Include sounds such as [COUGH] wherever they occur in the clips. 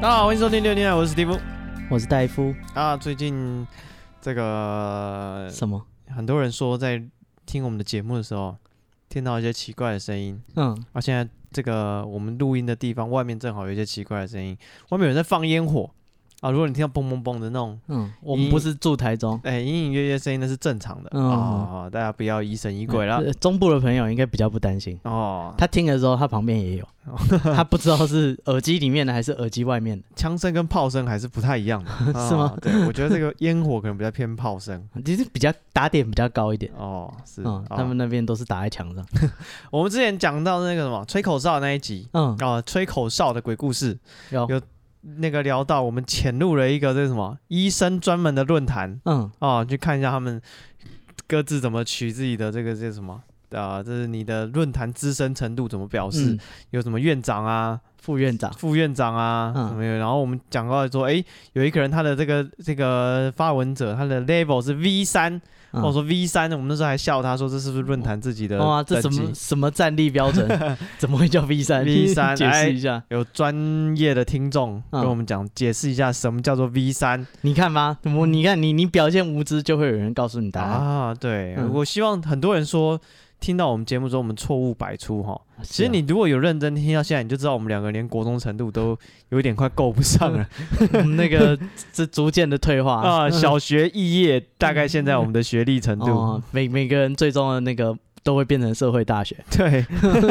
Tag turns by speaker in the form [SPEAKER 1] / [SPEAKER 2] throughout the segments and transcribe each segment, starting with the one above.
[SPEAKER 1] 大家好，欢迎收听六天我是史蒂夫。
[SPEAKER 2] 我是戴夫。
[SPEAKER 1] 啊，最近这个
[SPEAKER 2] 什么？
[SPEAKER 1] 很多人说，在听我们的节目的时候，听到一些奇怪的声音。
[SPEAKER 2] 嗯，
[SPEAKER 1] 啊，现在这个我们录音的地方外面正好有一些奇怪的声音，外面有人在放烟火。啊，如果你听到嘣嘣嘣的那种，
[SPEAKER 2] 嗯，我们不是住台中，
[SPEAKER 1] 哎，隐隐约约声音那是正常的。
[SPEAKER 2] 嗯
[SPEAKER 1] 哦，大家不要疑神疑鬼了。
[SPEAKER 2] 呃中部的朋友应该比较不担心。
[SPEAKER 1] 哦，
[SPEAKER 2] 他听的时候，他旁边也有，他不知道是耳机里面的还是耳机外面的。
[SPEAKER 1] 枪声跟炮声还是不太一样的，
[SPEAKER 2] [LAUGHS] 是吗
[SPEAKER 1] 啊对，我觉得这个烟火可能比较偏炮声。
[SPEAKER 2] 其实比较打点比较高一点。
[SPEAKER 1] 哦，是，
[SPEAKER 2] 嗯，
[SPEAKER 1] 啊
[SPEAKER 2] 他们那边都是打在墙上。
[SPEAKER 1] 我们之前讲到那个什么吹口哨那一集
[SPEAKER 2] 嗯，
[SPEAKER 1] 啊、吹口哨的鬼故事，
[SPEAKER 2] 有
[SPEAKER 1] 有，那个聊到我们潜入了一个这个什么医生专门的论坛
[SPEAKER 2] 嗯，
[SPEAKER 1] 啊、去看一下他们各自怎么取自己的这个这什么啊、这是你的论坛资深程度怎么表示，
[SPEAKER 2] 嗯
[SPEAKER 1] 有什么院长啊、
[SPEAKER 2] 副院长。
[SPEAKER 1] 副院长啊
[SPEAKER 2] 嗯
[SPEAKER 1] 什么的，然后我们讲到说，诶，有一个人他的这个这个发文者他的 level 是 V 三、哦
[SPEAKER 2] 嗯
[SPEAKER 1] 我说 V 三，我们那时候还笑他说这是不是论坛自己的
[SPEAKER 2] 哇，这
[SPEAKER 1] 等
[SPEAKER 2] 什
[SPEAKER 1] 级
[SPEAKER 2] 么什么战力标准？ [LAUGHS] 怎么会叫 V 三哎
[SPEAKER 1] V3
[SPEAKER 2] [LAUGHS] 解释一下。
[SPEAKER 1] 有专业的听众跟
[SPEAKER 2] 嗯
[SPEAKER 1] 我们讲、解释一下什么叫做 V 三
[SPEAKER 2] 你看吧，我你看你你表现无知，就会有人告诉你答案。
[SPEAKER 1] 啊？对，
[SPEAKER 2] 嗯
[SPEAKER 1] 我希望很多人说听到我们节目之后，我们错误百出哈。
[SPEAKER 2] 啊
[SPEAKER 1] 其实你如果有认真听到现在，你就知道我们两个连国中程度都有一点快够不上
[SPEAKER 2] [LAUGHS]
[SPEAKER 1] 了
[SPEAKER 2] 我们那 [LAUGHS] 个这逐渐的退化
[SPEAKER 1] 啊。小学肄业，大概现在我们的学历程度
[SPEAKER 2] [LAUGHS] 哦，，每每个人最终的那个都会变成社会大学。
[SPEAKER 1] [LAUGHS] 对， [LAUGHS]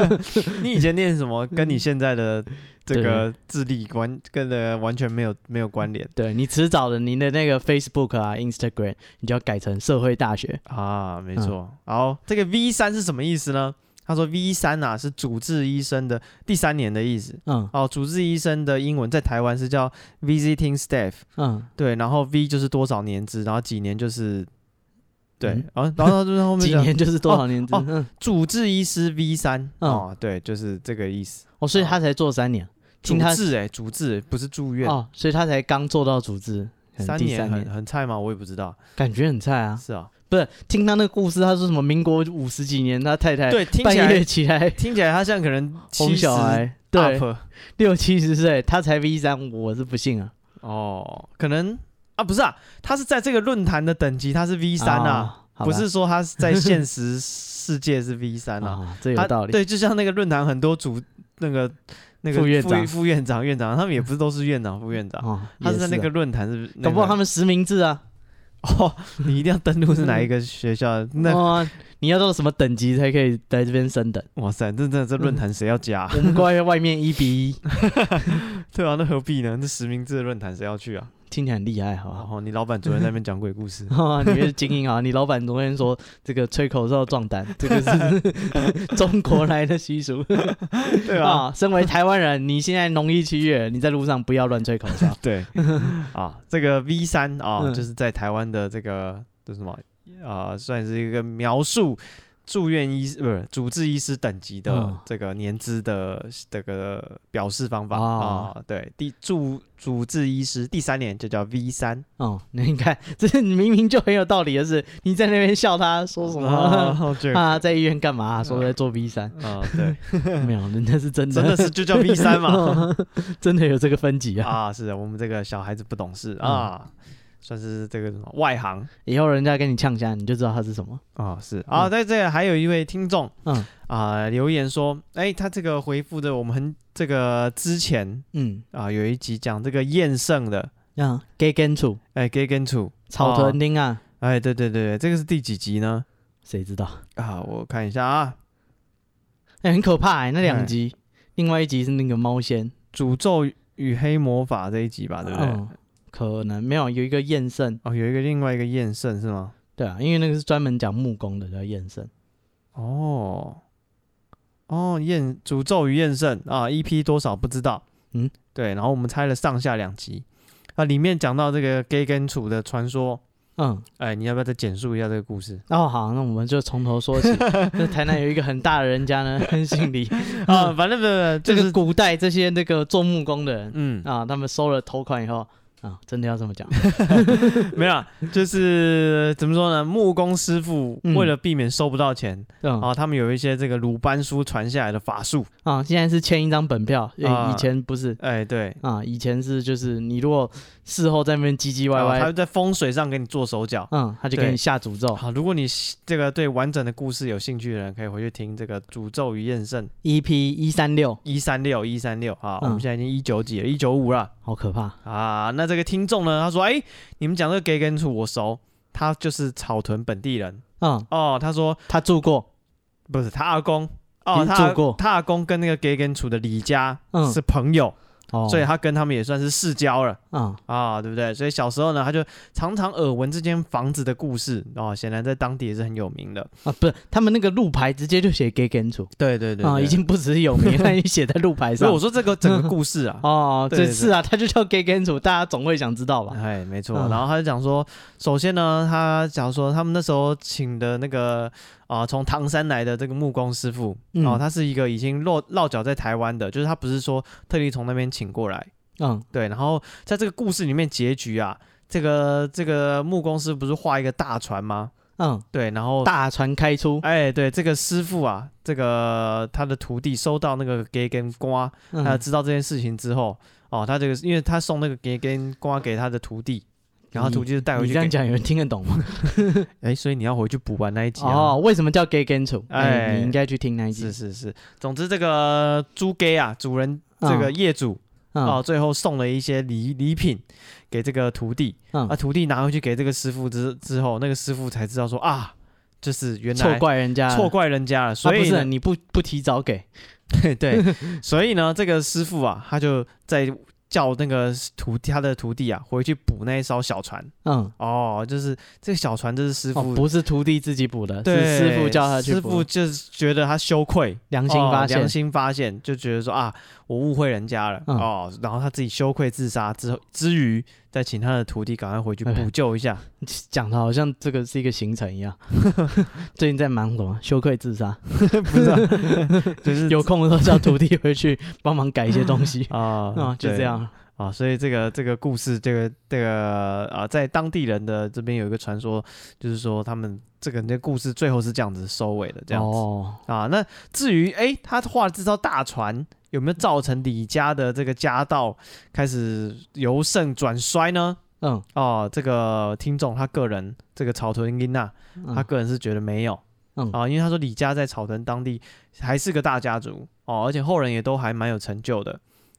[SPEAKER 1] 你以前念什么，跟你现在的这个智力完跟的完全没有没有关联
[SPEAKER 2] 对你迟早的，你的那个 Facebook 啊、Instagram，你就要改成社会大学。
[SPEAKER 1] 啊，没错。
[SPEAKER 2] 嗯
[SPEAKER 1] 好，这个 V 三是什么意思呢？他说 V 三啊是主治医生的第三年的意思。
[SPEAKER 2] 嗯
[SPEAKER 1] 哦，主治医生的英文在台湾是叫 visiting staff，
[SPEAKER 2] 嗯，
[SPEAKER 1] 对，然后 V 就是多少年资，然后几年就是，对，
[SPEAKER 2] 嗯
[SPEAKER 1] 然后然后就是后面
[SPEAKER 2] [LAUGHS] 几
[SPEAKER 1] 讲
[SPEAKER 2] 年就是多少年制？
[SPEAKER 1] 哦
[SPEAKER 2] 嗯，
[SPEAKER 1] 主治医师 V 三、
[SPEAKER 2] 嗯
[SPEAKER 1] 哦，对，就是这个意思。
[SPEAKER 2] 哦，所以他才做三年，
[SPEAKER 1] 主
[SPEAKER 2] 听他
[SPEAKER 1] 治哎、主治不是住院，
[SPEAKER 2] 哦，所以他才刚做到主治，可能
[SPEAKER 1] 三
[SPEAKER 2] 第
[SPEAKER 1] 年
[SPEAKER 2] 三
[SPEAKER 1] 很
[SPEAKER 2] 年，
[SPEAKER 1] 很菜吗？我也不知道，
[SPEAKER 2] 感觉很菜啊。
[SPEAKER 1] 是啊，
[SPEAKER 2] 不是，听他那个故事，他说什么民国五十几年，他太太
[SPEAKER 1] 对，听
[SPEAKER 2] 半
[SPEAKER 1] 起
[SPEAKER 2] 夜
[SPEAKER 1] 来
[SPEAKER 2] 起来
[SPEAKER 1] 听起来他像可能
[SPEAKER 2] [LAUGHS] 哄
[SPEAKER 1] 七十
[SPEAKER 2] 小
[SPEAKER 1] up
[SPEAKER 2] 孩，对，六七十岁，他才 V 三，我是不信啊。
[SPEAKER 1] 哦，可能啊，不是啊，他是在这个论坛的等级，他是 V 三啊，
[SPEAKER 2] 哦，好
[SPEAKER 1] 不
[SPEAKER 2] 吧
[SPEAKER 1] 是说他是在现实世界是 V 三啊，
[SPEAKER 2] 啊，这
[SPEAKER 1] 他
[SPEAKER 2] 有道理。
[SPEAKER 1] 对，就像那个论坛很多主那个那个
[SPEAKER 2] 副院长
[SPEAKER 1] 副院长、院长，他们也不是都是院长、副院长，
[SPEAKER 2] 哦，
[SPEAKER 1] 他是
[SPEAKER 2] 也
[SPEAKER 1] 在那
[SPEAKER 2] 啊
[SPEAKER 1] 个论坛是那
[SPEAKER 2] 搞不好
[SPEAKER 1] 个
[SPEAKER 2] 他们实名制啊。
[SPEAKER 1] 哦，你一定要登录是哪
[SPEAKER 2] [LAUGHS]
[SPEAKER 1] 一个学校？那
[SPEAKER 2] 哦，你要到什么等级才可以在这
[SPEAKER 1] [LAUGHS]
[SPEAKER 2] 边升等？
[SPEAKER 1] 哇塞，这这这论
[SPEAKER 2] 嗯
[SPEAKER 1] 坛谁要加啊？ [LAUGHS]
[SPEAKER 2] 我们挂在外面一比一，
[SPEAKER 1] 对啊，那何必呢？那实名制的论坛谁要去啊？
[SPEAKER 2] 听起来很厉害，好啊不
[SPEAKER 1] 然
[SPEAKER 2] 好？，
[SPEAKER 1] 后你老板昨天在那边讲鬼故事
[SPEAKER 2] [LAUGHS] 哦、你是精英啊！你老板昨天说这个吹口哨
[SPEAKER 1] [LAUGHS]
[SPEAKER 2] 壮胆，这个是中国来的习俗
[SPEAKER 1] 对啊，。
[SPEAKER 2] 啊。身为台湾人，你现在农历七月，你在路上不要乱吹口哨
[SPEAKER 1] [LAUGHS]
[SPEAKER 2] [LAUGHS]
[SPEAKER 1] 对啊，这个 V 三啊，
[SPEAKER 2] 嗯
[SPEAKER 1] 就是在台湾的这个这是什么啊、呃算是一个描述住院医师不是主治医师等级的
[SPEAKER 2] 嗯
[SPEAKER 1] 这个年资的这个表示方法啊、
[SPEAKER 2] 哦
[SPEAKER 1] 对，第主主治医师第三年就叫 V 三，
[SPEAKER 2] 哦，那你看，这是明明就很有道理的事，你在那边笑他说什
[SPEAKER 1] 然
[SPEAKER 2] 么？
[SPEAKER 1] 后就 [LAUGHS] 啊
[SPEAKER 2] 啊，在医院干嘛、说在做 B
[SPEAKER 1] [LAUGHS]
[SPEAKER 2] 三， [LAUGHS]
[SPEAKER 1] 对，
[SPEAKER 2] 没有，人家是真的，哦
[SPEAKER 1] 真的是就叫 V 三
[SPEAKER 2] [LAUGHS]
[SPEAKER 1] 嘛
[SPEAKER 2] 真的有这个分级啊！
[SPEAKER 1] 啊，是的，我们这个小孩子不懂事啊。
[SPEAKER 2] 嗯
[SPEAKER 1] 算是这个什么外行
[SPEAKER 2] 以后人家跟你呛下，你就知道他是什么。
[SPEAKER 1] 啊、是啊，
[SPEAKER 2] 嗯
[SPEAKER 1] 在这里还有一位听众，
[SPEAKER 2] 嗯
[SPEAKER 1] 啊、留言说，哎、他这个回复的我们很这个之前
[SPEAKER 2] 嗯，
[SPEAKER 1] 啊、有一集讲这个厌胜的，
[SPEAKER 2] 啊，给根处
[SPEAKER 1] 哎、给跟处，
[SPEAKER 2] 草屯丁啊，
[SPEAKER 1] 哎、对对对对，这个是第几集呢？
[SPEAKER 2] 谁知道？
[SPEAKER 1] 啊，我看一下啊，
[SPEAKER 2] 哎、很可怕、欸、那
[SPEAKER 1] 哎
[SPEAKER 2] 两集，另外一集是那个猫仙，
[SPEAKER 1] 诅咒与黑魔法这一集吧，对不对？
[SPEAKER 2] 嗯可能没有有一个燕圣，
[SPEAKER 1] 哦，有一个另外一个厌胜是吗？
[SPEAKER 2] 对啊，因为那个是专门讲木工的叫燕圣，
[SPEAKER 1] 哦，哦，厌诅咒与厌胜啊，EP 多少不知道，
[SPEAKER 2] 嗯，
[SPEAKER 1] 对，然后我们拆了上下两集，啊，里面讲到这个 gay 跟处的传说，
[SPEAKER 2] 嗯，
[SPEAKER 1] 哎、你要不要再简述一下这个故事？
[SPEAKER 2] 哦好，那我们就从头说起。
[SPEAKER 1] [LAUGHS]
[SPEAKER 2] 那台南有一个很大的人家呢， [LAUGHS] 姓李，
[SPEAKER 1] 啊，反正不不不
[SPEAKER 2] 这
[SPEAKER 1] 就是
[SPEAKER 2] 个古代这些那个做木工的人
[SPEAKER 1] 嗯
[SPEAKER 2] 啊，他们收了头款以后，啊，真的要这么讲，
[SPEAKER 1] 没有啦，就是怎么说呢？木工师傅
[SPEAKER 2] 嗯
[SPEAKER 1] 为了避免收不到钱，
[SPEAKER 2] 嗯
[SPEAKER 1] 啊，他们有一些这个鲁班书传下来的法术。
[SPEAKER 2] 啊，现在是签一张本票，因为
[SPEAKER 1] 啊
[SPEAKER 2] 以前不是
[SPEAKER 1] 哎，对，
[SPEAKER 2] 啊，以前是就是你如果事后在那边唧唧歪
[SPEAKER 1] 啊他
[SPEAKER 2] 歪
[SPEAKER 1] 会，在风水上给你做手脚。
[SPEAKER 2] 嗯，他就给
[SPEAKER 1] 对
[SPEAKER 2] 你下诅咒。
[SPEAKER 1] 好，如果你喜这个对完整的故事有兴趣的人，可以回去听这个《诅咒与验证》
[SPEAKER 2] EP ，E 一三六，
[SPEAKER 1] 一三六一三六啊，我
[SPEAKER 2] 嗯
[SPEAKER 1] 们现在已经一九几了，一九五了
[SPEAKER 2] 好可怕
[SPEAKER 1] 啊。那这个听众呢，他说：“哎，你们讲这个 gay 跟处我熟，他就是草屯本地人
[SPEAKER 2] 嗯，
[SPEAKER 1] 哦。”他说
[SPEAKER 2] 他住过，：“
[SPEAKER 1] 不是，他阿公哦，
[SPEAKER 2] 你
[SPEAKER 1] 他
[SPEAKER 2] 住过
[SPEAKER 1] 阿他阿公跟那个 gay 跟处的李家
[SPEAKER 2] 嗯
[SPEAKER 1] 是朋友，
[SPEAKER 2] 哦，
[SPEAKER 1] 所以他跟他们也算是世交了。”
[SPEAKER 2] 嗯
[SPEAKER 1] 啊，对不对？所以小时候呢，他就常常耳闻这间房子的故事啊，显然在当地也是很有名的。
[SPEAKER 2] 啊，不是，他们那个路牌直接就写 gay 根主
[SPEAKER 1] 对对
[SPEAKER 2] 啊，已。经不只是有
[SPEAKER 1] [LAUGHS]
[SPEAKER 2] 名，他也写在路牌
[SPEAKER 1] 所以
[SPEAKER 2] 上，
[SPEAKER 1] 我。说这个整个故事啊
[SPEAKER 2] [LAUGHS] 哦，
[SPEAKER 1] 对对
[SPEAKER 2] 这
[SPEAKER 1] 对
[SPEAKER 2] 是啊，他就叫 gay 根主，大家总会想知道吧？
[SPEAKER 1] 哎，没错。
[SPEAKER 2] 嗯
[SPEAKER 1] 然后他就讲说，首先呢，他假如说他们那时候请的那个啊，从唐山来的这个木工师傅
[SPEAKER 2] 嗯
[SPEAKER 1] 哦，他是一个已经落落脚在台湾的，就是他不是说特地从那边请过来。
[SPEAKER 2] 嗯
[SPEAKER 1] 对，然后在这个故事里面结局啊，这个这个木工师不是画一个大船吗？
[SPEAKER 2] 嗯，
[SPEAKER 1] 对，然后
[SPEAKER 2] 大船开出，
[SPEAKER 1] 哎，对，这个师傅啊，这个他的徒弟收到那个给跟瓜，他
[SPEAKER 2] 嗯，
[SPEAKER 1] 知道这件事情之后，哦，他这个因为他送那个给跟瓜给他的徒弟，然后徒弟就带回
[SPEAKER 2] 你
[SPEAKER 1] 去
[SPEAKER 2] 这样
[SPEAKER 1] 给，
[SPEAKER 2] 讲有人听得懂吗？
[SPEAKER 1] 哎，所以你要回去补完那一集啊。
[SPEAKER 2] 哦，为什么叫 gay 根主？哎，
[SPEAKER 1] 哎
[SPEAKER 2] 你应该去听那一集
[SPEAKER 1] 是。是是，总之这个猪给啊，主人
[SPEAKER 2] 嗯
[SPEAKER 1] 这个业主哦，
[SPEAKER 2] 嗯
[SPEAKER 1] 最后送了一些礼礼品给这个徒弟，
[SPEAKER 2] 嗯
[SPEAKER 1] 啊，，徒弟拿回去给这个师傅之之后，那个师傅才知道说啊，就是原
[SPEAKER 2] 错
[SPEAKER 1] 来
[SPEAKER 2] 怪人家了，
[SPEAKER 1] 错怪人家了，
[SPEAKER 2] 啊，
[SPEAKER 1] 所以
[SPEAKER 2] 不
[SPEAKER 1] 呢
[SPEAKER 2] 是你不不提早给，
[SPEAKER 1] 对，所以呢，这个师傅啊，他就在叫那个徒弟他的徒弟啊，回去补那一艘小船。
[SPEAKER 2] 嗯，
[SPEAKER 1] 哦，就是这个小船，这是师傅、
[SPEAKER 2] 哦，不是徒弟自己补的，
[SPEAKER 1] 对
[SPEAKER 2] 是师傅叫他去
[SPEAKER 1] 师
[SPEAKER 2] 补
[SPEAKER 1] 傅，就是觉得他羞愧，
[SPEAKER 2] 良心发
[SPEAKER 1] 哦
[SPEAKER 2] 现
[SPEAKER 1] 良，心发现，就觉得说啊，我误会人家了、
[SPEAKER 2] 嗯
[SPEAKER 1] 哦，然后他自己羞愧自杀之后，之余再请他的徒弟赶快回去
[SPEAKER 2] 哎
[SPEAKER 1] 补救一
[SPEAKER 2] [LAUGHS]
[SPEAKER 1] 下。
[SPEAKER 2] 讲的好像这个是一个行程一
[SPEAKER 1] [LAUGHS]
[SPEAKER 2] 样。最近在忙什么？羞愧自杀，
[SPEAKER 1] 不是啊、 [LAUGHS] 就是
[SPEAKER 2] 有空的时候叫徒弟回去帮忙改一些东
[SPEAKER 1] [LAUGHS]
[SPEAKER 2] 西
[SPEAKER 1] 啊
[SPEAKER 2] 啊，就
[SPEAKER 1] 对
[SPEAKER 2] 这样。
[SPEAKER 1] 啊，所以这个这个故事，这个这个啊，在当地人的这边有一个传说，就是说他们这个那故事最后是这样子收尾的，这样子、
[SPEAKER 2] 哦，
[SPEAKER 1] 啊。那至于哎，诶他画这艘大船有没有造成李家的这个家道开始由盛转衰呢？
[SPEAKER 2] 嗯，
[SPEAKER 1] 哦，这个听众他个人，这个草屯英娜，他
[SPEAKER 2] 嗯
[SPEAKER 1] 个人是觉得没有，
[SPEAKER 2] 嗯
[SPEAKER 1] 啊，因为他说李家在草屯当地还是个大家族哦，而且后人也都还蛮有成就的。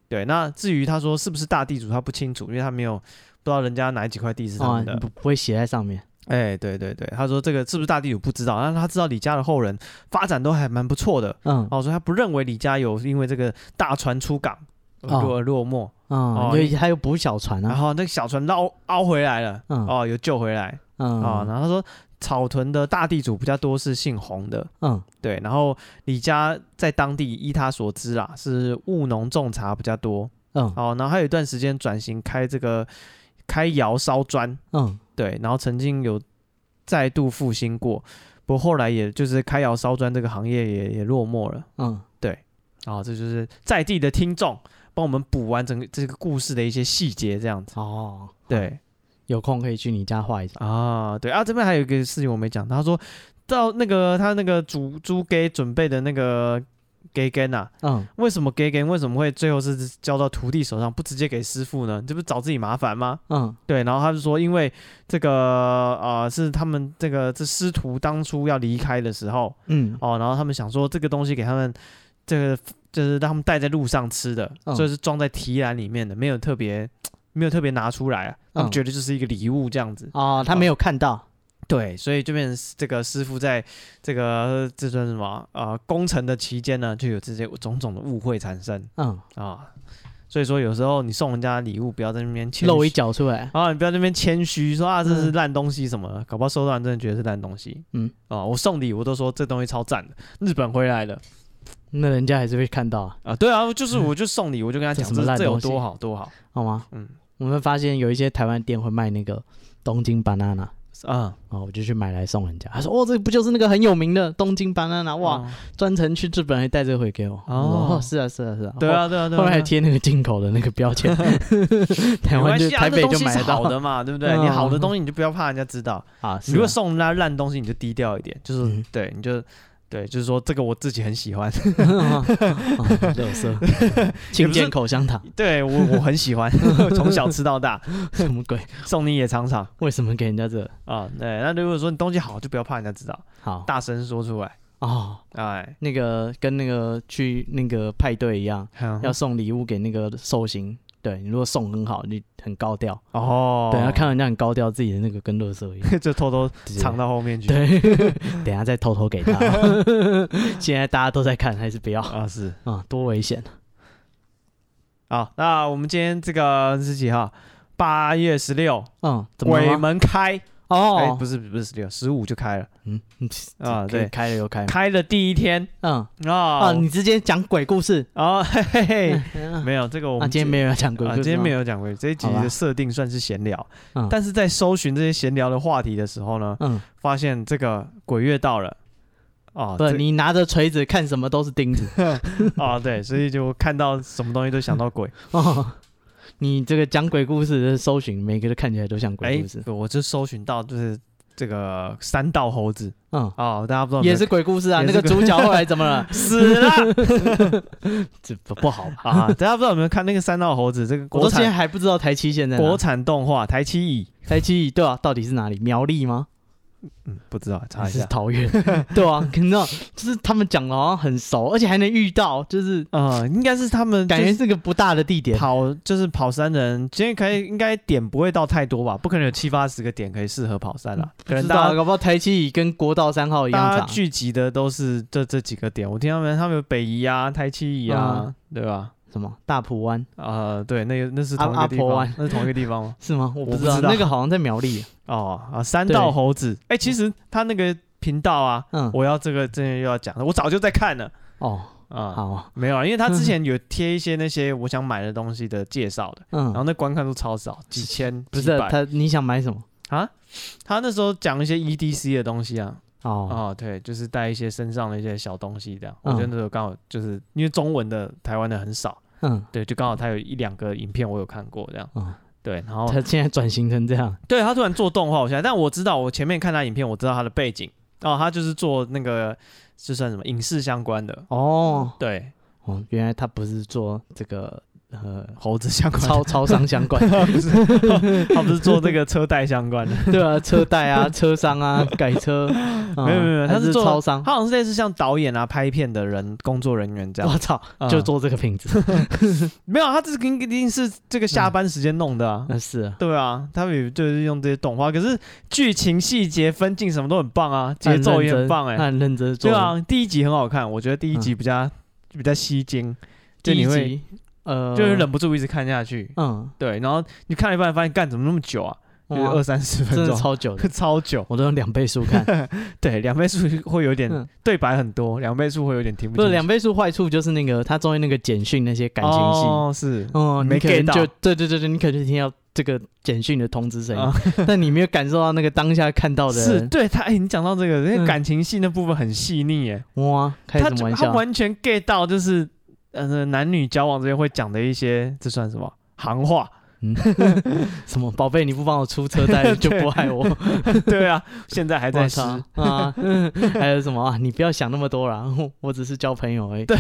[SPEAKER 1] 对，那至于他说是不是大地主，他不清楚，因为他没有不知道人家哪几块地是他
[SPEAKER 2] 哦
[SPEAKER 1] 们的。
[SPEAKER 2] 不不会写在上面，
[SPEAKER 1] 哎、对对对，他说这个是不是大地主不知道，但是他知道李家的后人发展都还蛮不错的
[SPEAKER 2] 嗯
[SPEAKER 1] 哦，所以他不认为李家有因为这个大船出港而
[SPEAKER 2] 哦
[SPEAKER 1] 落、而落寞，
[SPEAKER 2] 嗯，
[SPEAKER 1] 哦
[SPEAKER 2] 因为他有补小船
[SPEAKER 1] 然
[SPEAKER 2] 啊，
[SPEAKER 1] 后那个小船捞凹回来了，
[SPEAKER 2] 嗯
[SPEAKER 1] 哦，有救回来哦，
[SPEAKER 2] 嗯
[SPEAKER 1] 然后他说草屯的大地主比较多是姓洪的，
[SPEAKER 2] 嗯
[SPEAKER 1] 对，然后李家在当地依他所知啦，是务农种茶比较多
[SPEAKER 2] 嗯
[SPEAKER 1] 哦，然后还有一段时间转型开这个开窑烧砖，
[SPEAKER 2] 嗯
[SPEAKER 1] 对，然后曾经有再度复兴过，不过后来也就是开窑烧砖这个行业也也落寞了，
[SPEAKER 2] 嗯，
[SPEAKER 1] 啊、哦，这就是在地的听众帮我们补完整个这个故事的一些细节，这样子，
[SPEAKER 2] 哦，
[SPEAKER 1] 对
[SPEAKER 2] 有空可以去你家画一下，
[SPEAKER 1] 啊，对啊，这边还有一个事情我没讲，他说到那个他那个煮猪给准备的那个给根啊。
[SPEAKER 2] 嗯
[SPEAKER 1] 为什么 gay g a 为什么会最后是交到徒弟手上，不直接给师傅呢？这不是找自己麻烦吗？
[SPEAKER 2] 嗯
[SPEAKER 1] 对，然后他就说，因为这个呃是他们这个这师徒当初要离开的时候
[SPEAKER 2] 嗯
[SPEAKER 1] 哦，然后他们想说这个东西给他们这个就是让他们带在路上吃的，
[SPEAKER 2] 嗯
[SPEAKER 1] 所以是装在提篮里面的，没有特别没有特别拿出来啊，他们
[SPEAKER 2] 嗯
[SPEAKER 1] 觉得就是一个礼物这样子。
[SPEAKER 2] 哦，他没有看到，
[SPEAKER 1] 对，所以就变成这个师傅在这个这算什么啊、呃工程的期间呢，就有这些种种的误会产生。
[SPEAKER 2] 嗯，
[SPEAKER 1] 啊，所以说有时候你送人家礼物，不要在那边谦
[SPEAKER 2] 露一
[SPEAKER 1] 虚
[SPEAKER 2] 脚出来，
[SPEAKER 1] 啊，你不要在那边谦虚说啊这是烂东西什么的，搞不好收到人真的觉得是烂东西。
[SPEAKER 2] 嗯，
[SPEAKER 1] 啊，我送礼我都说这东西超赞的，日本回来的
[SPEAKER 2] 那人家还是会看到啊，
[SPEAKER 1] 啊，对啊，就是我就送礼，我就跟他
[SPEAKER 2] 这
[SPEAKER 1] 讲
[SPEAKER 2] 什么烂
[SPEAKER 1] 这有
[SPEAKER 2] 东西
[SPEAKER 1] 多好多好，
[SPEAKER 2] 好吗？
[SPEAKER 1] 嗯，
[SPEAKER 2] 我们发现有一些台湾店会卖那个东京 banana，
[SPEAKER 1] 啊，
[SPEAKER 2] 然后我就去买来送人家。他说：“哦，这不就是那个很有名的东京 banana？哇，
[SPEAKER 1] 哦，
[SPEAKER 2] 专程去日本还带这回给我。”
[SPEAKER 1] 哦
[SPEAKER 2] 哦，是啊，是啊，是啊。
[SPEAKER 1] 对啊，对啊，对
[SPEAKER 2] 后，
[SPEAKER 1] 啊，
[SPEAKER 2] 后来还
[SPEAKER 1] 对啊
[SPEAKER 2] 贴那个进口的那个标
[SPEAKER 1] [LAUGHS]
[SPEAKER 2] 签，台
[SPEAKER 1] 没
[SPEAKER 2] 湾
[SPEAKER 1] 关
[SPEAKER 2] 就
[SPEAKER 1] 系啊，
[SPEAKER 2] 台
[SPEAKER 1] 这
[SPEAKER 2] 北
[SPEAKER 1] 东
[SPEAKER 2] 就
[SPEAKER 1] 西
[SPEAKER 2] 买
[SPEAKER 1] 是
[SPEAKER 2] 得到嗯
[SPEAKER 1] 好的嘛，对不对？你好的东西你就不要怕人家知道，
[SPEAKER 2] 啊。是
[SPEAKER 1] 你
[SPEAKER 2] 啊
[SPEAKER 1] 如
[SPEAKER 2] [LAUGHS]
[SPEAKER 1] 果送人家烂东西，你就低调一点，就是
[SPEAKER 2] 嗯
[SPEAKER 1] 对，你就对，就是说这个我自己很喜
[SPEAKER 2] [LAUGHS]
[SPEAKER 1] 欢，
[SPEAKER 2] 哦乐色，清健口
[SPEAKER 1] [LAUGHS]
[SPEAKER 2] 香糖，
[SPEAKER 1] 对我我很喜
[SPEAKER 2] [LAUGHS]
[SPEAKER 1] 欢，从小吃到大，
[SPEAKER 2] 什么鬼？
[SPEAKER 1] 送你也尝尝
[SPEAKER 2] 为什么给人家这？
[SPEAKER 1] 啊。对，那如果说你东西好，就不要怕人家知道，
[SPEAKER 2] 好
[SPEAKER 1] 大声说出来，
[SPEAKER 2] 哦，
[SPEAKER 1] 哎，
[SPEAKER 2] 那个跟那个去那个派对一样，
[SPEAKER 1] 嗯
[SPEAKER 2] 要送礼物给那个寿星。对你如果送很好，你很高调，
[SPEAKER 1] 哦，
[SPEAKER 2] 对，要看人家很高调，自己的那个跟乐色一样，
[SPEAKER 1] [LAUGHS] 就偷偷 [LAUGHS] 藏到后面去。
[SPEAKER 2] 对，等一下再偷偷
[SPEAKER 1] [LAUGHS]
[SPEAKER 2] 给他。现在大家都在看，还是不要啊、
[SPEAKER 1] 啊，是
[SPEAKER 2] 多危险！
[SPEAKER 1] 好，那我们今天这个是几号？八月十六，
[SPEAKER 2] 嗯，怎么
[SPEAKER 1] 鬼
[SPEAKER 2] 了吗？
[SPEAKER 1] 门开，哎，
[SPEAKER 2] 哦
[SPEAKER 1] 不，是不是十六，十五就开了，
[SPEAKER 2] 嗯
[SPEAKER 1] 啊
[SPEAKER 2] 可以
[SPEAKER 1] 对
[SPEAKER 2] 开了又开嘛，
[SPEAKER 1] 开了第一天
[SPEAKER 2] 嗯啊，
[SPEAKER 1] 啊
[SPEAKER 2] 你直接讲鬼故事。
[SPEAKER 1] 啊嘿嘿嘿，
[SPEAKER 2] 嗯
[SPEAKER 1] 没有这个我
[SPEAKER 2] 啊，
[SPEAKER 1] 们
[SPEAKER 2] 今天没有要讲鬼故
[SPEAKER 1] 啊，
[SPEAKER 2] 事吗，
[SPEAKER 1] 今天没有讲过这一集
[SPEAKER 2] 好
[SPEAKER 1] 的
[SPEAKER 2] 吧
[SPEAKER 1] 设定算是闲聊
[SPEAKER 2] 嗯，
[SPEAKER 1] 但是在搜寻这些闲聊的话题的时候呢，
[SPEAKER 2] 嗯，
[SPEAKER 1] 发现这个鬼月到了。哦，
[SPEAKER 2] 不，
[SPEAKER 1] 啊这
[SPEAKER 2] 你拿着锤子看什么都是钉子。
[SPEAKER 1] 哦，对，所以就看到什么东西都想到鬼。
[SPEAKER 2] 哦，你这个讲鬼故事的搜寻，每个都看起来都像 [LAUGHS] 鬼
[SPEAKER 1] 哎
[SPEAKER 2] 故事。，
[SPEAKER 1] 我就搜寻到就是这个三道猴子
[SPEAKER 2] 嗯，
[SPEAKER 1] 哦，大家不知道有没有
[SPEAKER 2] 也是鬼故事啊。
[SPEAKER 1] 也
[SPEAKER 2] 那
[SPEAKER 1] 是？
[SPEAKER 2] 个主角后来怎么了
[SPEAKER 1] [LAUGHS] 死了
[SPEAKER 2] 这不不好
[SPEAKER 1] [LAUGHS]
[SPEAKER 2] 吧？
[SPEAKER 1] 啊！大家不知道有没有看那个三道猴子？这个
[SPEAKER 2] 我
[SPEAKER 1] 国
[SPEAKER 2] 到现在
[SPEAKER 1] 产
[SPEAKER 2] 还不知道台七现在哪
[SPEAKER 1] 国产动画台七乙，
[SPEAKER 2] [LAUGHS] 台七对啊，到底是哪里？苗栗吗？
[SPEAKER 1] 嗯，不知道查
[SPEAKER 2] 还
[SPEAKER 1] 一
[SPEAKER 2] 是
[SPEAKER 1] 下
[SPEAKER 2] 桃园？ [LAUGHS] 对啊，你知道，就是他们讲的好像很熟，而且还能遇到，就是
[SPEAKER 1] 啊、应该是他们
[SPEAKER 2] 感觉
[SPEAKER 1] 就是
[SPEAKER 2] 个不大的地点。
[SPEAKER 1] 跑就是跑山的人，今天可以应该点不会到太多吧？不可能有七八十个点可以适合跑山啦。啊可
[SPEAKER 2] 不
[SPEAKER 1] 能
[SPEAKER 2] 知
[SPEAKER 1] 大
[SPEAKER 2] 道，
[SPEAKER 1] 家
[SPEAKER 2] 搞不好台七跟国道三号一样
[SPEAKER 1] 大家
[SPEAKER 2] 长。
[SPEAKER 1] 聚集的都是这这几个点，我听他们他们有北宜啊、台七宜啊，
[SPEAKER 2] 嗯
[SPEAKER 1] 对吧？
[SPEAKER 2] 什么大埔湾
[SPEAKER 1] 啊、对，那个那是
[SPEAKER 2] 阿
[SPEAKER 1] 同一个地
[SPEAKER 2] 阿婆
[SPEAKER 1] 方
[SPEAKER 2] 湾，
[SPEAKER 1] 那是同一个地方
[SPEAKER 2] [LAUGHS]
[SPEAKER 1] 吗？
[SPEAKER 2] 是吗？我不
[SPEAKER 1] 我不
[SPEAKER 2] 知道，
[SPEAKER 1] 知道
[SPEAKER 2] 那个好像在苗栗。
[SPEAKER 1] 哦啊，三
[SPEAKER 2] 对
[SPEAKER 1] 道猴子，哎、其实他那个频道啊，
[SPEAKER 2] 嗯，
[SPEAKER 1] 我要这个真的又要讲了，我早就在看了
[SPEAKER 2] 哦，
[SPEAKER 1] 啊。
[SPEAKER 2] 好啊，
[SPEAKER 1] 没有啊，因为他之
[SPEAKER 2] [LAUGHS]
[SPEAKER 1] 前有贴一些那些我想买的东西的介绍的，然后
[SPEAKER 2] 嗯，
[SPEAKER 1] 那观看数超少，几千，
[SPEAKER 2] 不
[SPEAKER 1] 几
[SPEAKER 2] 是
[SPEAKER 1] 百
[SPEAKER 2] 他，你想买什么？
[SPEAKER 1] 啊。他那时候讲一些 EDC 的东西啊，
[SPEAKER 2] 哦，
[SPEAKER 1] 哦，对，就是带一些身上的一些小东西这样。我
[SPEAKER 2] 嗯
[SPEAKER 1] 觉得那时候刚好就是因为中文的台湾的很少，
[SPEAKER 2] 嗯，
[SPEAKER 1] 对，就刚好他有一两个影片我有看过这样，
[SPEAKER 2] 嗯
[SPEAKER 1] 对，然后
[SPEAKER 2] 他现在转型成这样，
[SPEAKER 1] 对他突然做动画，我现在，但我知道我前面看他影片，我知道他的背景，哦，他就是做那个这算什么影视相关的，
[SPEAKER 2] 哦，
[SPEAKER 1] 对，
[SPEAKER 2] 哦，原来他不是做这个呃
[SPEAKER 1] 猴子相关的，
[SPEAKER 2] 超超商相关，
[SPEAKER 1] [LAUGHS] 不是，他不是做这个车贷相关的，
[SPEAKER 2] [LAUGHS] 对啊，车贷
[SPEAKER 1] [LAUGHS]
[SPEAKER 2] 啊，车商啊，改车，
[SPEAKER 1] 没有没有没有，他
[SPEAKER 2] 他
[SPEAKER 1] 是
[SPEAKER 2] 是
[SPEAKER 1] 做
[SPEAKER 2] 超商。
[SPEAKER 1] 他好像是类似像导演啊、拍片的人、工作人员这样
[SPEAKER 2] 我。操
[SPEAKER 1] 嗯，
[SPEAKER 2] 就做这个品质，
[SPEAKER 1] 没有，他这个一定是这个下班时间弄的啊。
[SPEAKER 2] 那是 [LAUGHS] 啊
[SPEAKER 1] 对啊，他们也就是用这些动画，可是剧情细节、分镜什么都很棒啊，节
[SPEAKER 2] 他很
[SPEAKER 1] 奏也
[SPEAKER 2] 认
[SPEAKER 1] 很
[SPEAKER 2] 真
[SPEAKER 1] 棒哎、
[SPEAKER 2] 他很认真做
[SPEAKER 1] 对
[SPEAKER 2] 的。
[SPEAKER 1] 啊，第一集很好看，我觉得第一集比较、比较吸睛，
[SPEAKER 2] 嗯
[SPEAKER 1] 就
[SPEAKER 2] 第
[SPEAKER 1] 你
[SPEAKER 2] 一
[SPEAKER 1] 会
[SPEAKER 2] 集，呃，
[SPEAKER 1] 就是忍不住一直看下去。
[SPEAKER 2] 嗯，
[SPEAKER 1] 对，然后你看了一半发现干怎么那么久啊？就是
[SPEAKER 2] 哇
[SPEAKER 1] 二三十分
[SPEAKER 2] 真的
[SPEAKER 1] 钟，[LAUGHS]
[SPEAKER 2] 超久的，
[SPEAKER 1] 超久。
[SPEAKER 2] 我都用两倍速看。
[SPEAKER 1] 对，两倍速会有点、
[SPEAKER 2] 嗯
[SPEAKER 1] 对白很多，两倍速会有点听不
[SPEAKER 2] 不
[SPEAKER 1] 清
[SPEAKER 2] 是
[SPEAKER 1] 楚。
[SPEAKER 2] 两倍速，坏处就是那个他中间那个简讯那些感情戏，
[SPEAKER 1] 哦，是
[SPEAKER 2] 哦，
[SPEAKER 1] 没
[SPEAKER 2] 你可
[SPEAKER 1] get
[SPEAKER 2] 能
[SPEAKER 1] 到
[SPEAKER 2] 就对对对对，你可能就听到这个简讯的通知声音，
[SPEAKER 1] 啊
[SPEAKER 2] [LAUGHS] 但你没有感受到那个当下看到的
[SPEAKER 1] 是，对他，哎、你讲到这个，那
[SPEAKER 2] 嗯
[SPEAKER 1] 感情戏那部分很细腻耶，
[SPEAKER 2] 哇，开
[SPEAKER 1] 他
[SPEAKER 2] 什么
[SPEAKER 1] 就
[SPEAKER 2] 玩
[SPEAKER 1] 他
[SPEAKER 2] 笑？
[SPEAKER 1] 完全 get 到，就是呃男女交往之间会讲的一些，这算什么行话？ [LAUGHS]
[SPEAKER 2] 嗯，什么宝贝，你不帮我出车贷就不爱我？
[SPEAKER 1] 对啊，现在还在
[SPEAKER 2] 我
[SPEAKER 1] 吃，
[SPEAKER 2] 操 [LAUGHS] 啊！还有什么啊？你不要想那么多啦，我只是交朋友而已。对，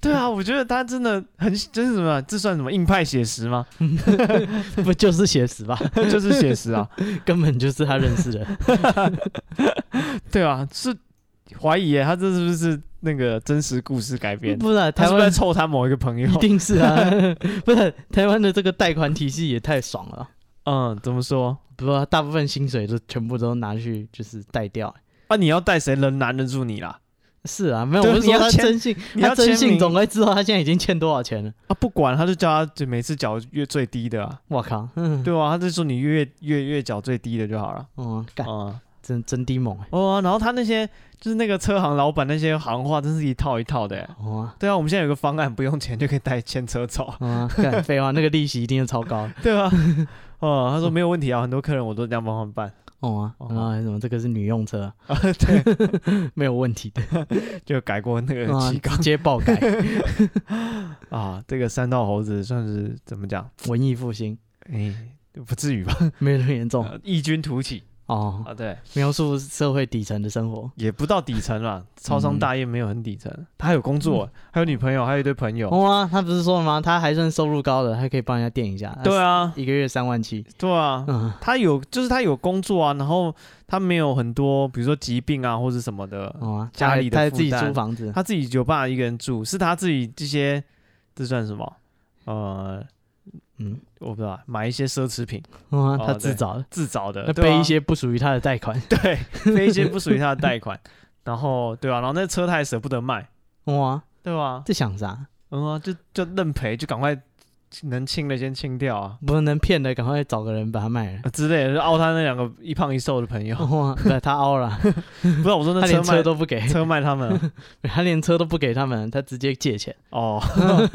[SPEAKER 1] 对啊，我觉得他真的很，就是什么，这算什么硬派写实吗？
[SPEAKER 2] [LAUGHS]
[SPEAKER 1] [LAUGHS]
[SPEAKER 2] 不就是写实吧？ [LAUGHS]
[SPEAKER 1] 就是写实啊，
[SPEAKER 2] 根本就是他认识的。
[SPEAKER 1] 对啊，是怀疑耶，他这是不是那个真实故事改编？
[SPEAKER 2] 不是啊
[SPEAKER 1] 他
[SPEAKER 2] 台
[SPEAKER 1] 是不是在
[SPEAKER 2] 湾。
[SPEAKER 1] 凑他某一个朋友 [LAUGHS]
[SPEAKER 2] 一？定是啊，不是台湾的这个贷款体系也太爽了，
[SPEAKER 1] 嗯，怎么说
[SPEAKER 2] 不过大部分薪水都全部都拿去就是贷掉，
[SPEAKER 1] 啊？你要带谁能拦得住你啦？
[SPEAKER 2] 是啊，没有，
[SPEAKER 1] 对
[SPEAKER 2] 我是
[SPEAKER 1] 你要
[SPEAKER 2] 说他
[SPEAKER 1] 签
[SPEAKER 2] 征信，
[SPEAKER 1] 你要
[SPEAKER 2] 他征
[SPEAKER 1] 签名
[SPEAKER 2] 信总该知道他现在已经欠多少钱了。
[SPEAKER 1] 啊，不管他就叫他就每次缴越最低的啊，
[SPEAKER 2] 我靠，嗯，
[SPEAKER 1] 对啊，他就说你越越越缴最低的就好了。
[SPEAKER 2] 嗯，干，
[SPEAKER 1] 嗯，
[SPEAKER 2] 真真低猛哎、
[SPEAKER 1] 哦啊，然后他那些就是那个车行老板那些行话，真是一套一套的欸。
[SPEAKER 2] 哇、啊，
[SPEAKER 1] 对啊，我们现在有个方案，不用钱就可以带牵车走，
[SPEAKER 2] 哦嗯啊，干，废话，那个利息一定是超高的，
[SPEAKER 1] [LAUGHS] 对啊，哦，他说没有问题啊，很多客人我都这样帮他们办。 [LAUGHS]
[SPEAKER 2] 哦啊，
[SPEAKER 1] 哦
[SPEAKER 2] 然后还有什么这个是女用车啊，
[SPEAKER 1] 啊，对，
[SPEAKER 2] 没有问题的，
[SPEAKER 1] 就改过那个
[SPEAKER 2] 啊
[SPEAKER 1] 旗杆
[SPEAKER 2] 直接爆改，
[SPEAKER 1] [LAUGHS] 啊。这个三道猴子算是怎么讲？
[SPEAKER 2] 文艺复兴
[SPEAKER 1] 哎，不至于吧？
[SPEAKER 2] 没有那么严重
[SPEAKER 1] 呃 [LAUGHS] 异军突起
[SPEAKER 2] 哦，
[SPEAKER 1] 啊，对，
[SPEAKER 2] 描述社会底层的生活。
[SPEAKER 1] 也不到底层啦，超商大业没有很底层，他还有工作，还有女朋友，还有一堆朋友。
[SPEAKER 2] 哦啊，他不是说了吗？他还算收入高的，还可以帮人家垫一下。
[SPEAKER 1] 对
[SPEAKER 2] 啊，
[SPEAKER 1] 啊，
[SPEAKER 2] 一个月三万七。
[SPEAKER 1] 对啊，
[SPEAKER 2] 嗯，
[SPEAKER 1] 他有就是他有工作啊，然后他没有很多，比如说疾病啊或者什么的，
[SPEAKER 2] 哦啊，
[SPEAKER 1] 呃家
[SPEAKER 2] 他
[SPEAKER 1] 里的
[SPEAKER 2] 他还
[SPEAKER 1] 负
[SPEAKER 2] 自己
[SPEAKER 1] 担
[SPEAKER 2] 租房子，
[SPEAKER 1] 他自己有办法一个人住，是他自己这些这算什么？呃，
[SPEAKER 2] 嗯，
[SPEAKER 1] 我不知道，买一些奢侈品
[SPEAKER 2] 哦啊，
[SPEAKER 1] 哦
[SPEAKER 2] 他自
[SPEAKER 1] 对
[SPEAKER 2] 找的，
[SPEAKER 1] 自找的，
[SPEAKER 2] 那
[SPEAKER 1] 对啊
[SPEAKER 2] 背一些不属于他的贷款。
[SPEAKER 1] [LAUGHS] 对，背一些不属于他的贷款，然后对啊，然后那车他也舍不得卖，
[SPEAKER 2] 哇、啊，
[SPEAKER 1] 对吧？
[SPEAKER 2] 这想啥？
[SPEAKER 1] 嗯啊，就就认赔，就赶快能清的先清掉啊。
[SPEAKER 2] 不能骗的，赶快找个人把他卖了。哦
[SPEAKER 1] 呃之类的，就凹他那两个一胖一瘦的朋
[SPEAKER 2] [LAUGHS]
[SPEAKER 1] 友，
[SPEAKER 2] 哇，对，他凹了，
[SPEAKER 1] 不是我哎 [LAUGHS] 说那
[SPEAKER 2] 他连
[SPEAKER 1] 卖
[SPEAKER 2] 车都不给，
[SPEAKER 1] 车卖他们啊
[SPEAKER 2] 他连车都不给他们，他直接借钱，
[SPEAKER 1] 哦， [LAUGHS]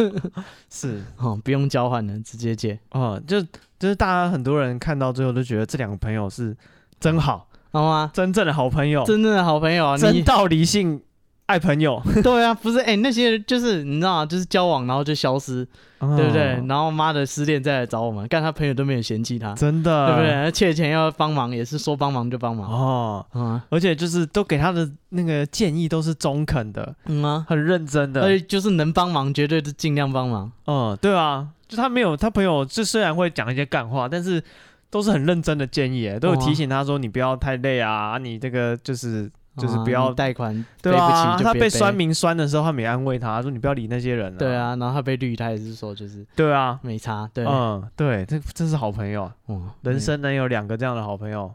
[SPEAKER 1] 是
[SPEAKER 2] 哦，不用交换的，直接借。
[SPEAKER 1] 哦，就就是大家很多人看到最后都觉得这两个朋友是真好，
[SPEAKER 2] 好吗？
[SPEAKER 1] 真正的好朋友，
[SPEAKER 2] 真正的好朋友啊，
[SPEAKER 1] 真
[SPEAKER 2] 你
[SPEAKER 1] 道理性爱朋 [LAUGHS] 友，
[SPEAKER 2] [LAUGHS] 对啊，不是哎、那些人就是你知道啊，就是交往然后就消失，对不对？
[SPEAKER 1] 嗯
[SPEAKER 2] 然后妈的失恋再来找我们，干他朋友都没有嫌弃他，
[SPEAKER 1] 真的，
[SPEAKER 2] 对不对？？他借钱要帮忙也是说帮忙就帮忙，
[SPEAKER 1] 嗯哦，
[SPEAKER 2] 嗯啊
[SPEAKER 1] 而且就是都给他的那个建议都是中肯的，
[SPEAKER 2] 嗯啊，
[SPEAKER 1] 很认真的，
[SPEAKER 2] 而且就是能帮忙绝对是尽量帮忙，
[SPEAKER 1] 嗯，对啊，就他没有他朋友，就虽然会讲一些干话，但是都是很认真的建议，都有
[SPEAKER 2] 哦啊
[SPEAKER 1] 提醒他说你不要太累啊，你这个就是就是
[SPEAKER 2] 嗯啊
[SPEAKER 1] 不要
[SPEAKER 2] 你贷款背
[SPEAKER 1] 对
[SPEAKER 2] 不
[SPEAKER 1] 啊，
[SPEAKER 2] 起就
[SPEAKER 1] 他
[SPEAKER 2] 别
[SPEAKER 1] 被
[SPEAKER 2] 背
[SPEAKER 1] 酸，民酸的时候，他没安慰他，说你不要理那些人、啊。
[SPEAKER 2] 对，啊，然后他被绿，他也是说就是
[SPEAKER 1] 对啊，
[SPEAKER 2] 没差，对，
[SPEAKER 1] 嗯，对，这真是好朋友啊，
[SPEAKER 2] 嗯，
[SPEAKER 1] 人生能有两个这样的好朋友，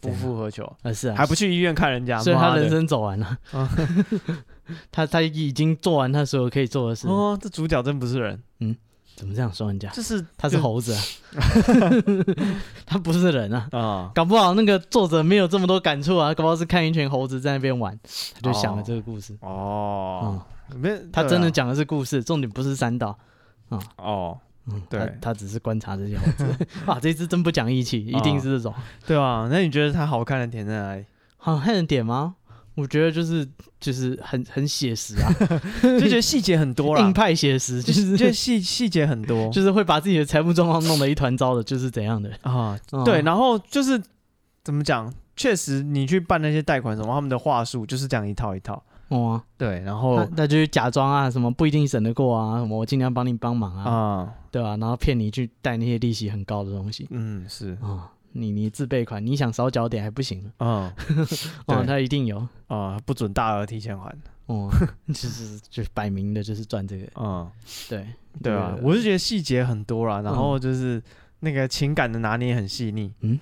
[SPEAKER 1] 不负何求。
[SPEAKER 2] 呃是啊，
[SPEAKER 1] 还不去医院看人家，
[SPEAKER 2] 所以
[SPEAKER 1] 妈
[SPEAKER 2] 他
[SPEAKER 1] 的
[SPEAKER 2] 人生走完了
[SPEAKER 1] 啊，
[SPEAKER 2] [LAUGHS] 他他已经做完他所有可以做的事，
[SPEAKER 1] 哦，这主角真不是人，
[SPEAKER 2] 怎么这样说人家？
[SPEAKER 1] 就是
[SPEAKER 2] 他是猴子啊， [LAUGHS] 他不是人啊。
[SPEAKER 1] 啊，
[SPEAKER 2] 搞不好那个作者没有这么多感触啊，搞不好是看一群猴子在那边玩，他就想了这个故事。
[SPEAKER 1] 哦，没有，
[SPEAKER 2] 嗯他
[SPEAKER 1] 对啊
[SPEAKER 2] 真的讲的是故事，重点不是三岛。
[SPEAKER 1] 哦，
[SPEAKER 2] 嗯，
[SPEAKER 1] 对
[SPEAKER 2] 他他只是观察这些猴子。
[SPEAKER 1] [LAUGHS]
[SPEAKER 2] 啊，这只真不讲义气，一定是这种。
[SPEAKER 1] 对啊，那你觉得他好看的点在
[SPEAKER 2] [LAUGHS]
[SPEAKER 1] 哪里？
[SPEAKER 2] 好看的点吗？我觉得就是就是很很写实啊，
[SPEAKER 1] 就觉得细节很 [LAUGHS] 多啦
[SPEAKER 2] 硬，派写实，就
[SPEAKER 1] 就是细细节很多
[SPEAKER 2] 就是会把自己的财务状况弄得一团糟的，就是怎样的。
[SPEAKER 1] 啊，
[SPEAKER 2] 嗯
[SPEAKER 1] 对，然后就是怎么讲，确实你去办那些贷款什么，他们的话术就是这样一套一套，
[SPEAKER 2] 哦啊，
[SPEAKER 1] 对，然
[SPEAKER 2] 那
[SPEAKER 1] 后
[SPEAKER 2] 那就是假装啊，什么不一定审得过啊，什么我尽量帮你帮忙啊，
[SPEAKER 1] 啊，
[SPEAKER 2] 对吧、然后骗你去贷那些利息很高的东西
[SPEAKER 1] 嗯，是，
[SPEAKER 2] 啊，你你自备款，你想少缴点还不行吗？
[SPEAKER 1] 嗯，
[SPEAKER 2] [LAUGHS] 哦
[SPEAKER 1] 对，
[SPEAKER 2] 他一定有，
[SPEAKER 1] 啊，不准大额提前还，
[SPEAKER 2] 哦， [LAUGHS] 就是就是摆明的就是赚这个，
[SPEAKER 1] 嗯，
[SPEAKER 2] 对
[SPEAKER 1] 对啊，我是觉得细节很多啦，然后就是那个情感的拿捏很细腻，
[SPEAKER 2] 嗯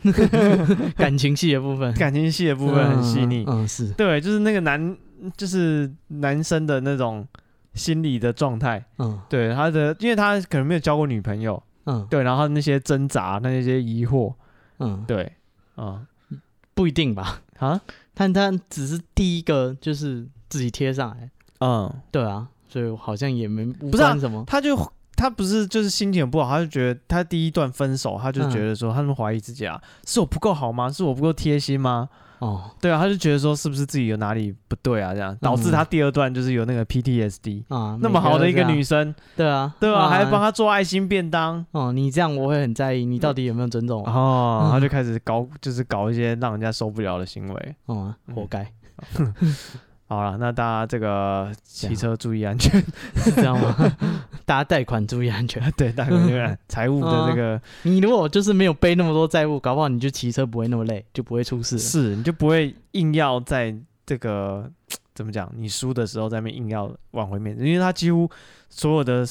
[SPEAKER 2] [LAUGHS] 感情戏的部分，
[SPEAKER 1] 感情戏的部分很细腻，
[SPEAKER 2] 嗯嗯嗯是，
[SPEAKER 1] 对，就是那个男，就是男生的那种心理的状态，
[SPEAKER 2] 嗯
[SPEAKER 1] 对他的，因为他可能没有交过女朋友，
[SPEAKER 2] 嗯
[SPEAKER 1] 对，然后那些挣扎，那些疑惑，
[SPEAKER 2] 嗯，
[SPEAKER 1] 对，啊、
[SPEAKER 2] 不一定吧，
[SPEAKER 1] 啊，
[SPEAKER 2] 但他只是第一个就是自己贴上来，
[SPEAKER 1] 嗯，
[SPEAKER 2] 对啊，所以好像也没不
[SPEAKER 1] 不是啊
[SPEAKER 2] 什么，
[SPEAKER 1] 他就他不是就是心情不好，他就觉得他第一段分手，他就觉得说他们怀疑自己啊，是我不够好吗？是我不够贴心吗？
[SPEAKER 2] 哦
[SPEAKER 1] 对啊，他就觉得说是不是自己有哪里不对啊，这样导致他第二段就是有那个 PTSD。
[SPEAKER 2] 啊，
[SPEAKER 1] 那么好的一哦个
[SPEAKER 2] 每
[SPEAKER 1] 女
[SPEAKER 2] 都
[SPEAKER 1] 生，
[SPEAKER 2] 这样，对啊
[SPEAKER 1] 对啊，还帮
[SPEAKER 2] 他
[SPEAKER 1] 他做爱心便当，
[SPEAKER 2] 哦，你这样我会很在意，你到底有没有尊重我？
[SPEAKER 1] 哦，他就开始搞，就是搞一些让人家受不了的行为。
[SPEAKER 2] 哦啊，活该，
[SPEAKER 1] 好了，那大家这个骑
[SPEAKER 2] 样
[SPEAKER 1] 车注意安全，
[SPEAKER 2] 是这样吗？大家贷款注意安全。
[SPEAKER 1] [LAUGHS] 对，大哥这个财务的这个
[SPEAKER 2] 你如果就是没有背那么多债务，搞不好你就骑车不会那么累，就不会出事
[SPEAKER 1] [LAUGHS]
[SPEAKER 2] 了。
[SPEAKER 1] 是，你就不会硬要在这个怎么讲，你输的时候在那边硬要挽回面子，因为他几乎所有的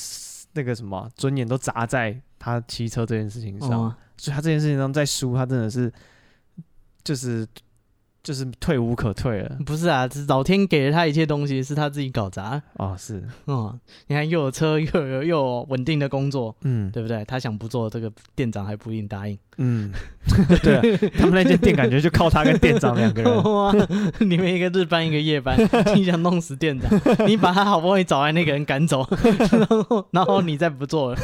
[SPEAKER 1] 那个什么尊严都砸在他骑车这件事情上。
[SPEAKER 2] 哦啊
[SPEAKER 1] 所以他这件事情上再输，他真的是就是就是退无可退了。
[SPEAKER 2] 不是啊，这老天给了他一切东西，是他自己搞砸。
[SPEAKER 1] 哦，是，
[SPEAKER 2] 嗯，你看又有车， [LAUGHS] 又有又有稳定的工作，
[SPEAKER 1] 嗯
[SPEAKER 2] 对不对？他想不做这个店长还不一定答应。
[SPEAKER 1] 嗯， [LAUGHS] 对啊、他们那间店感觉就靠他跟店长两个
[SPEAKER 2] [LAUGHS]
[SPEAKER 1] 人。
[SPEAKER 2] 哇，你们一个日班一个夜班，你想弄死店长，你把他好不容易找来那个人赶走， [LAUGHS] 然后然后你再不做了，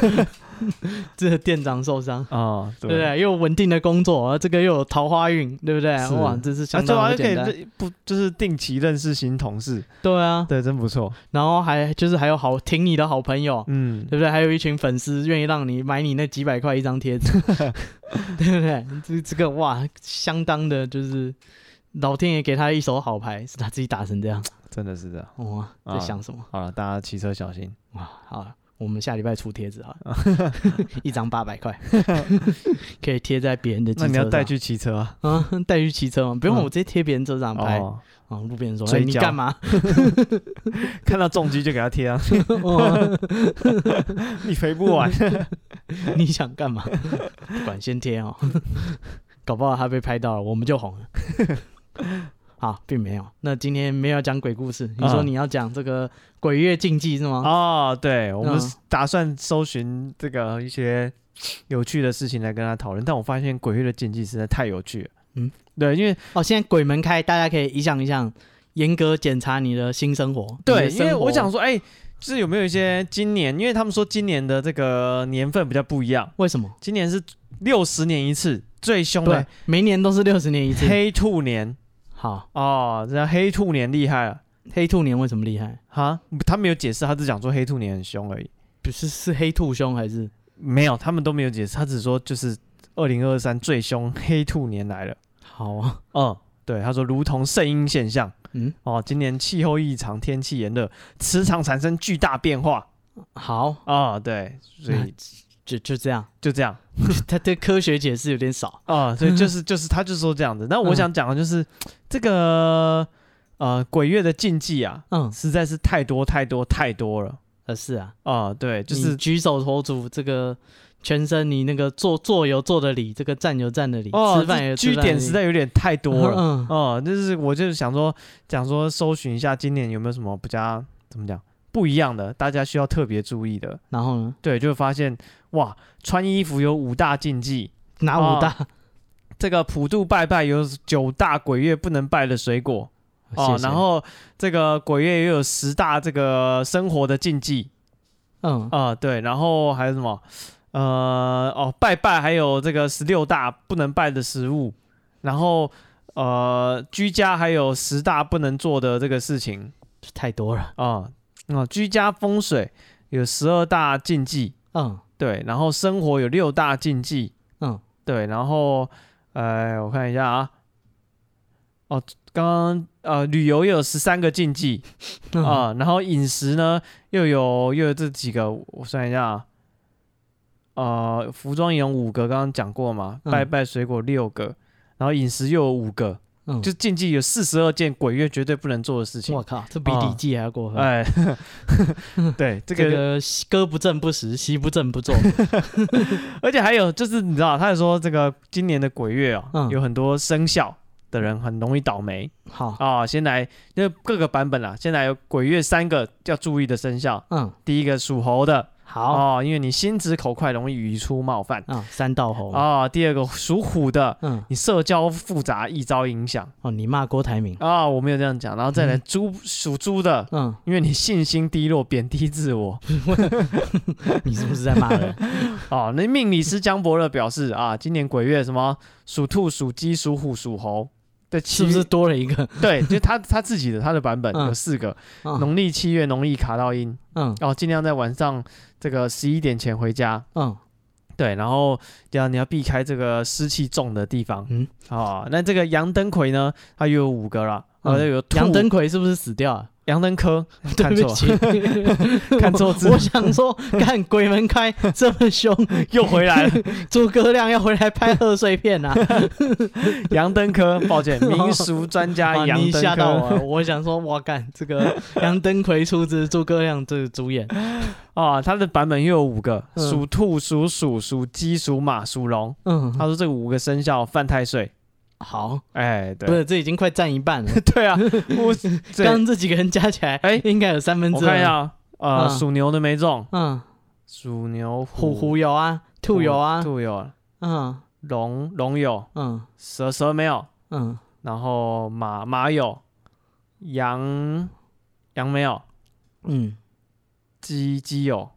[SPEAKER 2] [LAUGHS] 这个店长受伤。
[SPEAKER 1] 哦，
[SPEAKER 2] 对啊不，对？又有稳定的工作，啊这个又有桃花运，对不对
[SPEAKER 1] 是？
[SPEAKER 2] 哇，这是
[SPEAKER 1] 啊，
[SPEAKER 2] 相
[SPEAKER 1] 对
[SPEAKER 2] 当
[SPEAKER 1] 啊，
[SPEAKER 2] 不
[SPEAKER 1] 就可以
[SPEAKER 2] 简单。
[SPEAKER 1] 认不就是定期认识新同事，
[SPEAKER 2] 对啊，
[SPEAKER 1] 对，真不错。
[SPEAKER 2] 然后还就是还有好挺你的好朋友，
[SPEAKER 1] 嗯，
[SPEAKER 2] 对不对？还有一群粉丝愿意让你买你那几百块一
[SPEAKER 1] [LAUGHS]
[SPEAKER 2] 张贴纸，对不对？这这个哇，相当的就是老天爷给他一手好牌，是他自己打成这样，
[SPEAKER 1] 真的是这样。
[SPEAKER 2] 哇，
[SPEAKER 1] 啊
[SPEAKER 2] 在想什么？
[SPEAKER 1] 好了，大家骑车小心。
[SPEAKER 2] 哇，好了。我们下礼拜出贴纸啊，
[SPEAKER 1] [LAUGHS]
[SPEAKER 2] 一张八百块，可以贴在别人的机车
[SPEAKER 1] 那
[SPEAKER 2] 上。
[SPEAKER 1] 你要带去骑车啊？
[SPEAKER 2] 啊？带去骑车吗？不用，
[SPEAKER 1] 嗯
[SPEAKER 2] 我直接贴别人车上拍。
[SPEAKER 1] 哦，
[SPEAKER 2] 啊，路边人说：“哎、
[SPEAKER 1] 追
[SPEAKER 2] 你
[SPEAKER 1] 焦
[SPEAKER 2] 干 [LAUGHS] 嘛
[SPEAKER 1] 看到重击就给他贴啊，？” [LAUGHS]
[SPEAKER 2] 哦 [LAUGHS]
[SPEAKER 1] 你赔不完。
[SPEAKER 2] 你想干 [LAUGHS] 嘛？不管先贴哦， [LAUGHS] 搞不好他被拍到了，我们就红了。 [LAUGHS] 好，并没有。那今天没有讲鬼故事，你说
[SPEAKER 1] 啊
[SPEAKER 2] 你要讲这个鬼月禁忌是吗？
[SPEAKER 1] 哦，对，我们
[SPEAKER 2] 嗯
[SPEAKER 1] 打算搜寻这个一些有趣的事情来跟他讨论，但我发现鬼月的禁忌实在太有趣了。
[SPEAKER 2] 嗯，
[SPEAKER 1] 对，因为
[SPEAKER 2] 哦，现在鬼门开，大家可以一项一项严格检查你的新生活。
[SPEAKER 1] 对，
[SPEAKER 2] 你的
[SPEAKER 1] 因为
[SPEAKER 2] 生活
[SPEAKER 1] 我想说，哎、就是有没有一些今年，因为他们说今年的这个年份比较不一样，
[SPEAKER 2] 为什么？
[SPEAKER 1] 今年是六十年一次最凶
[SPEAKER 2] 对
[SPEAKER 1] 的，
[SPEAKER 2] 每年都是六十年一次。
[SPEAKER 1] 黑兔年
[SPEAKER 2] 好，
[SPEAKER 1] 哦，这黑兔年厉害了
[SPEAKER 2] 黑兔年为什么厉害？
[SPEAKER 1] 哈，他没有解释，他只讲说黑兔年很凶而已，
[SPEAKER 2] 不是是黑兔凶还是？
[SPEAKER 1] 没有，他们都没有解释，他只说就是二零二三最凶黑兔年来了，
[SPEAKER 2] 好啊，
[SPEAKER 1] 嗯，对，他说如同圣婴现象
[SPEAKER 2] 嗯，
[SPEAKER 1] 哦，今年气候异常，天气炎热，磁场产生巨大变化
[SPEAKER 2] 好，
[SPEAKER 1] 啊、哦，对，所
[SPEAKER 2] 那
[SPEAKER 1] 以
[SPEAKER 2] 就就这样。
[SPEAKER 1] 就这样。
[SPEAKER 2] 他对科学解释有点少。
[SPEAKER 1] 啊、
[SPEAKER 2] [LAUGHS]
[SPEAKER 1] 所以就是就是他就是说这样子。那我想讲的就是、
[SPEAKER 2] 嗯
[SPEAKER 1] 这个呃鬼月的禁忌啊，
[SPEAKER 2] 嗯，
[SPEAKER 1] 实在是太多太多太多了
[SPEAKER 2] 呃，是啊，
[SPEAKER 1] 啊、对，就
[SPEAKER 2] 你
[SPEAKER 1] 是
[SPEAKER 2] 举手投足，这个全身你那个坐坐有坐的理，这个站有站的理，
[SPEAKER 1] 哦，
[SPEAKER 2] 吃饭
[SPEAKER 1] 这
[SPEAKER 2] 有吃
[SPEAKER 1] 据
[SPEAKER 2] 饭的
[SPEAKER 1] 点
[SPEAKER 2] 理
[SPEAKER 1] 实在有点太多了。
[SPEAKER 2] [LAUGHS] 嗯，嗯
[SPEAKER 1] 哦、就是我就是想说讲说搜寻一下今年有没有什么比较怎么讲不一样的，大家需要特别注意的。
[SPEAKER 2] 然后呢，
[SPEAKER 1] 对，就会发现哇，穿衣服有五大禁忌。
[SPEAKER 2] 拿五大，
[SPEAKER 1] 这个普渡拜拜有九大鬼月不能拜的水果，哦
[SPEAKER 2] 谢，谢
[SPEAKER 1] 然后这个鬼月也有十大这个生活的禁忌
[SPEAKER 2] 嗯，
[SPEAKER 1] 啊、对，然后还有什么？呃，哦，拜拜，还有这个十六大不能拜的食物，然后呃，居家还有十大不能做的这个事情
[SPEAKER 2] 太多了，
[SPEAKER 1] 啊啊、居家风水有十二大禁忌，
[SPEAKER 2] 嗯
[SPEAKER 1] 对，然后生活有六大禁忌，
[SPEAKER 2] 嗯，
[SPEAKER 1] 对，然后呃，我看一下啊，哦，刚刚呃，旅游也有十三个禁忌，
[SPEAKER 2] 啊，
[SPEAKER 1] 啊、然后饮食呢又有又有这几个，我算一下啊，呃，服装也有五个，刚刚讲过嘛，
[SPEAKER 2] 嗯
[SPEAKER 1] 拜拜水果六个，然后饮食又有五个，
[SPEAKER 2] 嗯，
[SPEAKER 1] 就禁忌有四十二件鬼月绝对不能做的事情
[SPEAKER 2] 我。靠，这比
[SPEAKER 1] 啊
[SPEAKER 2] 礼记还要过分。
[SPEAKER 1] 哎， [LAUGHS] 对这个，
[SPEAKER 2] 这个歌不正不实，席不正
[SPEAKER 1] [LAUGHS]
[SPEAKER 2] 不坐，
[SPEAKER 1] 而且还有就是你知道，他有说这个今年的鬼月哦，
[SPEAKER 2] 嗯
[SPEAKER 1] 有很多生肖的人很容易倒霉
[SPEAKER 2] 好，
[SPEAKER 1] 啊、先来，就各个版本啦，先来有鬼月三个要注意的生肖，
[SPEAKER 2] 嗯，
[SPEAKER 1] 第一个属猴的，
[SPEAKER 2] 好，
[SPEAKER 1] 哦，因为你心直口快，容易语出冒犯。
[SPEAKER 2] 嗯，三道猴，
[SPEAKER 1] 啊，第二个属虎的，
[SPEAKER 2] 嗯，
[SPEAKER 1] 你社交复杂，易遭影响。
[SPEAKER 2] 哦，你骂郭台铭，
[SPEAKER 1] 啊，我没有这样讲。然后再来
[SPEAKER 2] 嗯
[SPEAKER 1] 猪属猪的，
[SPEAKER 2] 嗯，
[SPEAKER 1] 因为你信心低落，贬低自我。
[SPEAKER 2] 你是不是在骂
[SPEAKER 1] [LAUGHS]
[SPEAKER 2] 人？
[SPEAKER 1] 哦，那命理师江伯乐表示啊，今年鬼月什么属兔、属鸡、属虎、属猴的
[SPEAKER 2] 是
[SPEAKER 1] 其
[SPEAKER 2] 不
[SPEAKER 1] 余，
[SPEAKER 2] 是多了一个？
[SPEAKER 1] 对，就是他他自己的他的版本
[SPEAKER 2] 嗯
[SPEAKER 1] 有四个。
[SPEAKER 2] 嗯
[SPEAKER 1] 农历七月农历卡到阴，
[SPEAKER 2] 嗯
[SPEAKER 1] 哦，尽量在晚上这个十一点前回家。
[SPEAKER 2] 嗯，
[SPEAKER 1] 对，然后要你要避开这个湿气重的地方。
[SPEAKER 2] 嗯，
[SPEAKER 1] 哦，那这个杨灯葵呢，它又有五个了，呃，
[SPEAKER 2] 嗯
[SPEAKER 1] 有兔
[SPEAKER 2] 杨登奎是不是死掉了？
[SPEAKER 1] 杨灯
[SPEAKER 2] [LAUGHS]
[SPEAKER 1] 科，
[SPEAKER 2] 对
[SPEAKER 1] 看
[SPEAKER 2] 不
[SPEAKER 1] 错
[SPEAKER 2] 起，
[SPEAKER 1] 看
[SPEAKER 2] [LAUGHS]
[SPEAKER 1] 错字
[SPEAKER 2] 我我想说，看鬼门开这么凶，
[SPEAKER 1] 又回来了，
[SPEAKER 2] 诸葛亮要回来拍贺岁
[SPEAKER 1] [LAUGHS]
[SPEAKER 2] 片啊！
[SPEAKER 1] 杨灯科，抱歉，民俗专家
[SPEAKER 2] [LAUGHS] 啊
[SPEAKER 1] 杨
[SPEAKER 2] 你
[SPEAKER 1] 灯
[SPEAKER 2] 吓到
[SPEAKER 1] 科
[SPEAKER 2] 我，了，我想说，哇干，这个杨登奎出资，诸葛亮这个主演，
[SPEAKER 1] 啊，他的版本又有五个，
[SPEAKER 2] 嗯
[SPEAKER 1] 属兔、属鼠、属鸡、属马、属龙。
[SPEAKER 2] 嗯
[SPEAKER 1] 他说这五个生肖犯太岁
[SPEAKER 2] 好，
[SPEAKER 1] 哎，
[SPEAKER 2] 不
[SPEAKER 1] 对，
[SPEAKER 2] 是，这已经快占一半了。
[SPEAKER 1] 对啊，我 [LAUGHS] 这
[SPEAKER 2] [LAUGHS] 刚刚这几个人加起来，
[SPEAKER 1] 哎
[SPEAKER 2] 应该有三分
[SPEAKER 1] 我
[SPEAKER 2] 之
[SPEAKER 1] 看一
[SPEAKER 2] 二。
[SPEAKER 1] 下，呃，
[SPEAKER 2] 嗯
[SPEAKER 1] 属牛的没中，
[SPEAKER 2] 嗯，
[SPEAKER 1] 属牛、
[SPEAKER 2] 虎虎有啊，兔有啊，
[SPEAKER 1] 兔有，
[SPEAKER 2] 嗯
[SPEAKER 1] 龙龙有，
[SPEAKER 2] 嗯
[SPEAKER 1] 蛇蛇没有，
[SPEAKER 2] 嗯，
[SPEAKER 1] 然后马马有，羊羊没有，
[SPEAKER 2] 嗯，
[SPEAKER 1] 鸡鸡有，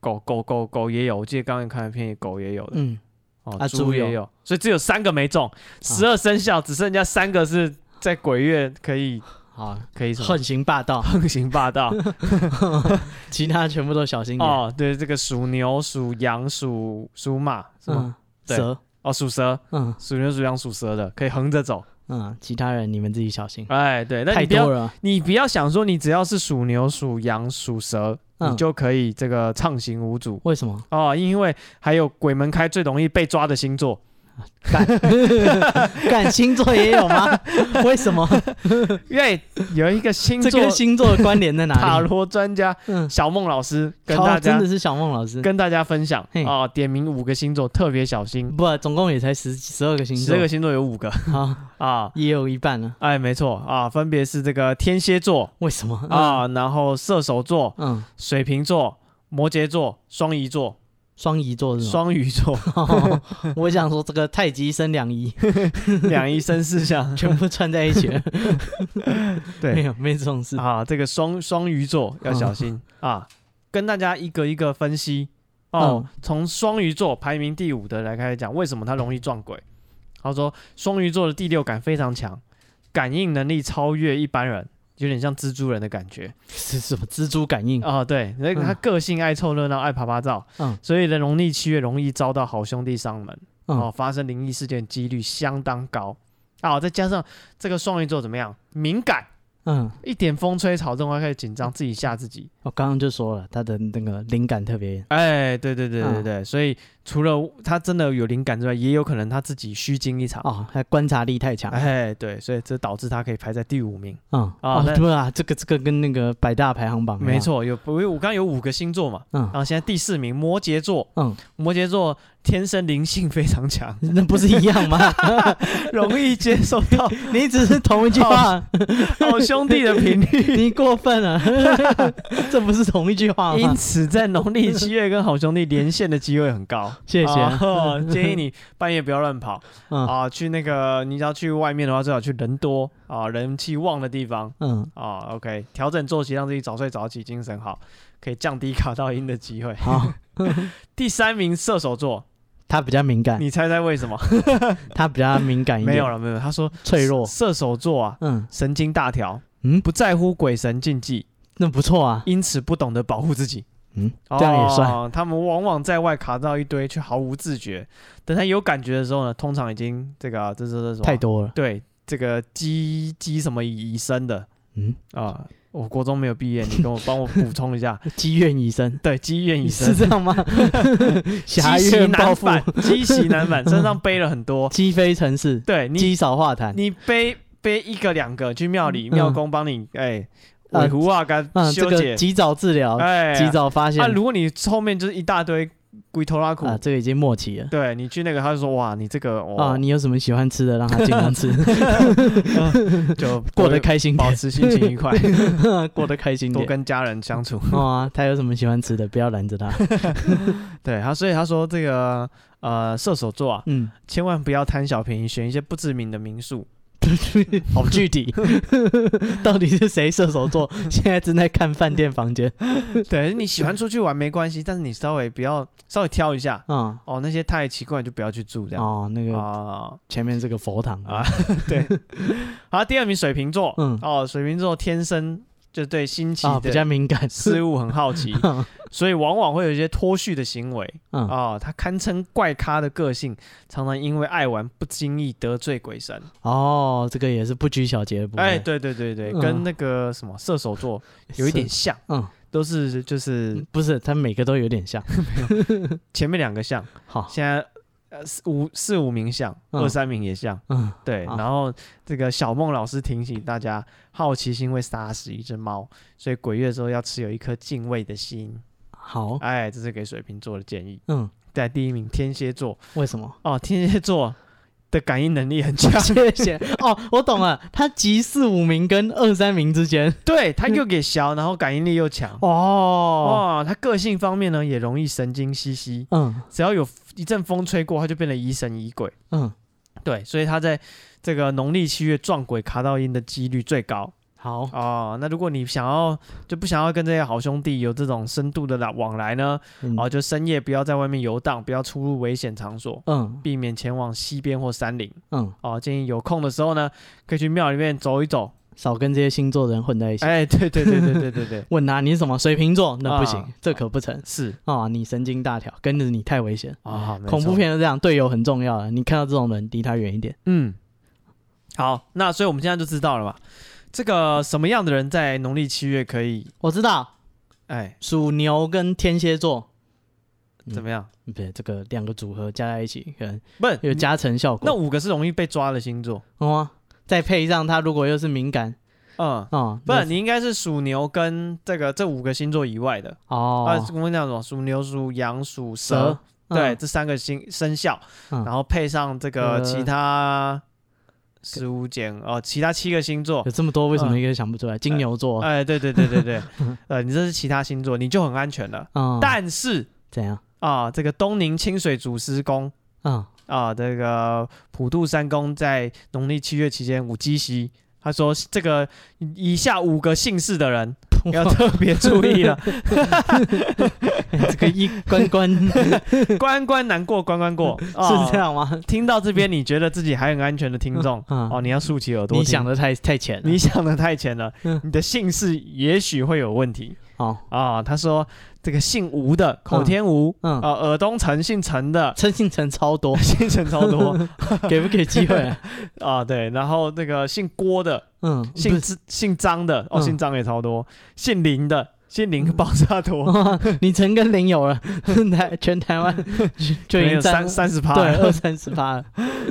[SPEAKER 1] 狗狗狗狗也有，我记得刚刚看的片里狗也有的，
[SPEAKER 2] 嗯，
[SPEAKER 1] 哦，
[SPEAKER 2] 啊
[SPEAKER 1] 猪
[SPEAKER 2] 猪啊有
[SPEAKER 1] 也有，所以只有三个没中，十二生肖只剩下三个是在鬼月可以
[SPEAKER 2] 好，
[SPEAKER 1] 可以什么
[SPEAKER 2] 横行
[SPEAKER 1] [LAUGHS]
[SPEAKER 2] 霸道，
[SPEAKER 1] 横行霸
[SPEAKER 2] [LAUGHS]
[SPEAKER 1] 道
[SPEAKER 2] 其他全部都小心点。
[SPEAKER 1] 哦，对，这个属牛、属羊、属属马是吗？
[SPEAKER 2] 嗯，
[SPEAKER 1] 对
[SPEAKER 2] 蛇，
[SPEAKER 1] 哦，属蛇、
[SPEAKER 2] 嗯
[SPEAKER 1] 属牛、属羊、属蛇的可以横着走，
[SPEAKER 2] 嗯，其他人你们自己小心，
[SPEAKER 1] 哎，对，那
[SPEAKER 2] 嗯太
[SPEAKER 1] 你不
[SPEAKER 2] 多
[SPEAKER 1] 要
[SPEAKER 2] 了。
[SPEAKER 1] 你不要想说你只要是属牛、属羊、属蛇，
[SPEAKER 2] 嗯
[SPEAKER 1] 你就可以这个畅行无阻。
[SPEAKER 2] 为什么？
[SPEAKER 1] 哦，因为还有鬼门开最容易被抓的星座，
[SPEAKER 2] 干星座也
[SPEAKER 1] [LAUGHS]
[SPEAKER 2] 有吗？为什么？
[SPEAKER 1] 因为有一个星
[SPEAKER 2] 这
[SPEAKER 1] 座
[SPEAKER 2] 跟星座的关联在
[SPEAKER 1] 塔
[SPEAKER 2] 哪里？
[SPEAKER 1] 罗专家
[SPEAKER 2] 嗯，
[SPEAKER 1] 小孟老师跟
[SPEAKER 2] 好
[SPEAKER 1] 大家
[SPEAKER 2] 真的是小孟老师，
[SPEAKER 1] 跟大家分享
[SPEAKER 2] 嘿
[SPEAKER 1] 哦，点名五个星座，特别小心，
[SPEAKER 2] 不，总共也才十十二个星
[SPEAKER 1] 十
[SPEAKER 2] 座
[SPEAKER 1] 二，个星座有五个
[SPEAKER 2] 好，
[SPEAKER 1] 啊。
[SPEAKER 2] 也有一半了。
[SPEAKER 1] 哎，没错啊，分别是这个天蝎座
[SPEAKER 2] 为什么？
[SPEAKER 1] 啊，然后射手座、
[SPEAKER 2] 嗯，嗯，
[SPEAKER 1] 水瓶座、摩羯座、双鱼座、
[SPEAKER 2] 双鱼座是吗？哦
[SPEAKER 1] 双鱼座， [LAUGHS]
[SPEAKER 2] 我想说这个太极生两仪，
[SPEAKER 1] 两仪生四象。 [LAUGHS]
[SPEAKER 2] 全部串在一起了。没
[SPEAKER 1] 对
[SPEAKER 2] 有，没这种事。
[SPEAKER 1] 啊，这个双双鱼座
[SPEAKER 2] 嗯
[SPEAKER 1] 要小心啊，跟大家一个一个分析哦
[SPEAKER 2] 嗯。
[SPEAKER 1] 从双鱼座排名第五的来开始讲，为什么他容易撞鬼？他说双鱼座的第六感非常强，感应能力超越一般人。有点像蜘蛛人的感觉
[SPEAKER 2] 是什么蜘蛛感应？
[SPEAKER 1] 啊、对，那个他
[SPEAKER 2] 嗯
[SPEAKER 1] 个性爱凑热闹，爱爬爬照，
[SPEAKER 2] 嗯
[SPEAKER 1] 所以呢，农历七月容易遭到好兄弟上门，哦，
[SPEAKER 2] 嗯
[SPEAKER 1] 发生灵异事件几率相当高啊、再加上这个双鱼座怎么样，敏感，
[SPEAKER 2] 嗯，
[SPEAKER 1] 一点风吹草动，他开始紧张，自己吓自己。
[SPEAKER 2] 我刚刚就说了，他的那个灵感特别
[SPEAKER 1] 哎，对对对对
[SPEAKER 2] 嗯
[SPEAKER 1] 对，所以除了他真的有灵感之外，也有可能他自己虚惊一场。
[SPEAKER 2] 哦，他观察力太强。
[SPEAKER 1] 哎，对，所以这导致他可以排在第五名。
[SPEAKER 2] 嗯，哦
[SPEAKER 1] 那，
[SPEAKER 2] 对啊，这个这个跟那个百大排行榜一样
[SPEAKER 1] 哦没。错，有我我刚刚有五个星座嘛，
[SPEAKER 2] 嗯
[SPEAKER 1] 然后现在第四名摩羯座，
[SPEAKER 2] 嗯，，
[SPEAKER 1] 摩羯座天生灵性非常强 [LAUGHS]
[SPEAKER 2] [LAUGHS] 那不是一样吗？
[SPEAKER 1] 容易接受到
[SPEAKER 2] 你只是同一句话，
[SPEAKER 1] 好兄弟的 [LAUGHS] 频率。
[SPEAKER 2] [LAUGHS] 你过
[SPEAKER 1] [LAUGHS]
[SPEAKER 2] 分了，这不是同一句话
[SPEAKER 1] 因
[SPEAKER 2] 吗？
[SPEAKER 1] 此，在农历七月跟好兄弟连线的机会很高。
[SPEAKER 2] 谢谢
[SPEAKER 1] 哦建议你半夜不要乱跑。
[SPEAKER 2] 嗯
[SPEAKER 1] 啊，去那个你要去外面的话，最好去人多啊、人气旺的地方
[SPEAKER 2] 嗯，
[SPEAKER 1] 啊。OK，调整作息，让自己早睡早起，精神好，可以降低卡到音的机会。 [LAUGHS]
[SPEAKER 2] 好，
[SPEAKER 1] 第三名射手座，
[SPEAKER 2] 他比较敏感，
[SPEAKER 1] 你猜猜为什么？
[SPEAKER 2] 他比较敏感一点，
[SPEAKER 1] 没有了，没有了。他说
[SPEAKER 2] 哎脆弱。
[SPEAKER 1] 射手座啊，
[SPEAKER 2] 嗯
[SPEAKER 1] 神经大条，
[SPEAKER 2] 嗯，
[SPEAKER 1] 不在乎鬼神禁忌，
[SPEAKER 2] 那不错啊。
[SPEAKER 1] 因此不懂得保护自己。
[SPEAKER 2] 嗯， [LAUGHS] 这样也算。
[SPEAKER 1] 哦。他们往往在外卡到一堆，却毫无自觉。等他有感觉的时候呢，通常已经这个啊这这这什么
[SPEAKER 2] 太多了。
[SPEAKER 1] 对这个鸡鸡什么以生的。
[SPEAKER 2] 嗯，
[SPEAKER 1] 啊，我国中没有毕业，你跟我帮我补充一
[SPEAKER 2] [LAUGHS]
[SPEAKER 1] 下。
[SPEAKER 2] 积怨已深，
[SPEAKER 1] 对，积怨已
[SPEAKER 2] 是
[SPEAKER 1] 深，
[SPEAKER 2] 这
[SPEAKER 1] [LAUGHS]
[SPEAKER 2] 样吗？侠
[SPEAKER 1] 积习
[SPEAKER 2] 怨报
[SPEAKER 1] 难
[SPEAKER 2] 复，
[SPEAKER 1] 返，积习难返，身
[SPEAKER 2] [LAUGHS]
[SPEAKER 1] 上背了很多。
[SPEAKER 2] 鸡飞城市，
[SPEAKER 1] 对你，
[SPEAKER 2] 积少化痰。
[SPEAKER 1] 你背背一个两个去庙里，
[SPEAKER 2] 嗯
[SPEAKER 1] 庙公帮你哎，
[SPEAKER 2] 啊
[SPEAKER 1] 尾胡啊，干
[SPEAKER 2] 嗯，这
[SPEAKER 1] 修
[SPEAKER 2] 个
[SPEAKER 1] 剪，
[SPEAKER 2] 及早治疗，
[SPEAKER 1] 哎，
[SPEAKER 2] 及早发现
[SPEAKER 1] 啊，如果你后面就是一大堆龟头拉苦，
[SPEAKER 2] 啊，这个已经末期了。
[SPEAKER 1] 对你去那个，他就说哇，你这个
[SPEAKER 2] 啊，
[SPEAKER 1] 哦， [LAUGHS]
[SPEAKER 2] 你有 [LAUGHS] 什么喜欢吃的，让他尽量吃，
[SPEAKER 1] 嗯就
[SPEAKER 2] 过得，开心
[SPEAKER 1] 保
[SPEAKER 2] 点，
[SPEAKER 1] 持心情愉快，
[SPEAKER 2] [LAUGHS] 过得开心
[SPEAKER 1] 多
[SPEAKER 2] 点。
[SPEAKER 1] 跟家人相处。
[SPEAKER 2] 哦啊，他有什么喜欢吃的，不要拦着他。
[SPEAKER 1] 对他，所以他说这个呃，射手座啊，
[SPEAKER 2] [LAUGHS] 嗯，
[SPEAKER 1] 千万不要贪小便宜，选一些不知名的民
[SPEAKER 2] [LAUGHS]
[SPEAKER 1] 宿。哦
[SPEAKER 2] 好具 [LAUGHS] 体，到底是谁射手 [LAUGHS] 座？现在正在看饭店房 [LAUGHS] 间。
[SPEAKER 1] 对，你喜欢出去玩没关系，但是你稍微不要稍微挑一下
[SPEAKER 2] 嗯，
[SPEAKER 1] 哦，那些太奇怪就不要去住这样
[SPEAKER 2] 哦，那个
[SPEAKER 1] 啊
[SPEAKER 2] 前面这个佛堂
[SPEAKER 1] 啊，对。好，第二名水瓶座，
[SPEAKER 2] 嗯
[SPEAKER 1] 哦，水瓶座天生就对新奇
[SPEAKER 2] 啊，比较
[SPEAKER 1] 的
[SPEAKER 2] 敏
[SPEAKER 1] [LAUGHS]
[SPEAKER 2] 感，，
[SPEAKER 1] 事物很好奇
[SPEAKER 2] 嗯
[SPEAKER 1] 所以往往会有一些脱序的行为
[SPEAKER 2] [LAUGHS] 嗯
[SPEAKER 1] 哦，他堪称怪咖的个性，常常因为爱玩不经意得罪鬼神。
[SPEAKER 2] 哦，这个也是不拘小节的部分。
[SPEAKER 1] 哎，，对对对对，
[SPEAKER 2] 嗯
[SPEAKER 1] 跟那个什么射手座有一点像，
[SPEAKER 2] 嗯，
[SPEAKER 1] 都是就是
[SPEAKER 2] 不是，他每个都有点 [LAUGHS] 像。
[SPEAKER 1] 前面两个像。
[SPEAKER 2] 好，
[SPEAKER 1] 现在呃四五四五名像，
[SPEAKER 2] 嗯
[SPEAKER 1] 二三名也像，
[SPEAKER 2] 嗯，
[SPEAKER 1] 对。
[SPEAKER 2] 好
[SPEAKER 1] 然后这个小梦老师提醒大家，好奇心会杀死一只猫，所以鬼月的时候要持有一颗敬畏的心。
[SPEAKER 2] 好，
[SPEAKER 1] 哎，这是给水瓶座的建议。
[SPEAKER 2] 嗯，
[SPEAKER 1] 在第一名天蝎座
[SPEAKER 2] [LAUGHS] 为什么？，
[SPEAKER 1] 哦，天蝎座的感应能力很强
[SPEAKER 2] [LAUGHS] 谢谢哦，我懂了，他集四五名跟二三名之间
[SPEAKER 1] 对他又给小，然后感应力又强。
[SPEAKER 2] 哦，
[SPEAKER 1] 哦，他个性方面呢也容易神经兮兮，
[SPEAKER 2] 嗯
[SPEAKER 1] 只要有一阵风吹过，他就变得疑神疑鬼。
[SPEAKER 2] 嗯，
[SPEAKER 1] 对，所以他在这个农历七月撞鬼卡到阴的几率最高
[SPEAKER 2] 好，
[SPEAKER 1] 哦。那如果你想要就不想要跟这些好兄弟有这种深度的来往来呢，
[SPEAKER 2] 嗯
[SPEAKER 1] 哦，就深夜不要在外面游荡，不要出入危险场所，
[SPEAKER 2] 嗯
[SPEAKER 1] 避免前往溪边或山林。
[SPEAKER 2] 嗯，
[SPEAKER 1] 哦，建议有空的时候呢，可以去庙里面走一走。
[SPEAKER 2] 少跟这些星座的人混在一起。
[SPEAKER 1] 哎，对对对对对对 [LAUGHS] 对，
[SPEAKER 2] 问他啊你是什么水瓶座？那不行，
[SPEAKER 1] 啊
[SPEAKER 2] 这可不成
[SPEAKER 1] 是
[SPEAKER 2] 啊、哦！你神经大条，跟着你太危险。
[SPEAKER 1] 啊，没
[SPEAKER 2] 恐怖
[SPEAKER 1] 错
[SPEAKER 2] 片是这样，队友很重要的，你看到这种人，离他远一点。
[SPEAKER 1] 嗯，好，那所以我们现在就知道了嘛，这个什么样的人在农历七月可以，
[SPEAKER 2] 我知道，
[SPEAKER 1] 哎，
[SPEAKER 2] 属牛跟天蝎座，嗯
[SPEAKER 1] 怎么样？
[SPEAKER 2] 嗯不是这个两个组合加在一起，可能
[SPEAKER 1] 不是
[SPEAKER 2] 有加成效果。
[SPEAKER 1] 那五个是容易被抓的星座，
[SPEAKER 2] 哦，再配上他如果又是敏感
[SPEAKER 1] 嗯，
[SPEAKER 2] 哦，
[SPEAKER 1] 不
[SPEAKER 2] 那
[SPEAKER 1] 然你应该是属牛跟这个这五个星座以外的，啊，
[SPEAKER 2] 哦，嗯
[SPEAKER 1] 我们讲什么？属牛、属羊、属蛇
[SPEAKER 2] 蛇，
[SPEAKER 1] 对，，这三个星生肖，
[SPEAKER 2] 嗯
[SPEAKER 1] 然后配上这个
[SPEAKER 2] 呃
[SPEAKER 1] 其他十五减哦，其他七个星座
[SPEAKER 2] 有，这么多，为什么一个想不出来？金牛座，
[SPEAKER 1] 哎，嗯对对对对
[SPEAKER 2] [LAUGHS]
[SPEAKER 1] 对，呃，你这是其他星座，你就很安全了。
[SPEAKER 2] 嗯，
[SPEAKER 1] 但是
[SPEAKER 2] 怎样？
[SPEAKER 1] 啊，这个东宁清水祖师宫
[SPEAKER 2] 嗯，
[SPEAKER 1] 啊，这个普渡三公在农历七月期间五鸡席，他说这个以下五个姓氏的人要特别注意了，
[SPEAKER 2] [LAUGHS]
[SPEAKER 1] [LAUGHS]
[SPEAKER 2] 这个一关关是
[SPEAKER 1] 关关难过关关
[SPEAKER 2] [LAUGHS]
[SPEAKER 1] 过，啊
[SPEAKER 2] 这。样吗？
[SPEAKER 1] 听到这边，你觉得自己还很安全的听众，
[SPEAKER 2] 嗯
[SPEAKER 1] 哦，你要竖起耳朵听。
[SPEAKER 2] 你想的太太浅了，
[SPEAKER 1] 你想的太浅了
[SPEAKER 2] 嗯，
[SPEAKER 1] 你的姓氏也许会有问题
[SPEAKER 2] 哦，
[SPEAKER 1] 啊、他说这个姓吴的口天吴，啊、
[SPEAKER 2] 嗯，
[SPEAKER 1] 尔东城姓陈
[SPEAKER 2] [LAUGHS]
[SPEAKER 1] 的，
[SPEAKER 2] 陈信成超多 [LAUGHS]
[SPEAKER 1] 姓陈超多
[SPEAKER 2] 给不给机会啊？
[SPEAKER 1] [LAUGHS] 啊、对，然后那个姓郭的、
[SPEAKER 2] 嗯，
[SPEAKER 1] 姓
[SPEAKER 2] 不 [LAUGHS] 是
[SPEAKER 1] 之姓张的，哦，
[SPEAKER 2] 嗯
[SPEAKER 1] 姓张也超多，姓林的。姓林爆炸 [LAUGHS]
[SPEAKER 2] 哦
[SPEAKER 1] 多，
[SPEAKER 2] 你陈跟林有了， [LAUGHS] 台全台湾 [LAUGHS] 就已
[SPEAKER 1] 没有
[SPEAKER 2] 经
[SPEAKER 1] 三
[SPEAKER 2] 占
[SPEAKER 1] 三十趴。
[SPEAKER 2] 对二三十八了。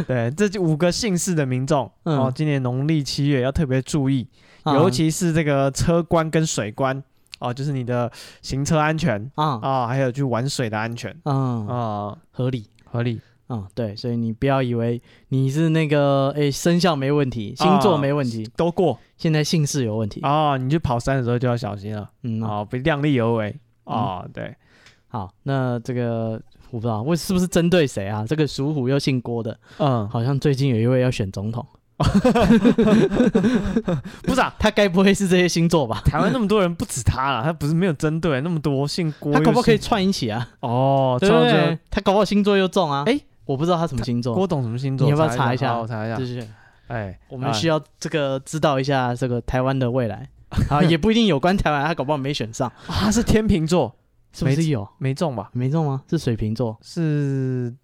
[SPEAKER 1] 对，这就五个姓氏的民众、
[SPEAKER 2] 嗯
[SPEAKER 1] 哦，今年农历七月要特别注意，
[SPEAKER 2] 啊
[SPEAKER 1] [LAUGHS] 尤其是这个车关跟水关哦，就是你的行车安全
[SPEAKER 2] 啊
[SPEAKER 1] 啊、还有去玩水的安全啊、
[SPEAKER 2] 嗯，合理。
[SPEAKER 1] 合理，
[SPEAKER 2] 啊、对，所以你不要以为你是那个诶、生肖没问题，
[SPEAKER 1] 啊
[SPEAKER 2] 星座没问题，
[SPEAKER 1] 都过
[SPEAKER 2] 现在姓氏有问题。
[SPEAKER 1] 哦。你去跑山的时候就要小心了
[SPEAKER 2] 嗯、
[SPEAKER 1] 哦，不量力而为哦。对，
[SPEAKER 2] 好，那这个我不知道，为是不是针对谁啊？这个属虎又姓郭的，
[SPEAKER 1] 嗯， [LAUGHS]
[SPEAKER 2] 好像最近有一位要选总统，
[SPEAKER 1] 不是啊，
[SPEAKER 2] 他该不会是这些星座吧？
[SPEAKER 1] 台湾那么多人不止他啦，他不是没有针对那么多姓郭又
[SPEAKER 2] 他
[SPEAKER 1] 姓，
[SPEAKER 2] 搞不好可以串一起啊？
[SPEAKER 1] 哦，
[SPEAKER 2] 对
[SPEAKER 1] 这
[SPEAKER 2] 不
[SPEAKER 1] 样就
[SPEAKER 2] 对？他搞不好星座又中啊？
[SPEAKER 1] 诶
[SPEAKER 2] 我不知道他什么星座啊
[SPEAKER 1] 郭，董什么星座？
[SPEAKER 2] 你要不要
[SPEAKER 1] 查
[SPEAKER 2] 查一下
[SPEAKER 1] 好我查一
[SPEAKER 2] 就
[SPEAKER 1] 下。
[SPEAKER 2] 是
[SPEAKER 1] 哎，
[SPEAKER 2] 我们
[SPEAKER 1] 啊
[SPEAKER 2] 需要这个知道一下这个台湾的未来 [LAUGHS] 啊，也不一定有关台湾，他搞不好没选上，
[SPEAKER 1] [LAUGHS] 啊他是天秤座，
[SPEAKER 2] 是不
[SPEAKER 1] 没
[SPEAKER 2] 是有
[SPEAKER 1] 没中吧？
[SPEAKER 2] 没中吗？是水瓶座
[SPEAKER 1] 是，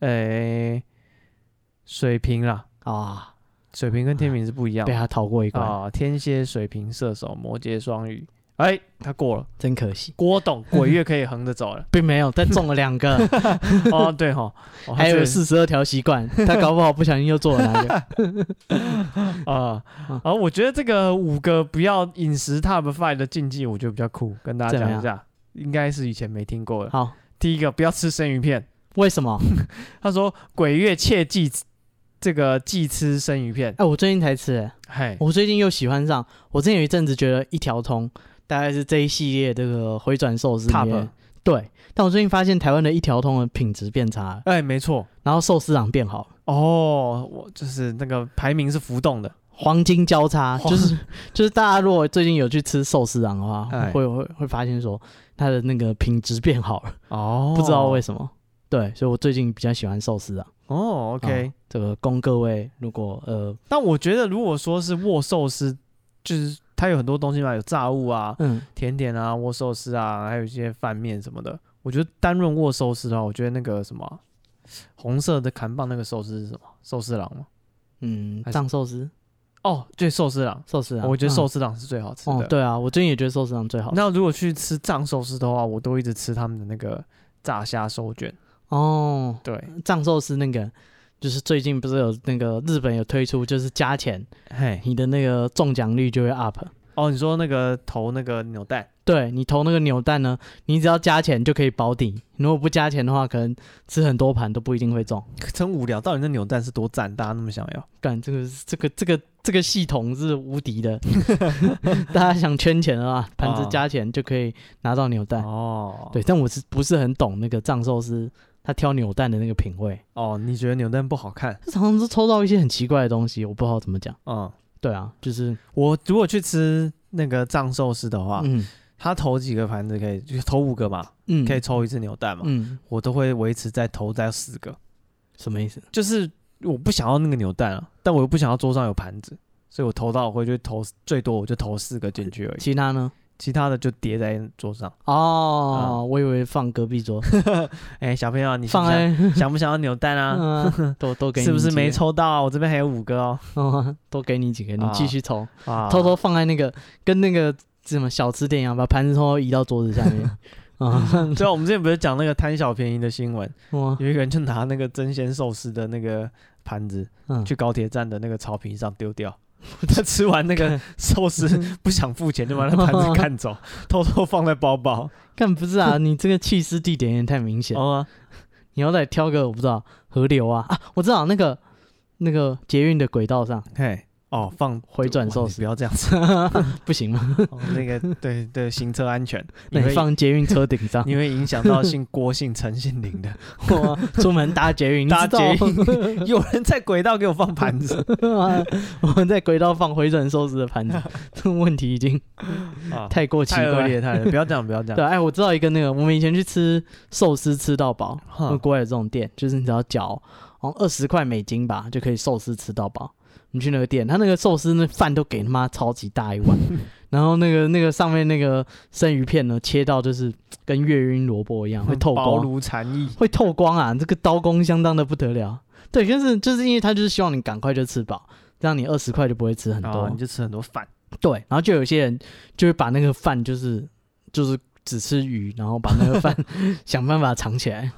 [SPEAKER 1] 哎，水瓶啦。
[SPEAKER 2] 啊，
[SPEAKER 1] 水瓶跟天平是不一样
[SPEAKER 2] 被
[SPEAKER 1] 的
[SPEAKER 2] 他逃过一关。
[SPEAKER 1] 啊、天蝎、水瓶、射手、摩羯、双鱼，哎，他过了。
[SPEAKER 2] 真可惜，
[SPEAKER 1] 郭 [LAUGHS] 董鬼月可以横着走 [LAUGHS] 了。
[SPEAKER 2] 并没有，但中了两 [LAUGHS] 个，
[SPEAKER 1] 哦，对哈， [LAUGHS] 哦
[SPEAKER 2] 还有
[SPEAKER 1] 这
[SPEAKER 2] 四十二条习惯，他搞不好不小心又做了哪 [LAUGHS] 一个？
[SPEAKER 1] 啊
[SPEAKER 2] 嗯
[SPEAKER 1] 啊！我觉得这个五个不要饮食 Top Five 的禁忌，我觉得比较酷，跟大家讲一
[SPEAKER 2] 怎
[SPEAKER 1] 下。应该是以前没听过的。
[SPEAKER 2] 好，
[SPEAKER 1] 第一个，不要吃生鱼片。
[SPEAKER 2] 为什么？
[SPEAKER 1] 他说鬼月切忌这个忌吃生鱼片。
[SPEAKER 2] 哎，我最近才吃、哎
[SPEAKER 1] 嘿，
[SPEAKER 2] 我最近又喜欢上。我之前有一阵子觉得一条通大概是这一系列这个回转寿司里
[SPEAKER 1] Top
[SPEAKER 2] 面，对。但我最近发现台湾的一条通的品质变差了，
[SPEAKER 1] 哎，没错。
[SPEAKER 2] 然后寿司郎变好了，
[SPEAKER 1] 哦，我就是那个排名是浮动的。
[SPEAKER 2] 黄金交叉，
[SPEAKER 1] 黄
[SPEAKER 2] 就是就是大家如果最近有去吃寿司郎的话
[SPEAKER 1] 哎，
[SPEAKER 2] 会会会发现说它的那个品质变好了，
[SPEAKER 1] 哦
[SPEAKER 2] 不知道为什么。对，所以我最近比较喜欢寿司郎。
[SPEAKER 1] 哦，OK，、
[SPEAKER 2] 啊这个供各位，如果呃，
[SPEAKER 1] 但我觉得，如果说是握寿司，就是它有很多东西嘛，有炸物啊、
[SPEAKER 2] 嗯，
[SPEAKER 1] 甜点啊、握寿司啊，还有一些饭面什么的。我觉得单论握寿司的话，我觉得那个什么红色的砍棒那个寿司是什么？寿司郎吗？
[SPEAKER 2] 嗯，
[SPEAKER 1] 还是
[SPEAKER 2] 藏寿司、
[SPEAKER 1] 哦，对，寿司郎，嗯
[SPEAKER 2] 寿司啊，
[SPEAKER 1] 我觉得寿
[SPEAKER 2] 司、
[SPEAKER 1] 司郎是最好吃的。
[SPEAKER 2] 哦，对啊，我最近也觉得寿司上最好吃。
[SPEAKER 1] 那如果去吃藏寿司的话，我都一直吃他们的那个炸虾手卷。
[SPEAKER 2] 哦，
[SPEAKER 1] 对，
[SPEAKER 2] 藏寿司那个就是最近不是有那个日本有推出，就是加钱，
[SPEAKER 1] 嘿，
[SPEAKER 2] 你的那个中奖率就会 up。
[SPEAKER 1] 哦，你说那个投那个扭蛋，
[SPEAKER 2] 对你投那个扭蛋呢，你只要加钱就可以保底。如果不加钱的话，可能吃很多盘都不一定会中。
[SPEAKER 1] 真无聊。到底那扭蛋是多赞，大家那么想要？
[SPEAKER 2] 干这个这个这个这个系统是无
[SPEAKER 1] [LAUGHS]
[SPEAKER 2] 敌的，大家想圈钱的话，盘子
[SPEAKER 1] 哦
[SPEAKER 2] 加钱就可以拿到扭蛋。
[SPEAKER 1] 哦，
[SPEAKER 2] 对，但我是不是很懂那个藏寿司他挑扭蛋的那个品味？
[SPEAKER 1] 哦，你觉得扭蛋不好看？
[SPEAKER 2] 他常常是抽到一些很奇怪的东西，我不知道怎么讲。
[SPEAKER 1] 嗯，
[SPEAKER 2] 对啊，就是
[SPEAKER 1] 我如果去吃那个藏寿司的话，
[SPEAKER 2] 嗯
[SPEAKER 1] 他投几个盘子可以，就投五个嘛，
[SPEAKER 2] 嗯，
[SPEAKER 1] 可以抽一次扭蛋嘛，
[SPEAKER 2] 嗯，
[SPEAKER 1] 我都会维持在投在四个，
[SPEAKER 2] 什么意思？
[SPEAKER 1] 就是我不想要那个扭蛋啊，但我又不想要桌上有盘子，所以我投到我会就投最多我就投四个进去而已，
[SPEAKER 2] 其他呢？
[SPEAKER 1] 其他的就叠在桌上。啊
[SPEAKER 2] 哦，我以为放隔
[SPEAKER 1] [LAUGHS]
[SPEAKER 2] 壁桌，
[SPEAKER 1] 哎、小朋友啊，你想
[SPEAKER 2] 放
[SPEAKER 1] 不想
[SPEAKER 2] 在
[SPEAKER 1] [LAUGHS] 想不想要扭蛋啊？
[SPEAKER 2] [LAUGHS] 嗯啊都都给
[SPEAKER 1] [LAUGHS]
[SPEAKER 2] 你
[SPEAKER 1] 是不是
[SPEAKER 2] 几
[SPEAKER 1] 没
[SPEAKER 2] 个？
[SPEAKER 1] 抽到啊？我这边还有五个
[SPEAKER 2] [LAUGHS]
[SPEAKER 1] 哦。
[SPEAKER 2] 哦
[SPEAKER 1] [LAUGHS]
[SPEAKER 2] 都给你几个，你继续抽，
[SPEAKER 1] 啊，
[SPEAKER 2] 偷偷放在那个跟那个什么小吃店一样，把盘子偷偷移到桌子下
[SPEAKER 1] [LAUGHS]
[SPEAKER 2] 面。啊，
[SPEAKER 1] [LAUGHS] 对啊，我们之前不是讲那个贪小便宜的新闻， [LAUGHS]
[SPEAKER 2] 哇，
[SPEAKER 1] 有一个人就拿那个真鲜寿司的那个盘子
[SPEAKER 2] 嗯，
[SPEAKER 1] 去高铁站的那个草坪上丢掉。 [LAUGHS] 他吃完那
[SPEAKER 2] [LAUGHS]
[SPEAKER 1] 个寿司不想付钱，就把那盘子看走，偷偷放在包
[SPEAKER 2] [LAUGHS]
[SPEAKER 1] 包。
[SPEAKER 2] 干不是啊，你这个弃尸地点也太明显，
[SPEAKER 1] 哦啊，
[SPEAKER 2] 你要再挑个我不知道河流啊啊，我知道那个那个捷运的轨道上
[SPEAKER 1] 嘿，哦，放
[SPEAKER 2] [LAUGHS] 回转寿
[SPEAKER 1] 哇你
[SPEAKER 2] 司
[SPEAKER 1] 不要这样子。
[SPEAKER 2] [LAUGHS] 不行吗？
[SPEAKER 1] 哦那个对对，行车安全，你
[SPEAKER 2] 那你
[SPEAKER 1] 会
[SPEAKER 2] 放捷运车顶上，
[SPEAKER 1] 你会影响到姓郭、姓陈、姓林的。
[SPEAKER 2] [LAUGHS] 哇出门搭捷运，你
[SPEAKER 1] 搭
[SPEAKER 2] 知道
[SPEAKER 1] 捷运，有人在轨道给我放盘
[SPEAKER 2] [LAUGHS]
[SPEAKER 1] 子
[SPEAKER 2] 我们在轨道放回转寿司
[SPEAKER 1] [LAUGHS]
[SPEAKER 2] 的盘子，这个问题已经
[SPEAKER 1] 啊！
[SPEAKER 2] 太过奇
[SPEAKER 1] 太恶
[SPEAKER 2] 怪
[SPEAKER 1] 劣，太恶劣！不要这样，不要这
[SPEAKER 2] 对，
[SPEAKER 1] 样。
[SPEAKER 2] 哎，我知道一个那个，我们以前去吃寿司吃到饱，
[SPEAKER 1] 哈
[SPEAKER 2] 那国外有这种店，就是你只要缴好像二十块美金吧，就可以寿司吃到饱。你去那个店，他那个寿司那饭都给他妈超级大
[SPEAKER 1] [LAUGHS]
[SPEAKER 2] 一碗，然后那个那个上面那个生鱼片呢，切到就是跟月晕萝卜一样，会透
[SPEAKER 1] [LAUGHS] 薄
[SPEAKER 2] 光，
[SPEAKER 1] 如蝉翼。
[SPEAKER 2] 会透光啊！这个刀工相当的不得了。对，就是就是因为他就是希望你赶快就吃饱，这样你二十块就不会吃很多。
[SPEAKER 1] 哦，你就吃很多饭。
[SPEAKER 2] 对，然后就有些人就会把那个饭就是就是只吃鱼，然后把那个饭想办法藏起来。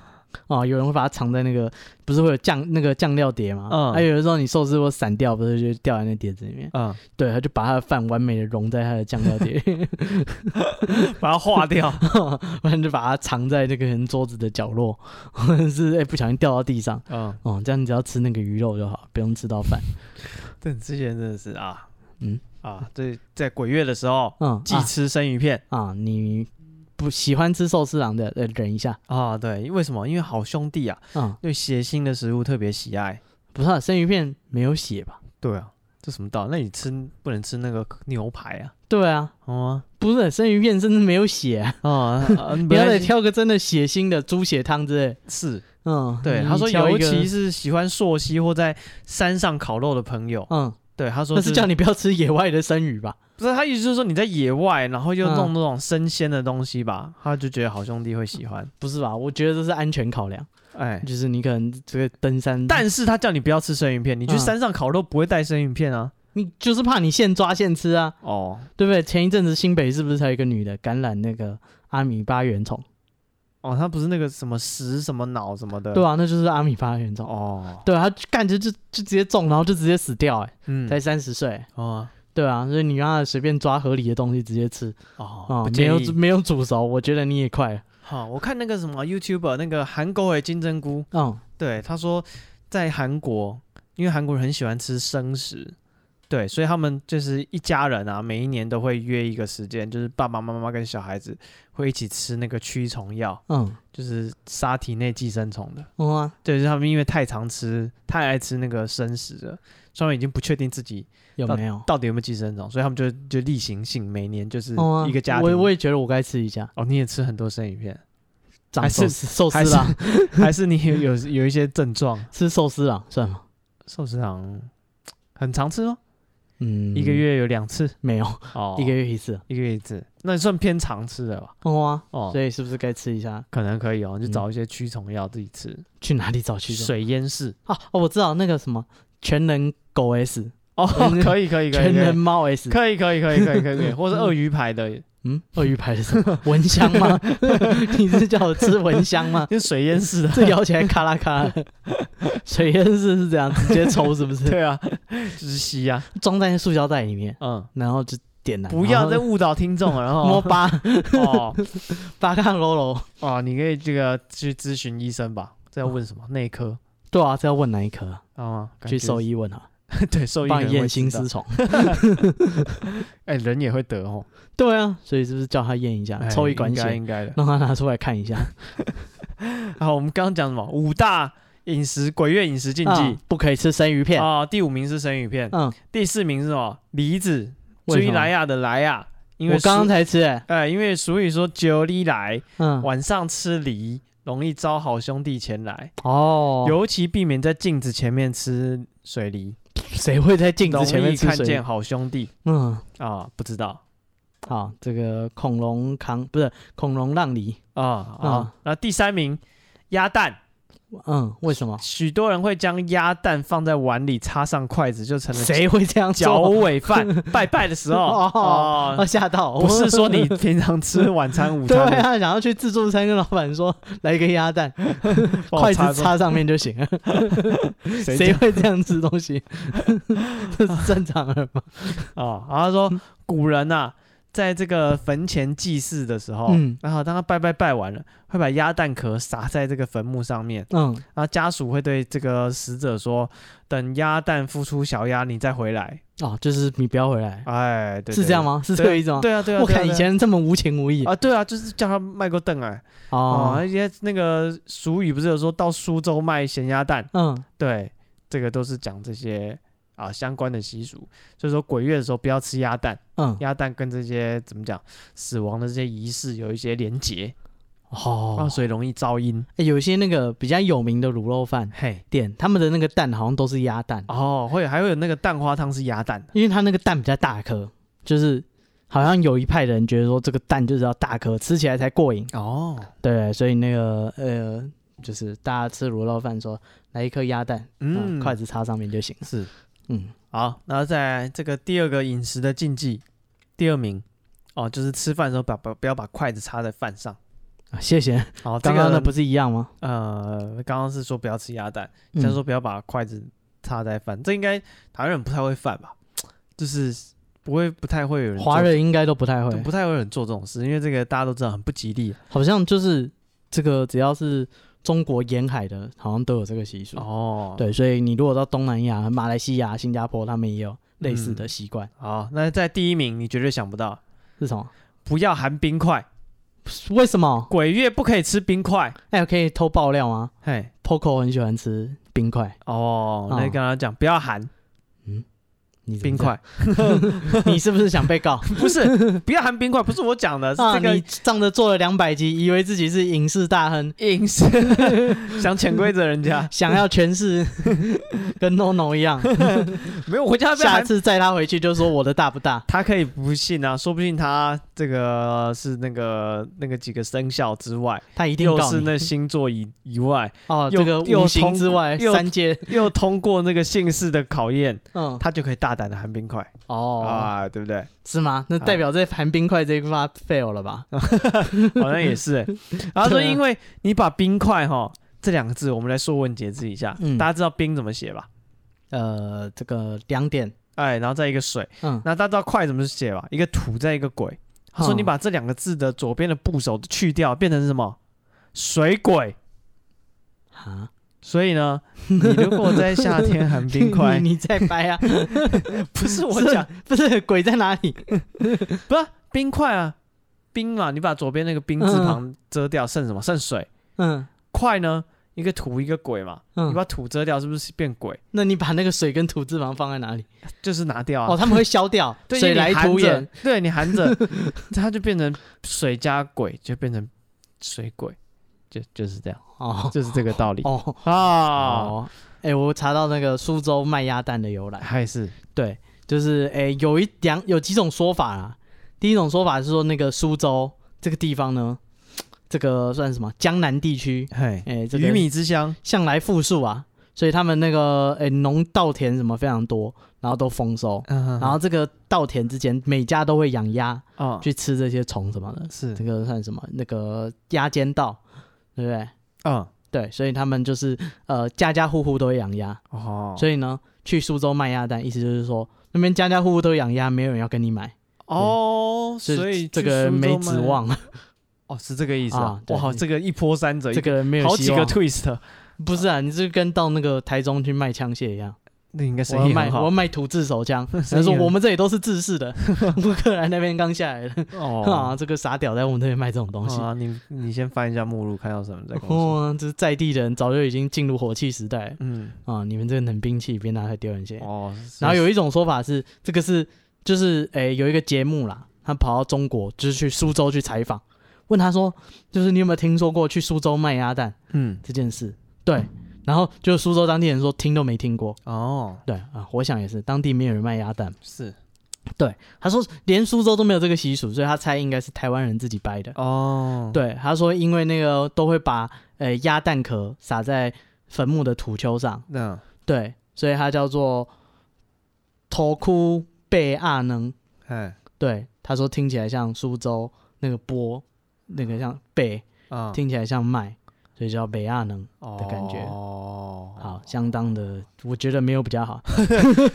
[SPEAKER 2] 哦，有人会把它藏在那个，不是会有酱那个酱料碟吗？啊
[SPEAKER 1] 嗯
[SPEAKER 2] 还、有的时候你寿司会散掉，不是就掉在那碟子里面？
[SPEAKER 1] 嗯，
[SPEAKER 2] 对，他就把他的饭完美的融在他的酱料碟，
[SPEAKER 1] [LAUGHS] 把它化掉。
[SPEAKER 2] 不 [LAUGHS] 然就把它藏在那个人桌子的角落， [LAUGHS] 或者是哎、不小心掉到地上。
[SPEAKER 1] 嗯，
[SPEAKER 2] 哦，这样你只要吃那个鱼肉就好，不用吃到饭。
[SPEAKER 1] [LAUGHS] 这之前真的是啊，
[SPEAKER 2] 嗯
[SPEAKER 1] 啊，对，在鬼月的时候，
[SPEAKER 2] 嗯，
[SPEAKER 1] 既吃生鱼片
[SPEAKER 2] 啊啊，你不喜欢吃寿司郎的，呃，忍一下。
[SPEAKER 1] 啊，对，为什么？因为好兄弟啊，
[SPEAKER 2] 嗯，
[SPEAKER 1] 对血腥的食物特别喜爱。
[SPEAKER 2] 不是、啊、生鱼片没有血吧？
[SPEAKER 1] 对啊，这什么道理？那你吃不能吃那个牛排啊？
[SPEAKER 2] 对啊，
[SPEAKER 1] 哦
[SPEAKER 2] 不是生鱼片甚至没有血、 [LAUGHS] 啊，
[SPEAKER 1] 啊，啊你
[SPEAKER 2] 你
[SPEAKER 1] 不
[SPEAKER 2] 要得
[SPEAKER 1] 要
[SPEAKER 2] 挑个真的血腥的猪血汤之类。
[SPEAKER 1] 是
[SPEAKER 2] 嗯，
[SPEAKER 1] 对，
[SPEAKER 2] 你
[SPEAKER 1] 他说
[SPEAKER 2] 挑
[SPEAKER 1] 尤
[SPEAKER 2] 一个
[SPEAKER 1] 其是喜欢朔溪或在山上烤肉的朋友，
[SPEAKER 2] 嗯，
[SPEAKER 1] 对他说
[SPEAKER 2] 那是叫
[SPEAKER 1] 你
[SPEAKER 2] 你不要吃野外的生鱼吧？
[SPEAKER 1] 不是他意思就是说你在野外，然后又弄
[SPEAKER 2] 嗯
[SPEAKER 1] 那种生鲜的东西吧，他就觉得好兄弟会喜欢。
[SPEAKER 2] 不是吧？我觉得这是安全考量，
[SPEAKER 1] 哎，
[SPEAKER 2] 就是你可能这个登山，
[SPEAKER 1] 但是他叫你不要吃生鱼片，你去
[SPEAKER 2] 嗯
[SPEAKER 1] 山上烤肉不会带生鱼片啊。
[SPEAKER 2] 你就是怕你现抓现吃啊，
[SPEAKER 1] 哦
[SPEAKER 2] 对不对？前一阵子新北是不是才有一个女的感染那个阿米巴原虫？
[SPEAKER 1] 哦，他不是那个什么食什么脑什么的。
[SPEAKER 2] 对啊，那就是阿米巴原虫。
[SPEAKER 1] 哦，
[SPEAKER 2] 对啊，她干就就就直接中，然后就直接死掉、欸，
[SPEAKER 1] 嗯，
[SPEAKER 2] 才三十岁。
[SPEAKER 1] 哦
[SPEAKER 2] 对啊，所以你让她随便抓合理的东西直接吃，
[SPEAKER 1] 哦，
[SPEAKER 2] 啊
[SPEAKER 1] 不，
[SPEAKER 2] 没
[SPEAKER 1] 建
[SPEAKER 2] 有
[SPEAKER 1] 议。
[SPEAKER 2] 没有煮熟，我觉得你也快了。
[SPEAKER 1] 好，我看那个什么 YouTuber 那个韩国的金针菇，
[SPEAKER 2] 嗯，
[SPEAKER 1] 对，他说在韩国，因为韩国人很喜欢吃生食，对，所以他们就是一家人啊，每一年都会约一个时间，就是爸爸妈妈跟小孩子会一起吃那个驱虫药，
[SPEAKER 2] 嗯，
[SPEAKER 1] 就是杀体内寄生虫的。
[SPEAKER 2] 嗯啊，
[SPEAKER 1] 对，就是他们因为太常吃，太爱吃那个生食了，所以他们已经不确定自己
[SPEAKER 2] 有没有？
[SPEAKER 1] 到底有没有寄生虫，所以他们就就例行性每年就是
[SPEAKER 2] 哦啊
[SPEAKER 1] 一个家庭。
[SPEAKER 2] 我我也觉得我该吃一下，
[SPEAKER 1] 哦，你也吃很多生鱼片，
[SPEAKER 2] 长
[SPEAKER 1] 还是
[SPEAKER 2] 寿司寿司
[SPEAKER 1] 还是
[SPEAKER 2] 啦，
[SPEAKER 1] 还是你有有有一些症状？
[SPEAKER 2] 吃寿司啦，算吗？
[SPEAKER 1] 寿司郎很常吃哦，
[SPEAKER 2] 嗯，
[SPEAKER 1] 一个月有两次。
[SPEAKER 2] 没有，
[SPEAKER 1] 哦，
[SPEAKER 2] 一个月一次。
[SPEAKER 1] 一个月一次，那算偏常吃的吧？
[SPEAKER 2] 哦啊，
[SPEAKER 1] 哦
[SPEAKER 2] 所，以是不是该吃一下？
[SPEAKER 1] 可能可以哦，你就
[SPEAKER 2] 嗯
[SPEAKER 1] 找一些驱虫药自己吃，
[SPEAKER 2] 去哪里找去找？
[SPEAKER 1] 水淹
[SPEAKER 2] [LAUGHS]
[SPEAKER 1] 式
[SPEAKER 2] 啊，哦，我知道那个什么全能狗 S，
[SPEAKER 1] 哦，
[SPEAKER 2] 全
[SPEAKER 1] 可以可以可以
[SPEAKER 2] 全能猫 S，
[SPEAKER 1] 可以可以可以可以可以可
[SPEAKER 2] [LAUGHS]
[SPEAKER 1] 以可以，或是鳄鱼牌的，
[SPEAKER 2] 嗯，鳄鱼牌是什么？蚊香吗？ [LAUGHS] 你是叫我吃蚊香吗？
[SPEAKER 1] 就是水淹
[SPEAKER 2] [LAUGHS]
[SPEAKER 1] 式的。
[SPEAKER 2] 这咬起来咔啦 [LAUGHS] 咔啦的，水淹式 [LAUGHS] 是这样，直接抽是不是？
[SPEAKER 1] 对啊，就是吸呀、
[SPEAKER 2] 装在塑胶袋里面。
[SPEAKER 1] 啊，
[SPEAKER 2] 然后就点燃，
[SPEAKER 1] 不要再误导听众了，然
[SPEAKER 2] 嗯摸
[SPEAKER 1] 后
[SPEAKER 2] 八
[SPEAKER 1] 哦
[SPEAKER 2] 八嘎喽喽。
[SPEAKER 1] 哦，你可以这个去咨询医生吧，这要问什么内
[SPEAKER 2] [LAUGHS]
[SPEAKER 1] 科
[SPEAKER 2] 对啊，这要问哪一科啊？
[SPEAKER 1] 啊？感
[SPEAKER 2] 去
[SPEAKER 1] 觉
[SPEAKER 2] 兽医问啊，
[SPEAKER 1] [LAUGHS] 对兽医
[SPEAKER 2] 帮
[SPEAKER 1] 可
[SPEAKER 2] 你
[SPEAKER 1] 能
[SPEAKER 2] 验
[SPEAKER 1] 会
[SPEAKER 2] 心
[SPEAKER 1] 知道
[SPEAKER 2] 丝，虫。
[SPEAKER 1] 哎，人也会得哦，
[SPEAKER 2] 对啊，所以是不是叫他验一下，
[SPEAKER 1] 哎
[SPEAKER 2] 啊抽一管
[SPEAKER 1] 应该
[SPEAKER 2] 血，
[SPEAKER 1] 应该的。
[SPEAKER 2] 让他拿出来看一下？
[SPEAKER 1] 好，我们刚刚讲什么？五大饮食鬼月饮食禁
[SPEAKER 2] 啊
[SPEAKER 1] 忌
[SPEAKER 2] 不可以吃生鱼片。
[SPEAKER 1] 啊，第五名是生鱼片，
[SPEAKER 2] 嗯，
[SPEAKER 1] 第四名是什么？梨子，
[SPEAKER 2] 为什
[SPEAKER 1] 追
[SPEAKER 2] 么
[SPEAKER 1] 莱雅的莱雅，因为
[SPEAKER 2] 我刚刚
[SPEAKER 1] 俗
[SPEAKER 2] 才吃，哎，
[SPEAKER 1] 哎，因为俗语说九里来，
[SPEAKER 2] 嗯，
[SPEAKER 1] 晚上吃梨容易招好兄弟前来，
[SPEAKER 2] 哦，
[SPEAKER 1] 尤其避免在镜子前面吃水梨，
[SPEAKER 2] 谁会在镜
[SPEAKER 1] 容
[SPEAKER 2] 子
[SPEAKER 1] 易
[SPEAKER 2] 前面吃
[SPEAKER 1] 看
[SPEAKER 2] 水
[SPEAKER 1] 见？好兄弟
[SPEAKER 2] 嗯，
[SPEAKER 1] 啊，不知道
[SPEAKER 2] 好，这个恐龙扛不是恐龙让梨，
[SPEAKER 1] 啊啊。那第三名，鸭蛋，
[SPEAKER 2] 嗯，为什么？
[SPEAKER 1] 许多人会将鸭蛋放在碗里，插上筷子，就成了
[SPEAKER 2] 谁会这样
[SPEAKER 1] 脚
[SPEAKER 2] 做？
[SPEAKER 1] 尾饭。拜拜的时候
[SPEAKER 2] [LAUGHS] 哦
[SPEAKER 1] 哦
[SPEAKER 2] 啊，，吓
[SPEAKER 1] [LAUGHS]
[SPEAKER 2] 到！
[SPEAKER 1] 不是说你平常吃晚餐、午
[SPEAKER 2] 对
[SPEAKER 1] 餐的
[SPEAKER 2] 啊，想要去自助餐，跟老板说来一个鸭蛋，
[SPEAKER 1] 帮我
[SPEAKER 2] 筷子
[SPEAKER 1] 插
[SPEAKER 2] 插上面就行
[SPEAKER 1] [LAUGHS]
[SPEAKER 2] 了。
[SPEAKER 1] 上
[SPEAKER 2] 谁 [LAUGHS] 会这样吃东西？ [LAUGHS] 这是正常的吗？
[SPEAKER 1] 哦，然后他
[SPEAKER 2] 嗯
[SPEAKER 1] 说古人呐、在这个坟前祭祀的时候，
[SPEAKER 2] 嗯
[SPEAKER 1] 然后当他拜拜拜完了，会把鸭蛋壳撒在这个坟墓上面，
[SPEAKER 2] 嗯，
[SPEAKER 1] 然后家属会对这个死者说：“等鸭蛋孵出小鸭，你再回来。
[SPEAKER 2] 哦，就是你不要回来”，
[SPEAKER 1] 哎，对，
[SPEAKER 2] 是
[SPEAKER 1] 对
[SPEAKER 2] 这样？吗？是这个意思吗？
[SPEAKER 1] 对啊，对啊，
[SPEAKER 2] 我
[SPEAKER 1] 对啊
[SPEAKER 2] 看以
[SPEAKER 1] 对啊
[SPEAKER 2] 前这么无情无义
[SPEAKER 1] 啊，对啊，就是叫他卖过凳哎，哦，
[SPEAKER 2] 哦，
[SPEAKER 1] 而且那个俗语不是有说到苏州卖咸鸭蛋？
[SPEAKER 2] 嗯，
[SPEAKER 1] 对，这个都是讲这些啊相关的习俗，所以说鬼月的时候不要吃鸭蛋。
[SPEAKER 2] 嗯，
[SPEAKER 1] 鸭蛋跟这些怎么讲死亡的这些仪式有一些连结，啊，
[SPEAKER 2] 哦，
[SPEAKER 1] 所以容易招阴。
[SPEAKER 2] 欸有一些那个比较有名的卤肉饭
[SPEAKER 1] 嘿，
[SPEAKER 2] 店，他们的那个蛋好像都是鸭蛋，
[SPEAKER 1] 哦，会有还会有那个蛋花汤是鸭蛋的，
[SPEAKER 2] 因为它那个蛋比较大颗，就是好像有一派人觉得说这个蛋就是要大颗，吃起来才过瘾。
[SPEAKER 1] 哦，
[SPEAKER 2] 对，所以那个呃，就是大家吃卤肉饭说来一颗鸭蛋，嗯，
[SPEAKER 1] 嗯，
[SPEAKER 2] 筷子插上面就行了。
[SPEAKER 1] 是
[SPEAKER 2] 嗯，
[SPEAKER 1] 好，然后再来这个第二个饮食的禁忌，第二名哦，就是吃饭的时候把把不要把筷子插在饭上。
[SPEAKER 2] 啊谢谢。
[SPEAKER 1] 好，这
[SPEAKER 2] 刚
[SPEAKER 1] 个
[SPEAKER 2] 刚那不是一样吗？
[SPEAKER 1] 呃，刚刚是说不要吃鸭蛋，
[SPEAKER 2] 嗯
[SPEAKER 1] 现在说不要把筷子插在饭，这应该台湾人不太会犯吧？就是不会不太会有人做
[SPEAKER 2] 华人应该都不太会，
[SPEAKER 1] 不太会有人做这种事，因为这个大家都知道很不吉利。啊
[SPEAKER 2] 好像就是这个只要是中国沿海的，好像都有这个习俗。
[SPEAKER 1] 哦，，
[SPEAKER 2] 对，所以你如果到东南亚、马来西亚、新加坡，他们也有类似
[SPEAKER 1] 嗯
[SPEAKER 2] 的习惯，
[SPEAKER 1] 好，那在第一名你绝对想不到，
[SPEAKER 2] 是什么？
[SPEAKER 1] 不要含冰块，
[SPEAKER 2] 为什么？
[SPEAKER 1] 鬼月不可以吃冰
[SPEAKER 2] [LAUGHS]
[SPEAKER 1] 块。
[SPEAKER 2] 哎、我可以偷爆料吗
[SPEAKER 1] 嘿，
[SPEAKER 2] ？Poco 很喜欢吃冰块，
[SPEAKER 1] 哦，那
[SPEAKER 2] 哦
[SPEAKER 1] 跟他讲不要含
[SPEAKER 2] 你怎
[SPEAKER 1] 冰
[SPEAKER 2] 么
[SPEAKER 1] 块，
[SPEAKER 2] 这样， [LAUGHS] 你是不是想被告？
[SPEAKER 1] [LAUGHS] 不
[SPEAKER 2] [LAUGHS]
[SPEAKER 1] 是不要含冰块，不是我讲的，是
[SPEAKER 2] 啊，
[SPEAKER 1] 这个
[SPEAKER 2] 你仗着做了两百集，以为自己是影视大亨，
[SPEAKER 1] 饮食想潜规则人
[SPEAKER 2] [LAUGHS]
[SPEAKER 1] 家，
[SPEAKER 2] 想要
[SPEAKER 1] [LAUGHS]
[SPEAKER 2] 诠释跟 NONO 一样，
[SPEAKER 1] 没有，我家被
[SPEAKER 2] 下
[SPEAKER 1] 含。
[SPEAKER 2] 次载他回去就说我的大不大？
[SPEAKER 1] 他可以不信啊，说不定他这个是那个那个几个生肖之外，
[SPEAKER 2] 他一定
[SPEAKER 1] 又
[SPEAKER 2] 告
[SPEAKER 1] 是
[SPEAKER 2] 你
[SPEAKER 1] 那星座以以
[SPEAKER 2] [LAUGHS]
[SPEAKER 1] 外，
[SPEAKER 2] 哦，
[SPEAKER 1] 又
[SPEAKER 2] 这个
[SPEAKER 1] 又
[SPEAKER 2] 五行
[SPEAKER 1] 通
[SPEAKER 2] 之外
[SPEAKER 1] 又 [LAUGHS]
[SPEAKER 2] 三界，
[SPEAKER 1] 又通过那个姓氏的考验，
[SPEAKER 2] 嗯，
[SPEAKER 1] 他就可以大胆的含冰块、
[SPEAKER 2] 哦，
[SPEAKER 1] 啊，对不
[SPEAKER 2] [LAUGHS]
[SPEAKER 1] 对？
[SPEAKER 2] 是吗？那代表在含冰块这一块 fail 了吧？
[SPEAKER 1] 好像也是、欸。然后说，
[SPEAKER 2] 对啊
[SPEAKER 1] 因为你把冰块哈这两个字，我们来说文解字一下。
[SPEAKER 2] 嗯
[SPEAKER 1] 大家知道冰怎么写吧？
[SPEAKER 2] 呃，这个两点，
[SPEAKER 1] 哎，然后再一个水，
[SPEAKER 2] 嗯，
[SPEAKER 1] 那大家知道快怎么写吧？一个土，再一个鬼。他说
[SPEAKER 2] 嗯
[SPEAKER 1] 你把这两个字的左边的部首去掉，变成是什么？水鬼。
[SPEAKER 2] 啊，
[SPEAKER 1] 所以呢，你如果在夏天含冰块，
[SPEAKER 2] [LAUGHS] 你你再掰啊？
[SPEAKER 1] 不是我
[SPEAKER 2] 是
[SPEAKER 1] 讲，
[SPEAKER 2] 不是鬼在哪里？
[SPEAKER 1] 不是冰块啊，冰嘛，你把左边那个冰字旁遮掉，剩什么？剩水。
[SPEAKER 2] 嗯
[SPEAKER 1] 块呢，一个土一个鬼嘛，你
[SPEAKER 2] 嗯，
[SPEAKER 1] 把土遮掉，是不是变鬼？
[SPEAKER 2] 那你把那个水跟土字旁放在哪里？
[SPEAKER 1] 就是拿掉啊
[SPEAKER 2] 哦，。他们会消掉，
[SPEAKER 1] 对，
[SPEAKER 2] 水
[SPEAKER 1] 因为
[SPEAKER 2] 来
[SPEAKER 1] 你含
[SPEAKER 2] 土
[SPEAKER 1] 着
[SPEAKER 2] 掩，，
[SPEAKER 1] 对你含着， [LAUGHS] 它就变成水加鬼，就变成水鬼，就就是这样，
[SPEAKER 2] 哦
[SPEAKER 1] 就是这个道理
[SPEAKER 2] 哦。
[SPEAKER 1] 啊。
[SPEAKER 2] 哦，哎、我查到那个苏州卖鸭蛋的由来，
[SPEAKER 1] 还是
[SPEAKER 2] 对，就是哎、有一两有几种说法啊。第一种说法是说，那个苏州这个地方呢，这个算什么江南地区？
[SPEAKER 1] 嘿，
[SPEAKER 2] 哎、这个
[SPEAKER 1] 鱼米之乡
[SPEAKER 2] 向来富庶啊，所以他们那个哎农、稻田什么非常多，然后都丰收。
[SPEAKER 1] 嗯，
[SPEAKER 2] 然后这个稻田之间，每家都会养鸭
[SPEAKER 1] 啊
[SPEAKER 2] 去吃这些虫什么的，
[SPEAKER 1] 是
[SPEAKER 2] 这个算什么？那个鸭尖稻，对不对？
[SPEAKER 1] 嗯
[SPEAKER 2] 对，所以他们就是呃，家家户户都会养鸭。
[SPEAKER 1] 哦，
[SPEAKER 2] 所以呢，去苏州卖鸭蛋，意思就是说那边家家户户都养鸭，没有人要跟你买，
[SPEAKER 1] 哦，
[SPEAKER 2] 嗯是
[SPEAKER 1] 所以
[SPEAKER 2] 这
[SPEAKER 1] 去
[SPEAKER 2] 个
[SPEAKER 1] 苏州
[SPEAKER 2] 没
[SPEAKER 1] 卖
[SPEAKER 2] 指望，
[SPEAKER 1] 哦，是这个意思啊
[SPEAKER 2] 啊！对
[SPEAKER 1] 哇，这个一波三
[SPEAKER 2] [LAUGHS]
[SPEAKER 1] 折，
[SPEAKER 2] 这个没有
[SPEAKER 1] 好
[SPEAKER 2] 希
[SPEAKER 1] 几个
[SPEAKER 2] 望。
[SPEAKER 1] twist，
[SPEAKER 2] 不是啊，你是跟到那个台中去卖枪械一样，
[SPEAKER 1] 那应该 [LAUGHS]
[SPEAKER 2] 我
[SPEAKER 1] 生
[SPEAKER 2] 要
[SPEAKER 1] 意
[SPEAKER 2] 卖
[SPEAKER 1] 很
[SPEAKER 2] 我要
[SPEAKER 1] 好
[SPEAKER 2] 卖土制手
[SPEAKER 1] [LAUGHS]
[SPEAKER 2] 枪，
[SPEAKER 1] 生意
[SPEAKER 2] 他说
[SPEAKER 1] 很
[SPEAKER 2] 我们这里都是制式
[SPEAKER 1] [LAUGHS]
[SPEAKER 2] 的，乌克兰那边刚下来的，
[SPEAKER 1] 哦。
[SPEAKER 2] [LAUGHS] 啊，这个傻屌在我们这边卖这种东西。 [LAUGHS]
[SPEAKER 1] 啊，你你先翻一下目录，看到什么再跟我说。
[SPEAKER 2] 哦，这是在地人早就已经进入火器时代了
[SPEAKER 1] 嗯，
[SPEAKER 2] 啊！你们这个冷兵器别拿来丢人现眼。
[SPEAKER 1] 哦，
[SPEAKER 2] 嗯然后
[SPEAKER 1] 有
[SPEAKER 2] 有一种说法是，这个是就是诶有一个节目啦，他跑到中国就是去苏州去采访，问他说，就是你有没有听说过去苏州卖鸭蛋
[SPEAKER 1] 嗯
[SPEAKER 2] 这件事？对，然后就苏州当地人说听都没听过。
[SPEAKER 1] 哦
[SPEAKER 2] 对啊，我想也是，当地没有人卖鸭蛋。
[SPEAKER 1] 是
[SPEAKER 2] 他说连苏州都没有这个习俗，所以他猜应该是台湾人自己掰的。
[SPEAKER 1] 哦
[SPEAKER 2] 对，他说因为那个都会把呃鸭蛋壳撒在坟墓的土丘上，
[SPEAKER 1] 那
[SPEAKER 2] 对，所以它叫做头窟贝亚能。
[SPEAKER 1] 哎
[SPEAKER 2] 对，他说听起来像苏州那个波，那个像贝，
[SPEAKER 1] 啊
[SPEAKER 2] 听起来像麦，所以叫贝亚能。
[SPEAKER 1] 的
[SPEAKER 2] 感觉
[SPEAKER 1] 哦，
[SPEAKER 2] 好，相当的，我觉得没有比较好，
[SPEAKER 1] [LAUGHS]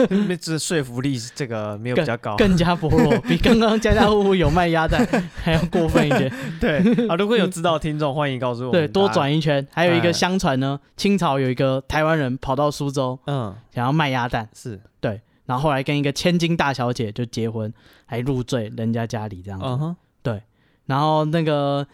[SPEAKER 1] 那这说服力是这个没有比较高。
[SPEAKER 2] 更加
[SPEAKER 1] [LAUGHS]
[SPEAKER 2] 薄弱，比刚刚家家户户有卖鸭蛋 [LAUGHS] 还要过分一
[SPEAKER 1] [LAUGHS]
[SPEAKER 2] 些。 [LAUGHS]
[SPEAKER 1] 对啊，如果有知道的听众，欢迎告诉我们。
[SPEAKER 2] 对，多转
[SPEAKER 1] 一
[SPEAKER 2] 一圈。还有一
[SPEAKER 1] 哎
[SPEAKER 2] 个相传呢，清朝有一个台湾人跑到苏州
[SPEAKER 1] 嗯
[SPEAKER 2] 想要卖鸭蛋，
[SPEAKER 1] 是
[SPEAKER 2] 然后后来跟一个千金大小姐就结婚，还入赘人家家里这样子。
[SPEAKER 1] 嗯哼
[SPEAKER 2] 然后那个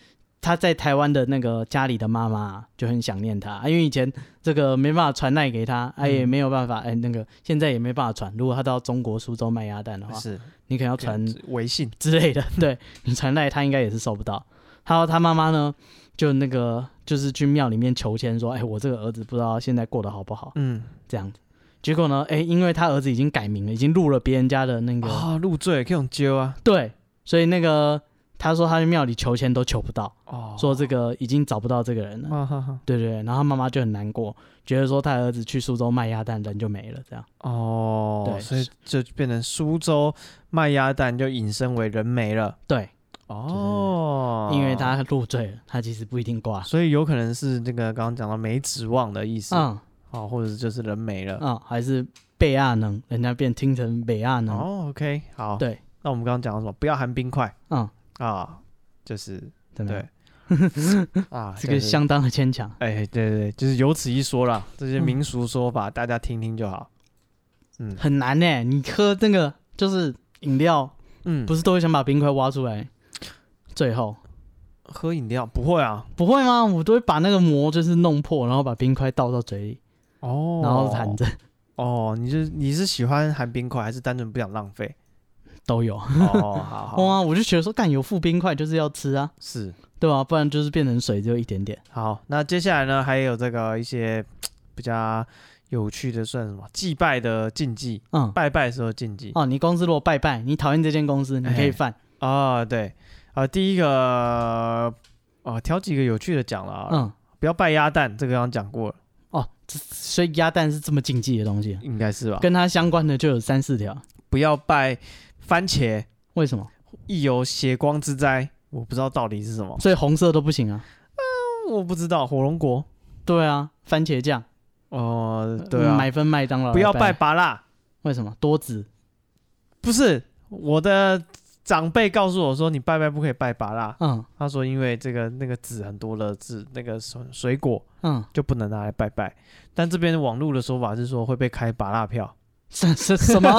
[SPEAKER 2] 他在台湾的那个家里的妈妈就很想念他，啊因为以前这个没办法传赖给他，啊
[SPEAKER 1] 嗯
[SPEAKER 2] 也没有办法，哎那个现在也没办法传。如果他到中国苏州卖鸭蛋的话，
[SPEAKER 1] 是
[SPEAKER 2] 你可能要传
[SPEAKER 1] 微信
[SPEAKER 2] 之类的， [LAUGHS] 对你传赖他应该也是收不到。还有他妈妈呢，就那个就是去庙里面求签说，哎我这个儿子不知道现在过得好不好
[SPEAKER 1] 嗯
[SPEAKER 2] 这样子。结果呢，哎因为他儿子已经改名了，已经入了别人家的那个、
[SPEAKER 1] 啊入赘可以用揪啊
[SPEAKER 2] 对，所以那个他说他去庙里求签都求不到。
[SPEAKER 1] 哦
[SPEAKER 2] 说这个已经找不到这个人了。
[SPEAKER 1] 啊哈哈
[SPEAKER 2] 对对，对然后他妈妈就很难过，觉得说他儿子去苏州卖鸭蛋，人就没了，这样
[SPEAKER 1] 哦，
[SPEAKER 2] 对
[SPEAKER 1] 所以就变成苏州卖鸭蛋就引申为人没了
[SPEAKER 2] 对，
[SPEAKER 1] 哦，
[SPEAKER 2] 因为他入赘了，他其实不一定挂。
[SPEAKER 1] 所以有可能是那个刚刚讲到没指望的意思
[SPEAKER 2] 嗯
[SPEAKER 1] 哦，或者就是人没了
[SPEAKER 2] 嗯，还是贝亚能，人家变听成北亚能。
[SPEAKER 1] 哦，OK 好，
[SPEAKER 2] 嗯对，
[SPEAKER 1] 那我们刚刚讲到什么？不要含冰块
[SPEAKER 2] 嗯，
[SPEAKER 1] 啊，就是
[SPEAKER 2] 怎么 [LAUGHS] 样？
[SPEAKER 1] 对啊，
[SPEAKER 2] 这个
[SPEAKER 1] 就是
[SPEAKER 2] 相当的牵强。
[SPEAKER 1] 哎，对对，对就是有此一说啦，这
[SPEAKER 2] 嗯
[SPEAKER 1] 些民俗说法、大家听听就好。嗯
[SPEAKER 2] 很难呢，你喝那个就是饮料，
[SPEAKER 1] 嗯，
[SPEAKER 2] 不
[SPEAKER 1] 是
[SPEAKER 2] 是都会想把冰块挖出来？最后
[SPEAKER 1] 喝饮料不会啊，
[SPEAKER 2] 不会吗？我都会把那个膜就是弄破，然后把冰块倒到嘴里，
[SPEAKER 1] 哦，
[SPEAKER 2] 然后含着
[SPEAKER 1] 哦，你是你是喜欢含冰块，还是单纯不想浪
[SPEAKER 2] [LAUGHS]
[SPEAKER 1] 费？
[SPEAKER 2] 都有。
[SPEAKER 1] 哦，好好，
[SPEAKER 2] 啊哇！我就觉得说，干有附冰块就是要吃啊，
[SPEAKER 1] 是
[SPEAKER 2] 对吧、不然就是变成水只有一点点。
[SPEAKER 1] 好。那接下来呢，还有这个一些比较有趣的，算什么？祭拜的禁忌，
[SPEAKER 2] 嗯，
[SPEAKER 1] 拜拜的时候禁忌
[SPEAKER 2] 哦，你公司如果拜拜，你讨厌这间公司，你可以犯。
[SPEAKER 1] 啊、对啊、第一个啊、挑几个有趣的讲了啊，
[SPEAKER 2] 嗯，
[SPEAKER 1] 不要拜鸭蛋，这个刚刚讲过了，
[SPEAKER 2] 哦，这所以鸭蛋是这么禁忌的东西，
[SPEAKER 1] 应该是吧？
[SPEAKER 2] 跟它相关的就有三四条。
[SPEAKER 1] 不要拜番茄，
[SPEAKER 2] 为什么？
[SPEAKER 1] 亦有血光之灾。我不知道到底是什么，
[SPEAKER 2] 所以红色都不行啊？
[SPEAKER 1] 我不知道火龙果。
[SPEAKER 2] 对啊，番茄酱，
[SPEAKER 1] 哦、对
[SPEAKER 2] 嗯
[SPEAKER 1] 啊，
[SPEAKER 2] 买份麦当劳来，
[SPEAKER 1] 不要拜拔蜡，
[SPEAKER 2] 为什么？多子
[SPEAKER 1] 不是我的长辈告诉我说，你拜拜不可以拜拔蜡。
[SPEAKER 2] 嗯
[SPEAKER 1] 他说因为这个那个籽很多的籽，那个水水果
[SPEAKER 2] 嗯， [LAUGHS]
[SPEAKER 1] 就不能拿来拜拜。但这边网络的说法是说会被开拔蜡票，[LAUGHS]
[SPEAKER 2] 什什什么？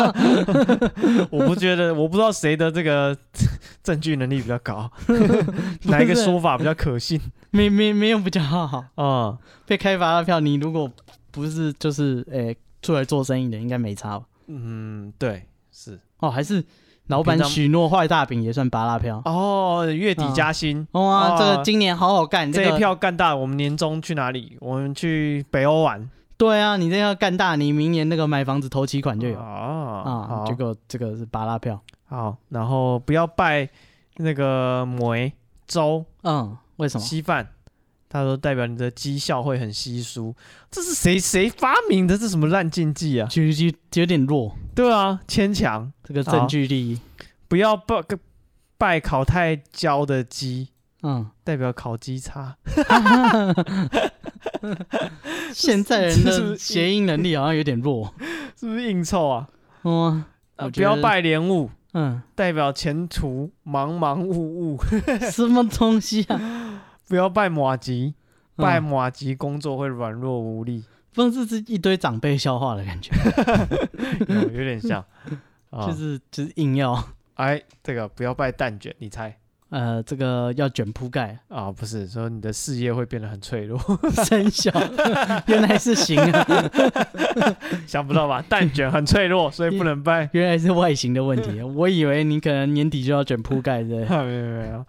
[SPEAKER 1] 我不觉得，我不知道谁的这个 [LAUGHS] 证据能力比较高， [LAUGHS] 哪一个说法比较可信
[SPEAKER 2] 没没没有比较好，
[SPEAKER 1] 啊、嗯
[SPEAKER 2] 被开发的票，你如果不是就是诶、出来做生意的，应该没差吧？
[SPEAKER 1] 嗯，对，是
[SPEAKER 2] 哦，还是老板
[SPEAKER 1] 平常
[SPEAKER 2] 许诺坏大饼也算拔辣票。
[SPEAKER 1] 哦，月底加薪。
[SPEAKER 2] 哦啊，
[SPEAKER 1] 哦
[SPEAKER 2] 这个今年好好干，
[SPEAKER 1] 这
[SPEAKER 2] 个
[SPEAKER 1] 一票干大，我们年终去哪里？我们去北欧玩
[SPEAKER 2] 对啊，你这要干大，你明年那个买房子头期款就有
[SPEAKER 1] 啊
[SPEAKER 2] 啊。
[SPEAKER 1] 好
[SPEAKER 2] 结果这个是拔拉票，
[SPEAKER 1] 好，然后不要拜那个梅粥
[SPEAKER 2] 嗯，为什么？
[SPEAKER 1] 稀饭，他说代表你的绩效会很稀疏。这是谁谁发明的？这什么烂禁忌啊？
[SPEAKER 2] 其实就有点弱，
[SPEAKER 1] 对啊，牵强。
[SPEAKER 2] 这个证据力，
[SPEAKER 1] 不要拜拜烤太焦的鸡，
[SPEAKER 2] 嗯，
[SPEAKER 1] 代表烤鸡叉。
[SPEAKER 2] 现在人
[SPEAKER 1] [LAUGHS] 这是不是
[SPEAKER 2] 的谐音能力好像有点弱，
[SPEAKER 1] 是不是硬凑啊？
[SPEAKER 2] 嗯，
[SPEAKER 1] 呃
[SPEAKER 2] 我
[SPEAKER 1] 不
[SPEAKER 2] 觉得
[SPEAKER 1] 要拜莲雾
[SPEAKER 2] 嗯，
[SPEAKER 1] 代表前途茫茫雾雾，
[SPEAKER 2] 什么东西啊？
[SPEAKER 1] 不要拜马吉， [LAUGHS] 拜
[SPEAKER 2] 嗯
[SPEAKER 1] 马吉工作会软弱无力，
[SPEAKER 2] 不是，这是一堆长辈笑话的感觉，
[SPEAKER 1] 有有点
[SPEAKER 2] [LAUGHS]
[SPEAKER 1] 像。啊
[SPEAKER 2] 就是就是硬要
[SPEAKER 1] 哎，这个不要拜蛋卷，你猜
[SPEAKER 2] 呃，这个要卷铺盖，
[SPEAKER 1] 啊？不是说你的事业会变得很脆弱， [LAUGHS]
[SPEAKER 2] [LAUGHS] 生效，原来是行啊， [LAUGHS]
[SPEAKER 1] 想不到吧？蛋卷很脆弱，所以不能拜。 [LAUGHS]
[SPEAKER 2] 原来是外形的问
[SPEAKER 1] 嗯
[SPEAKER 2] 题，我以为你可能年底就要卷铺
[SPEAKER 1] [LAUGHS]
[SPEAKER 2] 盖对不对。
[SPEAKER 1] 啊，没有没有。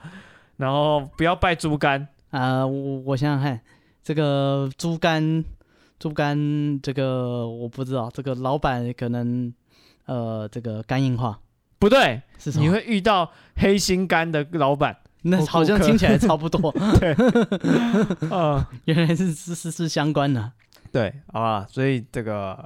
[SPEAKER 1] 然后不要拜猪肝，
[SPEAKER 2] 啊、我我想想看，这个猪肝，猪肝，这个我不知道，这个老板可能，呃，这个肝硬化
[SPEAKER 1] 不对，
[SPEAKER 2] 是什
[SPEAKER 1] 你
[SPEAKER 2] 么？
[SPEAKER 1] 会遇到黑心肝的老板。
[SPEAKER 2] 那
[SPEAKER 1] 我
[SPEAKER 2] 好像
[SPEAKER 1] 顾客
[SPEAKER 2] 听起来差
[SPEAKER 1] [LAUGHS]
[SPEAKER 2] 不多， [LAUGHS]
[SPEAKER 1] 嗯，
[SPEAKER 2] 原来是是是是相关的。
[SPEAKER 1] 对，好吧。所以这个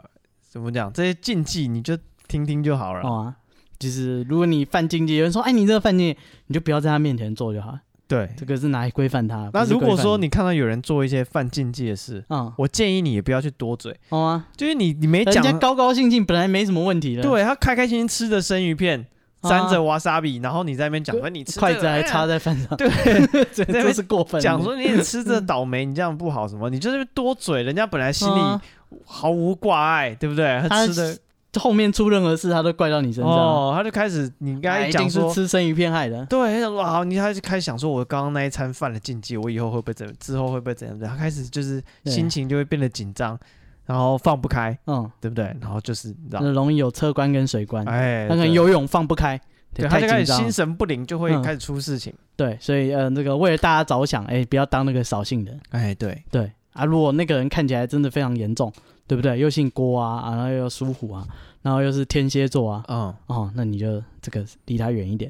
[SPEAKER 1] 怎么讲？这些禁忌你就听听就好了。
[SPEAKER 2] 哦、啊，就是如果你犯禁忌，有人说，哎，你这个犯禁忌，你就不要在他面前做就好了，
[SPEAKER 1] 对。
[SPEAKER 2] 这个是拿来规范他。
[SPEAKER 1] 那
[SPEAKER 2] 不是
[SPEAKER 1] 如果
[SPEAKER 2] 规范
[SPEAKER 1] 说，你看到有人做一些犯禁忌的事，
[SPEAKER 2] 嗯，好、
[SPEAKER 1] 我建议你也不要去多嘴，
[SPEAKER 2] 啊，
[SPEAKER 1] 就是你你没
[SPEAKER 2] 人
[SPEAKER 1] 欸讲
[SPEAKER 2] 家，高高兴兴，本来没什么问题的，，
[SPEAKER 1] 对他开开心心吃着生鱼片，沾着
[SPEAKER 2] 啊
[SPEAKER 1] 瓦萨比，然后你在那边讲说你吃这个
[SPEAKER 2] [LAUGHS] 筷子还
[SPEAKER 1] 哎
[SPEAKER 2] 插在饭上，
[SPEAKER 1] [LAUGHS]
[SPEAKER 2] [LAUGHS]
[SPEAKER 1] 对，
[SPEAKER 2] 这
[SPEAKER 1] 那边
[SPEAKER 2] 这是过分的。
[SPEAKER 1] 讲说你也吃
[SPEAKER 2] [LAUGHS]
[SPEAKER 1] 这倒霉，你这样不好什么，你就是多嘴，人家本来心里
[SPEAKER 2] 啊
[SPEAKER 1] 毫无挂碍，对不对？他
[SPEAKER 2] 他
[SPEAKER 1] 吃的
[SPEAKER 2] 后面出任何事，他都怪到你身上。
[SPEAKER 1] 哦，他就开始你刚
[SPEAKER 2] 啊
[SPEAKER 1] 才
[SPEAKER 2] 一
[SPEAKER 1] 讲
[SPEAKER 2] 定是
[SPEAKER 1] 说。
[SPEAKER 2] 吃生鱼片害的。
[SPEAKER 1] 对，他想说好，你他就开始想说，我刚刚那一餐犯了禁忌，我以后会不会怎，之后会不会怎样怎样？他开始就是
[SPEAKER 2] 对
[SPEAKER 1] 心情就会变得紧张，然后放不开，
[SPEAKER 2] 嗯，
[SPEAKER 1] 对不对？然后就是你知道，
[SPEAKER 2] 那容易有车关跟水关，嗯他
[SPEAKER 1] 哎，
[SPEAKER 2] 可能
[SPEAKER 1] 对，
[SPEAKER 2] 游泳放不开，
[SPEAKER 1] 对，他
[SPEAKER 2] 太
[SPEAKER 1] 就开始
[SPEAKER 2] 紧张
[SPEAKER 1] 心
[SPEAKER 2] 了。
[SPEAKER 1] 神不宁，就会
[SPEAKER 2] 嗯
[SPEAKER 1] 开始出事情。
[SPEAKER 2] 对，所以嗯，呃这个为了大家着想，哎，不要当那个扫兴的。
[SPEAKER 1] 哎，对，
[SPEAKER 2] 对啊，如果那个人看起来真的非常严重，对不对？又姓郭啊，啊，然后又属虎啊，然后又是天蝎座啊，
[SPEAKER 1] 嗯，
[SPEAKER 2] 哦，那你就这个离他远一点，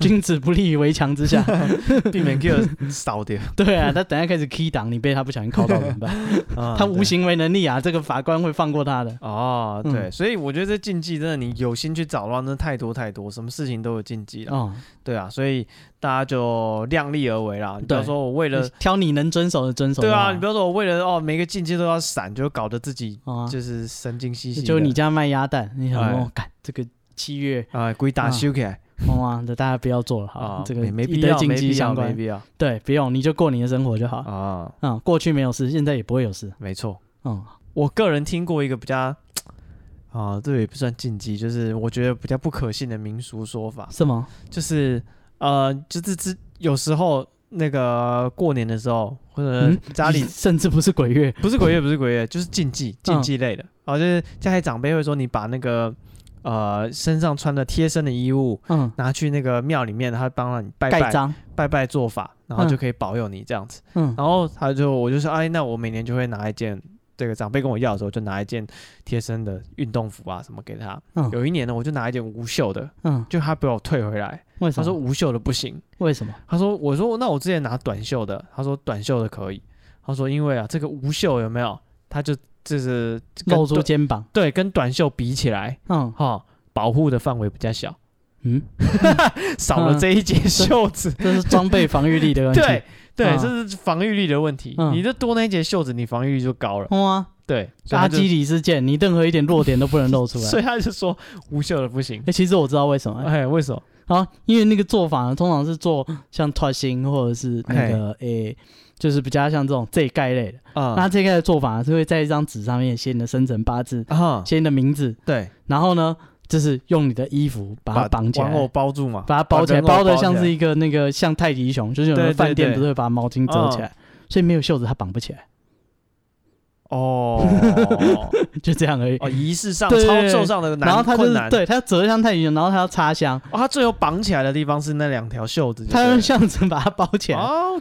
[SPEAKER 2] 君子不立于围墙之下。
[SPEAKER 1] [LAUGHS] 避免给
[SPEAKER 2] [LAUGHS]
[SPEAKER 1] 我扫掉
[SPEAKER 2] 对啊，他等下开始 key 档，你被他不小心敲到怎么办？
[SPEAKER 1] [LAUGHS] 嗯
[SPEAKER 2] 他
[SPEAKER 1] 对
[SPEAKER 2] 无行为能力啊，这个法官会放过
[SPEAKER 1] [LAUGHS]
[SPEAKER 2] 他的。
[SPEAKER 1] 哦，
[SPEAKER 2] 嗯
[SPEAKER 1] 对，所以我觉得这禁忌真的，你有心去找的话，真的太多太多，什么事情都有禁忌了。
[SPEAKER 2] 哦，
[SPEAKER 1] 对啊，所以大家就量力而为啦。你不要
[SPEAKER 2] 对
[SPEAKER 1] 说我为了，
[SPEAKER 2] 挑你能遵守的遵守就
[SPEAKER 1] 对
[SPEAKER 2] 好
[SPEAKER 1] 啊，
[SPEAKER 2] 了。
[SPEAKER 1] 你不要说我为了哦，每个禁忌都要闪，就搞得自己
[SPEAKER 2] 哦啊，
[SPEAKER 1] 就是神经兮兮的。
[SPEAKER 2] 就你家卖鸭蛋，你想
[SPEAKER 1] 哎
[SPEAKER 2] 说，哦干这个七月，
[SPEAKER 1] 啊，鬼打
[SPEAKER 2] 啊
[SPEAKER 1] 修起来
[SPEAKER 2] 哇、啊，这大家不要做了，好了，
[SPEAKER 1] 啊，
[SPEAKER 2] 这个
[SPEAKER 1] 没没
[SPEAKER 2] 一
[SPEAKER 1] 必
[SPEAKER 2] 堆
[SPEAKER 1] 要，
[SPEAKER 2] 禁
[SPEAKER 1] 没
[SPEAKER 2] 忌
[SPEAKER 1] 必要，
[SPEAKER 2] 相
[SPEAKER 1] 没
[SPEAKER 2] 关，
[SPEAKER 1] 必要
[SPEAKER 2] 对，不用，你就过你的生活就好了。
[SPEAKER 1] 啊，
[SPEAKER 2] 嗯，过去没有事，现在也不会有事。
[SPEAKER 1] 没错。
[SPEAKER 2] 嗯，
[SPEAKER 1] 我个人听过一个比较啊，这也不算禁忌，就是我觉得比较不可信的民俗说法，
[SPEAKER 2] 是吗？
[SPEAKER 1] 就是呃，就是之有时候那个过年的时候，或者
[SPEAKER 2] 嗯
[SPEAKER 1] 家里、
[SPEAKER 2] [LAUGHS]
[SPEAKER 1] 嗯
[SPEAKER 2] 甚至不是鬼月，
[SPEAKER 1] [LAUGHS] 不是鬼月，不是鬼月，就是禁忌禁忌类的，然、后就是家里长辈会说，你把那个呃身上穿的贴身的衣物
[SPEAKER 2] 嗯，
[SPEAKER 1] 拿去那个庙里面，他帮你拜
[SPEAKER 2] 盖
[SPEAKER 1] 拜
[SPEAKER 2] 章，
[SPEAKER 1] 拜拜做法，然后
[SPEAKER 2] 嗯
[SPEAKER 1] 就可以保佑你这样子。
[SPEAKER 2] 嗯，
[SPEAKER 1] 然后他就我就说，哎，那我每年就会拿一件。这个长辈跟我要的时候，就拿一件贴身的运动服啊什么给他。
[SPEAKER 2] 嗯
[SPEAKER 1] 有一年呢，我就拿一件无袖的，
[SPEAKER 2] 嗯，
[SPEAKER 1] 就他被我退回来。
[SPEAKER 2] 为什
[SPEAKER 1] 他
[SPEAKER 2] 么？
[SPEAKER 1] 说无袖的不行，
[SPEAKER 2] 为什么？
[SPEAKER 1] 他说：“我说那我之前拿短袖的。”他说：“短袖的可以。”他说：“因为啊，这个无袖有没有？它就就是跟
[SPEAKER 2] 露出
[SPEAKER 1] 短
[SPEAKER 2] 肩膀，
[SPEAKER 1] 对，跟短袖比起来，
[SPEAKER 2] 嗯
[SPEAKER 1] 哈、保护的范围比较小，
[SPEAKER 2] 嗯，
[SPEAKER 1] 少了
[SPEAKER 2] 嗯
[SPEAKER 1] 这一
[SPEAKER 2] [LAUGHS]
[SPEAKER 1] 截袖子。
[SPEAKER 2] 这是装备防御力的问
[SPEAKER 1] [LAUGHS]
[SPEAKER 2] 题。
[SPEAKER 1] 对对，
[SPEAKER 2] 嗯
[SPEAKER 1] 这是防御力的问题。
[SPEAKER 2] 嗯
[SPEAKER 1] 你这多那一截袖子，你防御力就高了。
[SPEAKER 2] 哇、啊，
[SPEAKER 1] 对，所以他
[SPEAKER 2] 阿
[SPEAKER 1] 就
[SPEAKER 2] 基里斯腱，你任何一点弱点都不能露出来。
[SPEAKER 1] [LAUGHS] 所以他就说无袖的不行
[SPEAKER 2] 哎、。其实我知道为什么，
[SPEAKER 1] 哎，为什么？
[SPEAKER 2] 啊，因为那个做法呢，通常是做像拓星或者是那个诶、就是比较像这种这一概类的。
[SPEAKER 1] 啊
[SPEAKER 2] 那这一概的做法呢是会在一张纸上面写你的生辰八字，
[SPEAKER 1] 啊，
[SPEAKER 2] 写你的名字，
[SPEAKER 1] 对，
[SPEAKER 2] 然后呢，就是用你的衣服把它绑起来
[SPEAKER 1] 玩，偶包住嘛，
[SPEAKER 2] 把它包起来，
[SPEAKER 1] 把人
[SPEAKER 2] 包
[SPEAKER 1] 偶
[SPEAKER 2] 的
[SPEAKER 1] 起
[SPEAKER 2] 像
[SPEAKER 1] 来
[SPEAKER 2] 是一个那个像泰迪熊，就是有
[SPEAKER 1] 对
[SPEAKER 2] 的
[SPEAKER 1] 对
[SPEAKER 2] 饭店
[SPEAKER 1] 对
[SPEAKER 2] 不是会把毛巾折起来，所以没有袖子它绑不起来， [LAUGHS]
[SPEAKER 1] 哦
[SPEAKER 2] 就这样而已。
[SPEAKER 1] 哦，仪式上
[SPEAKER 2] 对
[SPEAKER 1] 操作上的难
[SPEAKER 2] 然后它就
[SPEAKER 1] 困
[SPEAKER 2] 是
[SPEAKER 1] 难。
[SPEAKER 2] 对，它要折得像泰迪熊，然后它要插香，
[SPEAKER 1] 哦，他最后绑起来的地方是那两条袖子就
[SPEAKER 2] 它
[SPEAKER 1] 对了，哦
[SPEAKER 2] 用橡子把它包起来，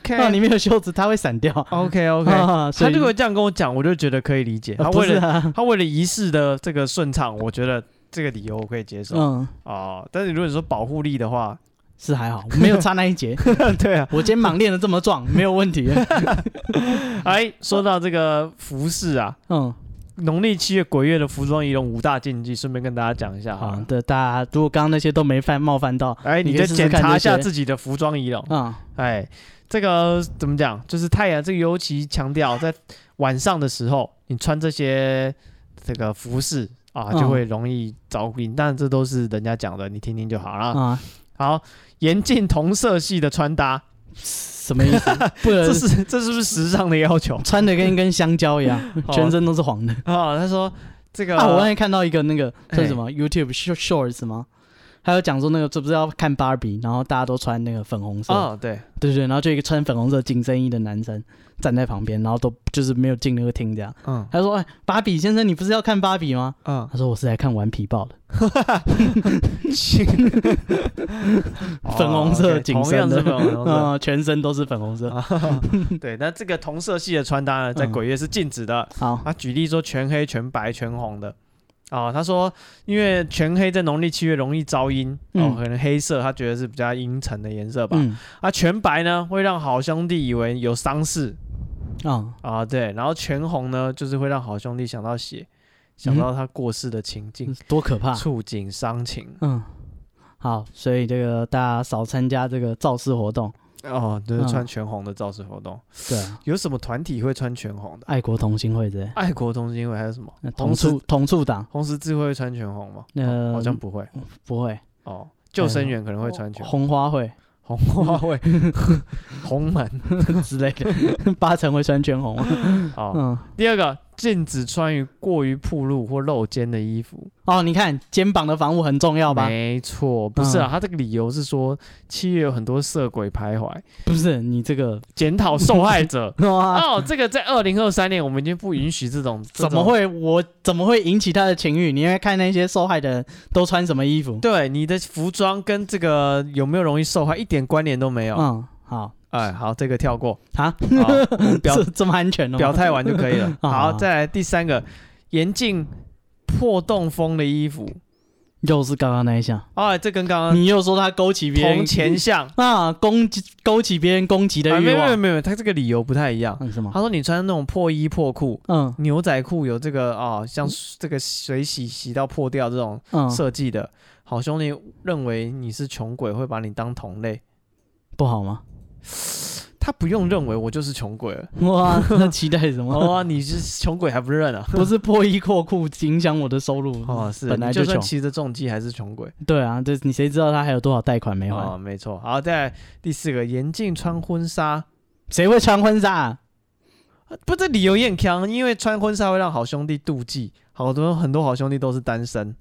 [SPEAKER 2] 那
[SPEAKER 1] OK
[SPEAKER 2] 你没有袖子它会散掉。
[SPEAKER 1] OK OK，
[SPEAKER 2] [LAUGHS] 啊所
[SPEAKER 1] 他
[SPEAKER 2] 以
[SPEAKER 1] 如果这样跟我讲，我就觉得可以理解。
[SPEAKER 2] 啊
[SPEAKER 1] 他
[SPEAKER 2] 不
[SPEAKER 1] 为
[SPEAKER 2] 是
[SPEAKER 1] 了
[SPEAKER 2] 啊，
[SPEAKER 1] 他为了仪式的这个顺畅，我觉得这个理由我可以接受
[SPEAKER 2] 嗯，
[SPEAKER 1] 哦。但是如果你说保护力的
[SPEAKER 2] [LAUGHS]
[SPEAKER 1] 话，
[SPEAKER 2] 是还好，没有差那一
[SPEAKER 1] [LAUGHS]
[SPEAKER 2] 节。
[SPEAKER 1] 对啊，
[SPEAKER 2] 我肩膀练得这么壮，没有
[SPEAKER 1] [LAUGHS]
[SPEAKER 2] 问题。
[SPEAKER 1] 哎，说到这个服饰啊，
[SPEAKER 2] 嗯，
[SPEAKER 1] 农历七月鬼月的服装仪容五大禁忌，顺便跟大家讲一下好
[SPEAKER 2] 好
[SPEAKER 1] 了。
[SPEAKER 2] 的，大家如果刚刚那些都没犯冒犯到，
[SPEAKER 1] 哎，
[SPEAKER 2] 你
[SPEAKER 1] 你再
[SPEAKER 2] 可以试试
[SPEAKER 1] 检
[SPEAKER 2] 看
[SPEAKER 1] 查一下
[SPEAKER 2] 这些
[SPEAKER 1] 自己的服装仪容。
[SPEAKER 2] 嗯
[SPEAKER 1] 哎，这个怎么讲？就是太阳，这个尤其强调在晚上的时候，你穿这些这个服饰啊，
[SPEAKER 2] 嗯
[SPEAKER 1] 就会容易遭病。但这都是人家讲的，你听听就好啦。
[SPEAKER 2] 啊，
[SPEAKER 1] 好，严禁同色系的穿搭，
[SPEAKER 2] 什么意思？不
[SPEAKER 1] 这
[SPEAKER 2] 能
[SPEAKER 1] 是这是不是时尚的要
[SPEAKER 2] [LAUGHS]
[SPEAKER 1] 求
[SPEAKER 2] 穿的跟一根香蕉一样，
[SPEAKER 1] 好
[SPEAKER 2] 全身都是黄的。
[SPEAKER 1] 啊？他说这个
[SPEAKER 2] 啊，我刚才看到一个那个
[SPEAKER 1] 哎
[SPEAKER 2] 叫什么 YouTube Short- Shorts 吗？还有讲说那个这不是要看芭比，然后大家都穿那个粉红色，
[SPEAKER 1] 啊，对，
[SPEAKER 2] 对对对，然后就一个穿粉红色紧身衣的男生站在旁边，然后都就是没有进那个厅这样。
[SPEAKER 1] 嗯
[SPEAKER 2] 他说：“哎，芭比先生，你不是要看芭比吗？”
[SPEAKER 1] 嗯，
[SPEAKER 2] 他说：“我是来看顽皮豹的。粉红色
[SPEAKER 1] 哦，OK，
[SPEAKER 2] 紧身的
[SPEAKER 1] 同样是粉红”色。
[SPEAKER 2] [LAUGHS] 嗯，全身都是粉红色。
[SPEAKER 1] 啊对，那这个同色系的穿搭呢，在
[SPEAKER 2] 嗯
[SPEAKER 1] 鬼月是禁止的。
[SPEAKER 2] 好，
[SPEAKER 1] 他举例说全黑、全白、全红的。哦，他说，因为全黑在农历七月容易招阴，哦
[SPEAKER 2] 嗯，
[SPEAKER 1] 可能黑色他觉得是比较阴沉的颜色吧。
[SPEAKER 2] 嗯，
[SPEAKER 1] 啊，全白呢会让好兄弟以为有丧事
[SPEAKER 2] 啊，
[SPEAKER 1] 啊，对，然后全红呢就是会让好兄弟想到血，
[SPEAKER 2] 嗯
[SPEAKER 1] 想到他过世的情境，
[SPEAKER 2] 多可怕！
[SPEAKER 1] 触景伤情。
[SPEAKER 2] 嗯，好，所以这个大家少参加这个造势活动。
[SPEAKER 1] 哦，就是
[SPEAKER 2] 嗯
[SPEAKER 1] 穿全红的造势活动，
[SPEAKER 2] 对啊，
[SPEAKER 1] 有什么团体会穿全红的？
[SPEAKER 2] 爱国同心会之类，
[SPEAKER 1] 爱国同心会还有什么
[SPEAKER 2] 那？同
[SPEAKER 1] 红十
[SPEAKER 2] 处同处党
[SPEAKER 1] 红十字会穿全红吗？
[SPEAKER 2] 呃哎
[SPEAKER 1] 哦好像不会
[SPEAKER 2] 不会，
[SPEAKER 1] 哦。救生员可能会穿全红，
[SPEAKER 2] 红花会
[SPEAKER 1] 红花 [LAUGHS] 会，红门
[SPEAKER 2] 之类的， [LAUGHS] 八成会穿全红。
[SPEAKER 1] 哦。
[SPEAKER 2] 嗯，
[SPEAKER 1] 第二个，禁止穿于过于暴露或露肩的衣服。
[SPEAKER 2] 哦，你看肩膀的防护很重要吧？
[SPEAKER 1] 没错，不是啊，他这个理由是说七月有很多色鬼徘徊，
[SPEAKER 2] 不是你
[SPEAKER 1] [LAUGHS]
[SPEAKER 2] 这个。
[SPEAKER 1] 检讨受害者 [LAUGHS]
[SPEAKER 2] 哇，
[SPEAKER 1] 哦，这个在二零二三年我们已经不允许这种，这种
[SPEAKER 2] 怎么？会我怎么会引起他的情欲？你应该看那些受害的人都穿什么衣服。
[SPEAKER 1] 对你的服装跟这个有没有容易受害一点关联都没有。
[SPEAKER 2] 嗯，好
[SPEAKER 1] 哎，好，这个跳 [LAUGHS] 过，
[SPEAKER 2] 啊，
[SPEAKER 1] 好我们表
[SPEAKER 2] [LAUGHS] 这这么安全哦。
[SPEAKER 1] 表态完就可以了。[LAUGHS]
[SPEAKER 2] 好
[SPEAKER 1] 好，再来第三个，严禁破洞风的衣服。
[SPEAKER 2] 又是刚刚那一项，
[SPEAKER 1] 啊，这跟刚刚
[SPEAKER 2] 你又说他勾起别人
[SPEAKER 1] 铜钱像
[SPEAKER 2] [LAUGHS] 啊，攻击勾起别人攻击的
[SPEAKER 1] 啊，没
[SPEAKER 2] 欲
[SPEAKER 1] 有没有
[SPEAKER 2] 望，
[SPEAKER 1] 没有，他这个理由不太一样。
[SPEAKER 2] 嗯，什么？
[SPEAKER 1] 他说你穿那种破衣破裤，
[SPEAKER 2] 嗯
[SPEAKER 1] 牛仔裤有这个啊，像这个水洗洗到破掉这种
[SPEAKER 2] 嗯，
[SPEAKER 1] 设计的，好兄弟认为你是穷鬼，会把你当同类。
[SPEAKER 2] 不好吗？ [LAUGHS]
[SPEAKER 1] 他不用认为我就是穷鬼了，
[SPEAKER 2] 哇，那期待什么？
[SPEAKER 1] 哦，你是穷鬼还不认啊？
[SPEAKER 2] [LAUGHS] 不是破衣破裤影响我的收入
[SPEAKER 1] 哦，是，
[SPEAKER 2] 嗯本来
[SPEAKER 1] 你就
[SPEAKER 2] 穷
[SPEAKER 1] 算。骑着重机还是穷鬼。
[SPEAKER 2] 对啊，这你谁知道他还有多少贷款没还？
[SPEAKER 1] 哦，没错。好，再来第四个，严禁穿婚纱。
[SPEAKER 2] 谁会穿婚纱啊？
[SPEAKER 1] 不，这理由也很强，因为穿婚纱会让好兄弟妒忌，好多很多好兄弟都是单身。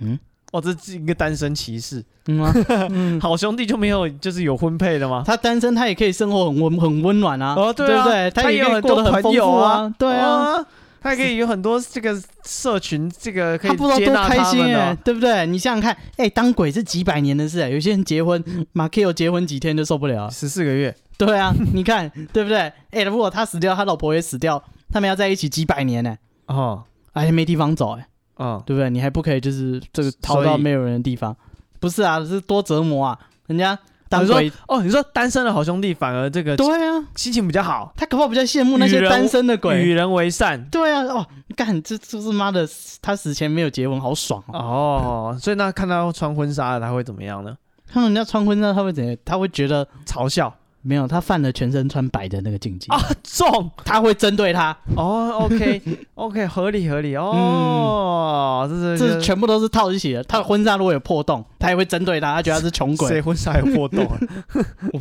[SPEAKER 2] 嗯，
[SPEAKER 1] 哦，这是一个单身歧视，
[SPEAKER 2] 嗯啊嗯，
[SPEAKER 1] 好兄弟就没有就是有婚配的吗？
[SPEAKER 2] 他单身，他也可以生活很温很温暖啊，
[SPEAKER 1] 哦对
[SPEAKER 2] 对
[SPEAKER 1] 啊
[SPEAKER 2] 不对？
[SPEAKER 1] 他
[SPEAKER 2] 也
[SPEAKER 1] 也有
[SPEAKER 2] 可以
[SPEAKER 1] 很
[SPEAKER 2] 过
[SPEAKER 1] 多
[SPEAKER 2] 得很
[SPEAKER 1] 朋
[SPEAKER 2] 丰
[SPEAKER 1] 友
[SPEAKER 2] 富
[SPEAKER 1] 啊，
[SPEAKER 2] 对啊，
[SPEAKER 1] 哦，他可以有很多这个社群，这个可
[SPEAKER 2] 他
[SPEAKER 1] 以
[SPEAKER 2] 不知道
[SPEAKER 1] 接
[SPEAKER 2] 多
[SPEAKER 1] 纳
[SPEAKER 2] 开
[SPEAKER 1] 他
[SPEAKER 2] 心
[SPEAKER 1] 们的
[SPEAKER 2] 哎
[SPEAKER 1] 啊。，
[SPEAKER 2] 对不对？你想想看，哎，当鬼是几百年的事哎，有些人结婚，马 K 有结婚几天就受不了了，
[SPEAKER 1] 十四个月，
[SPEAKER 2] 对啊， [LAUGHS] 你看对不对？哎，如果他死掉，他老婆也死掉，他们要在一起几百年呢，
[SPEAKER 1] 哦，
[SPEAKER 2] 而且没地方走哎，
[SPEAKER 1] 嗯，
[SPEAKER 2] 对不对？你还不可以就是这个逃
[SPEAKER 1] 所以
[SPEAKER 2] 到没有人的地方，不是啊，是多折磨啊，人家当
[SPEAKER 1] 你说
[SPEAKER 2] 鬼，
[SPEAKER 1] 哦，你说单身的好兄弟反而这个
[SPEAKER 2] 对啊，
[SPEAKER 1] 心情比较好，
[SPEAKER 2] 他搞不好比较羡慕那
[SPEAKER 1] 与
[SPEAKER 2] 些
[SPEAKER 1] 人
[SPEAKER 2] 单身的鬼
[SPEAKER 1] 与人为善。
[SPEAKER 2] 对啊，哦，干这这是妈的，他死前没有结婚，好爽哦！
[SPEAKER 1] 哦，所以那看到穿婚纱的他会怎么样呢？
[SPEAKER 2] 看到人家穿婚纱，他会怎样？他会觉得
[SPEAKER 1] 嘲笑
[SPEAKER 2] 没有，他犯了全身穿白的那个禁忌，
[SPEAKER 1] 啊，中。
[SPEAKER 2] 他会针对他，
[SPEAKER 1] 哦，OK
[SPEAKER 2] [LAUGHS]
[SPEAKER 1] OK，合理合理哦，这
[SPEAKER 2] 嗯这
[SPEAKER 1] 是
[SPEAKER 2] 是全部都是套一起的。他的婚纱如果有破洞，他也会针对他，他觉得他是穷
[SPEAKER 1] 谁
[SPEAKER 2] 鬼，
[SPEAKER 1] 婚纱有破洞
[SPEAKER 2] [LAUGHS]
[SPEAKER 1] 啊？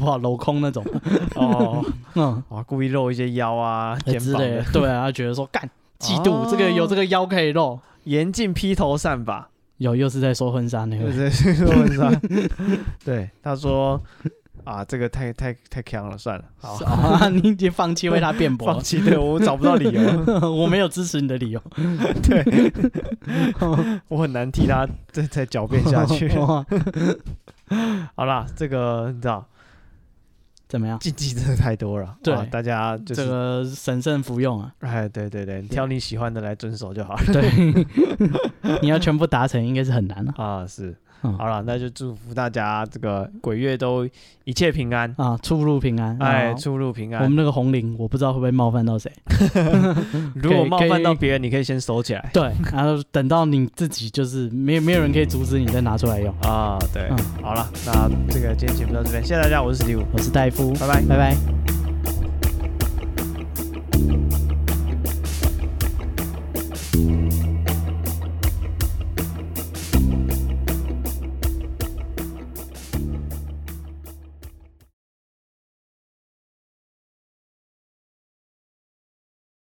[SPEAKER 2] 哇，镂
[SPEAKER 1] [LAUGHS]
[SPEAKER 2] 空那种，
[SPEAKER 1] 哦，
[SPEAKER 2] 嗯，
[SPEAKER 1] 哇，故意露一些腰啊、
[SPEAKER 2] 哎
[SPEAKER 1] 肩
[SPEAKER 2] 之
[SPEAKER 1] 膀
[SPEAKER 2] 类的
[SPEAKER 1] 的，，
[SPEAKER 2] 对啊，他觉得说干嫉妒，
[SPEAKER 1] 哦
[SPEAKER 2] 这个有这个腰可以露，
[SPEAKER 1] 严禁披头散发，
[SPEAKER 2] 有又是在说婚纱那
[SPEAKER 1] 对
[SPEAKER 2] 个，
[SPEAKER 1] 对对，婚纱。对，他说啊，这个太太太强了，算了， [LAUGHS] 好，
[SPEAKER 2] 啊， [LAUGHS] 你已经放弃为他辩驳
[SPEAKER 1] [LAUGHS] 放，弃，对我找不到理
[SPEAKER 2] [LAUGHS]
[SPEAKER 1] 由，
[SPEAKER 2] 我没有支持你的理由，
[SPEAKER 1] 对我很难替他再再狡辩 [LAUGHS]
[SPEAKER 2] [LAUGHS]
[SPEAKER 1] 下去。
[SPEAKER 2] 哇
[SPEAKER 1] 好啦，这个你知道，
[SPEAKER 2] 怎么样？
[SPEAKER 1] 禁忌真的太多了，
[SPEAKER 2] 对
[SPEAKER 1] 啊大家就
[SPEAKER 2] 这
[SPEAKER 1] 是
[SPEAKER 2] 个神圣服用啊。
[SPEAKER 1] 哎，对对对，挑你喜欢的来遵守就好了。
[SPEAKER 2] 对，你要全部达成应该是很难了
[SPEAKER 1] [LAUGHS] 啊，是，
[SPEAKER 2] 嗯
[SPEAKER 1] 好了，那就祝福大家这个鬼月都一切平安，
[SPEAKER 2] 啊出入平安。
[SPEAKER 1] 哎，
[SPEAKER 2] 啊
[SPEAKER 1] 出入平
[SPEAKER 2] 我
[SPEAKER 1] 安
[SPEAKER 2] 们。那个红领，我不知道会不会冒犯
[SPEAKER 1] [LAUGHS]
[SPEAKER 2] 到谁。
[SPEAKER 1] 如果
[SPEAKER 2] 可以
[SPEAKER 1] 冒
[SPEAKER 2] 可
[SPEAKER 1] 犯
[SPEAKER 2] 以
[SPEAKER 1] 到别人，你可以先收起来
[SPEAKER 2] 对，然后等到你自己就是没有没有人可以阻止你再拿出来用。
[SPEAKER 1] 啊。对
[SPEAKER 2] 嗯，
[SPEAKER 1] 好了，那这个今天节目到这边，谢谢大家，我是史蒂夫，
[SPEAKER 2] 我是戴夫，
[SPEAKER 1] 拜拜。
[SPEAKER 2] 拜拜。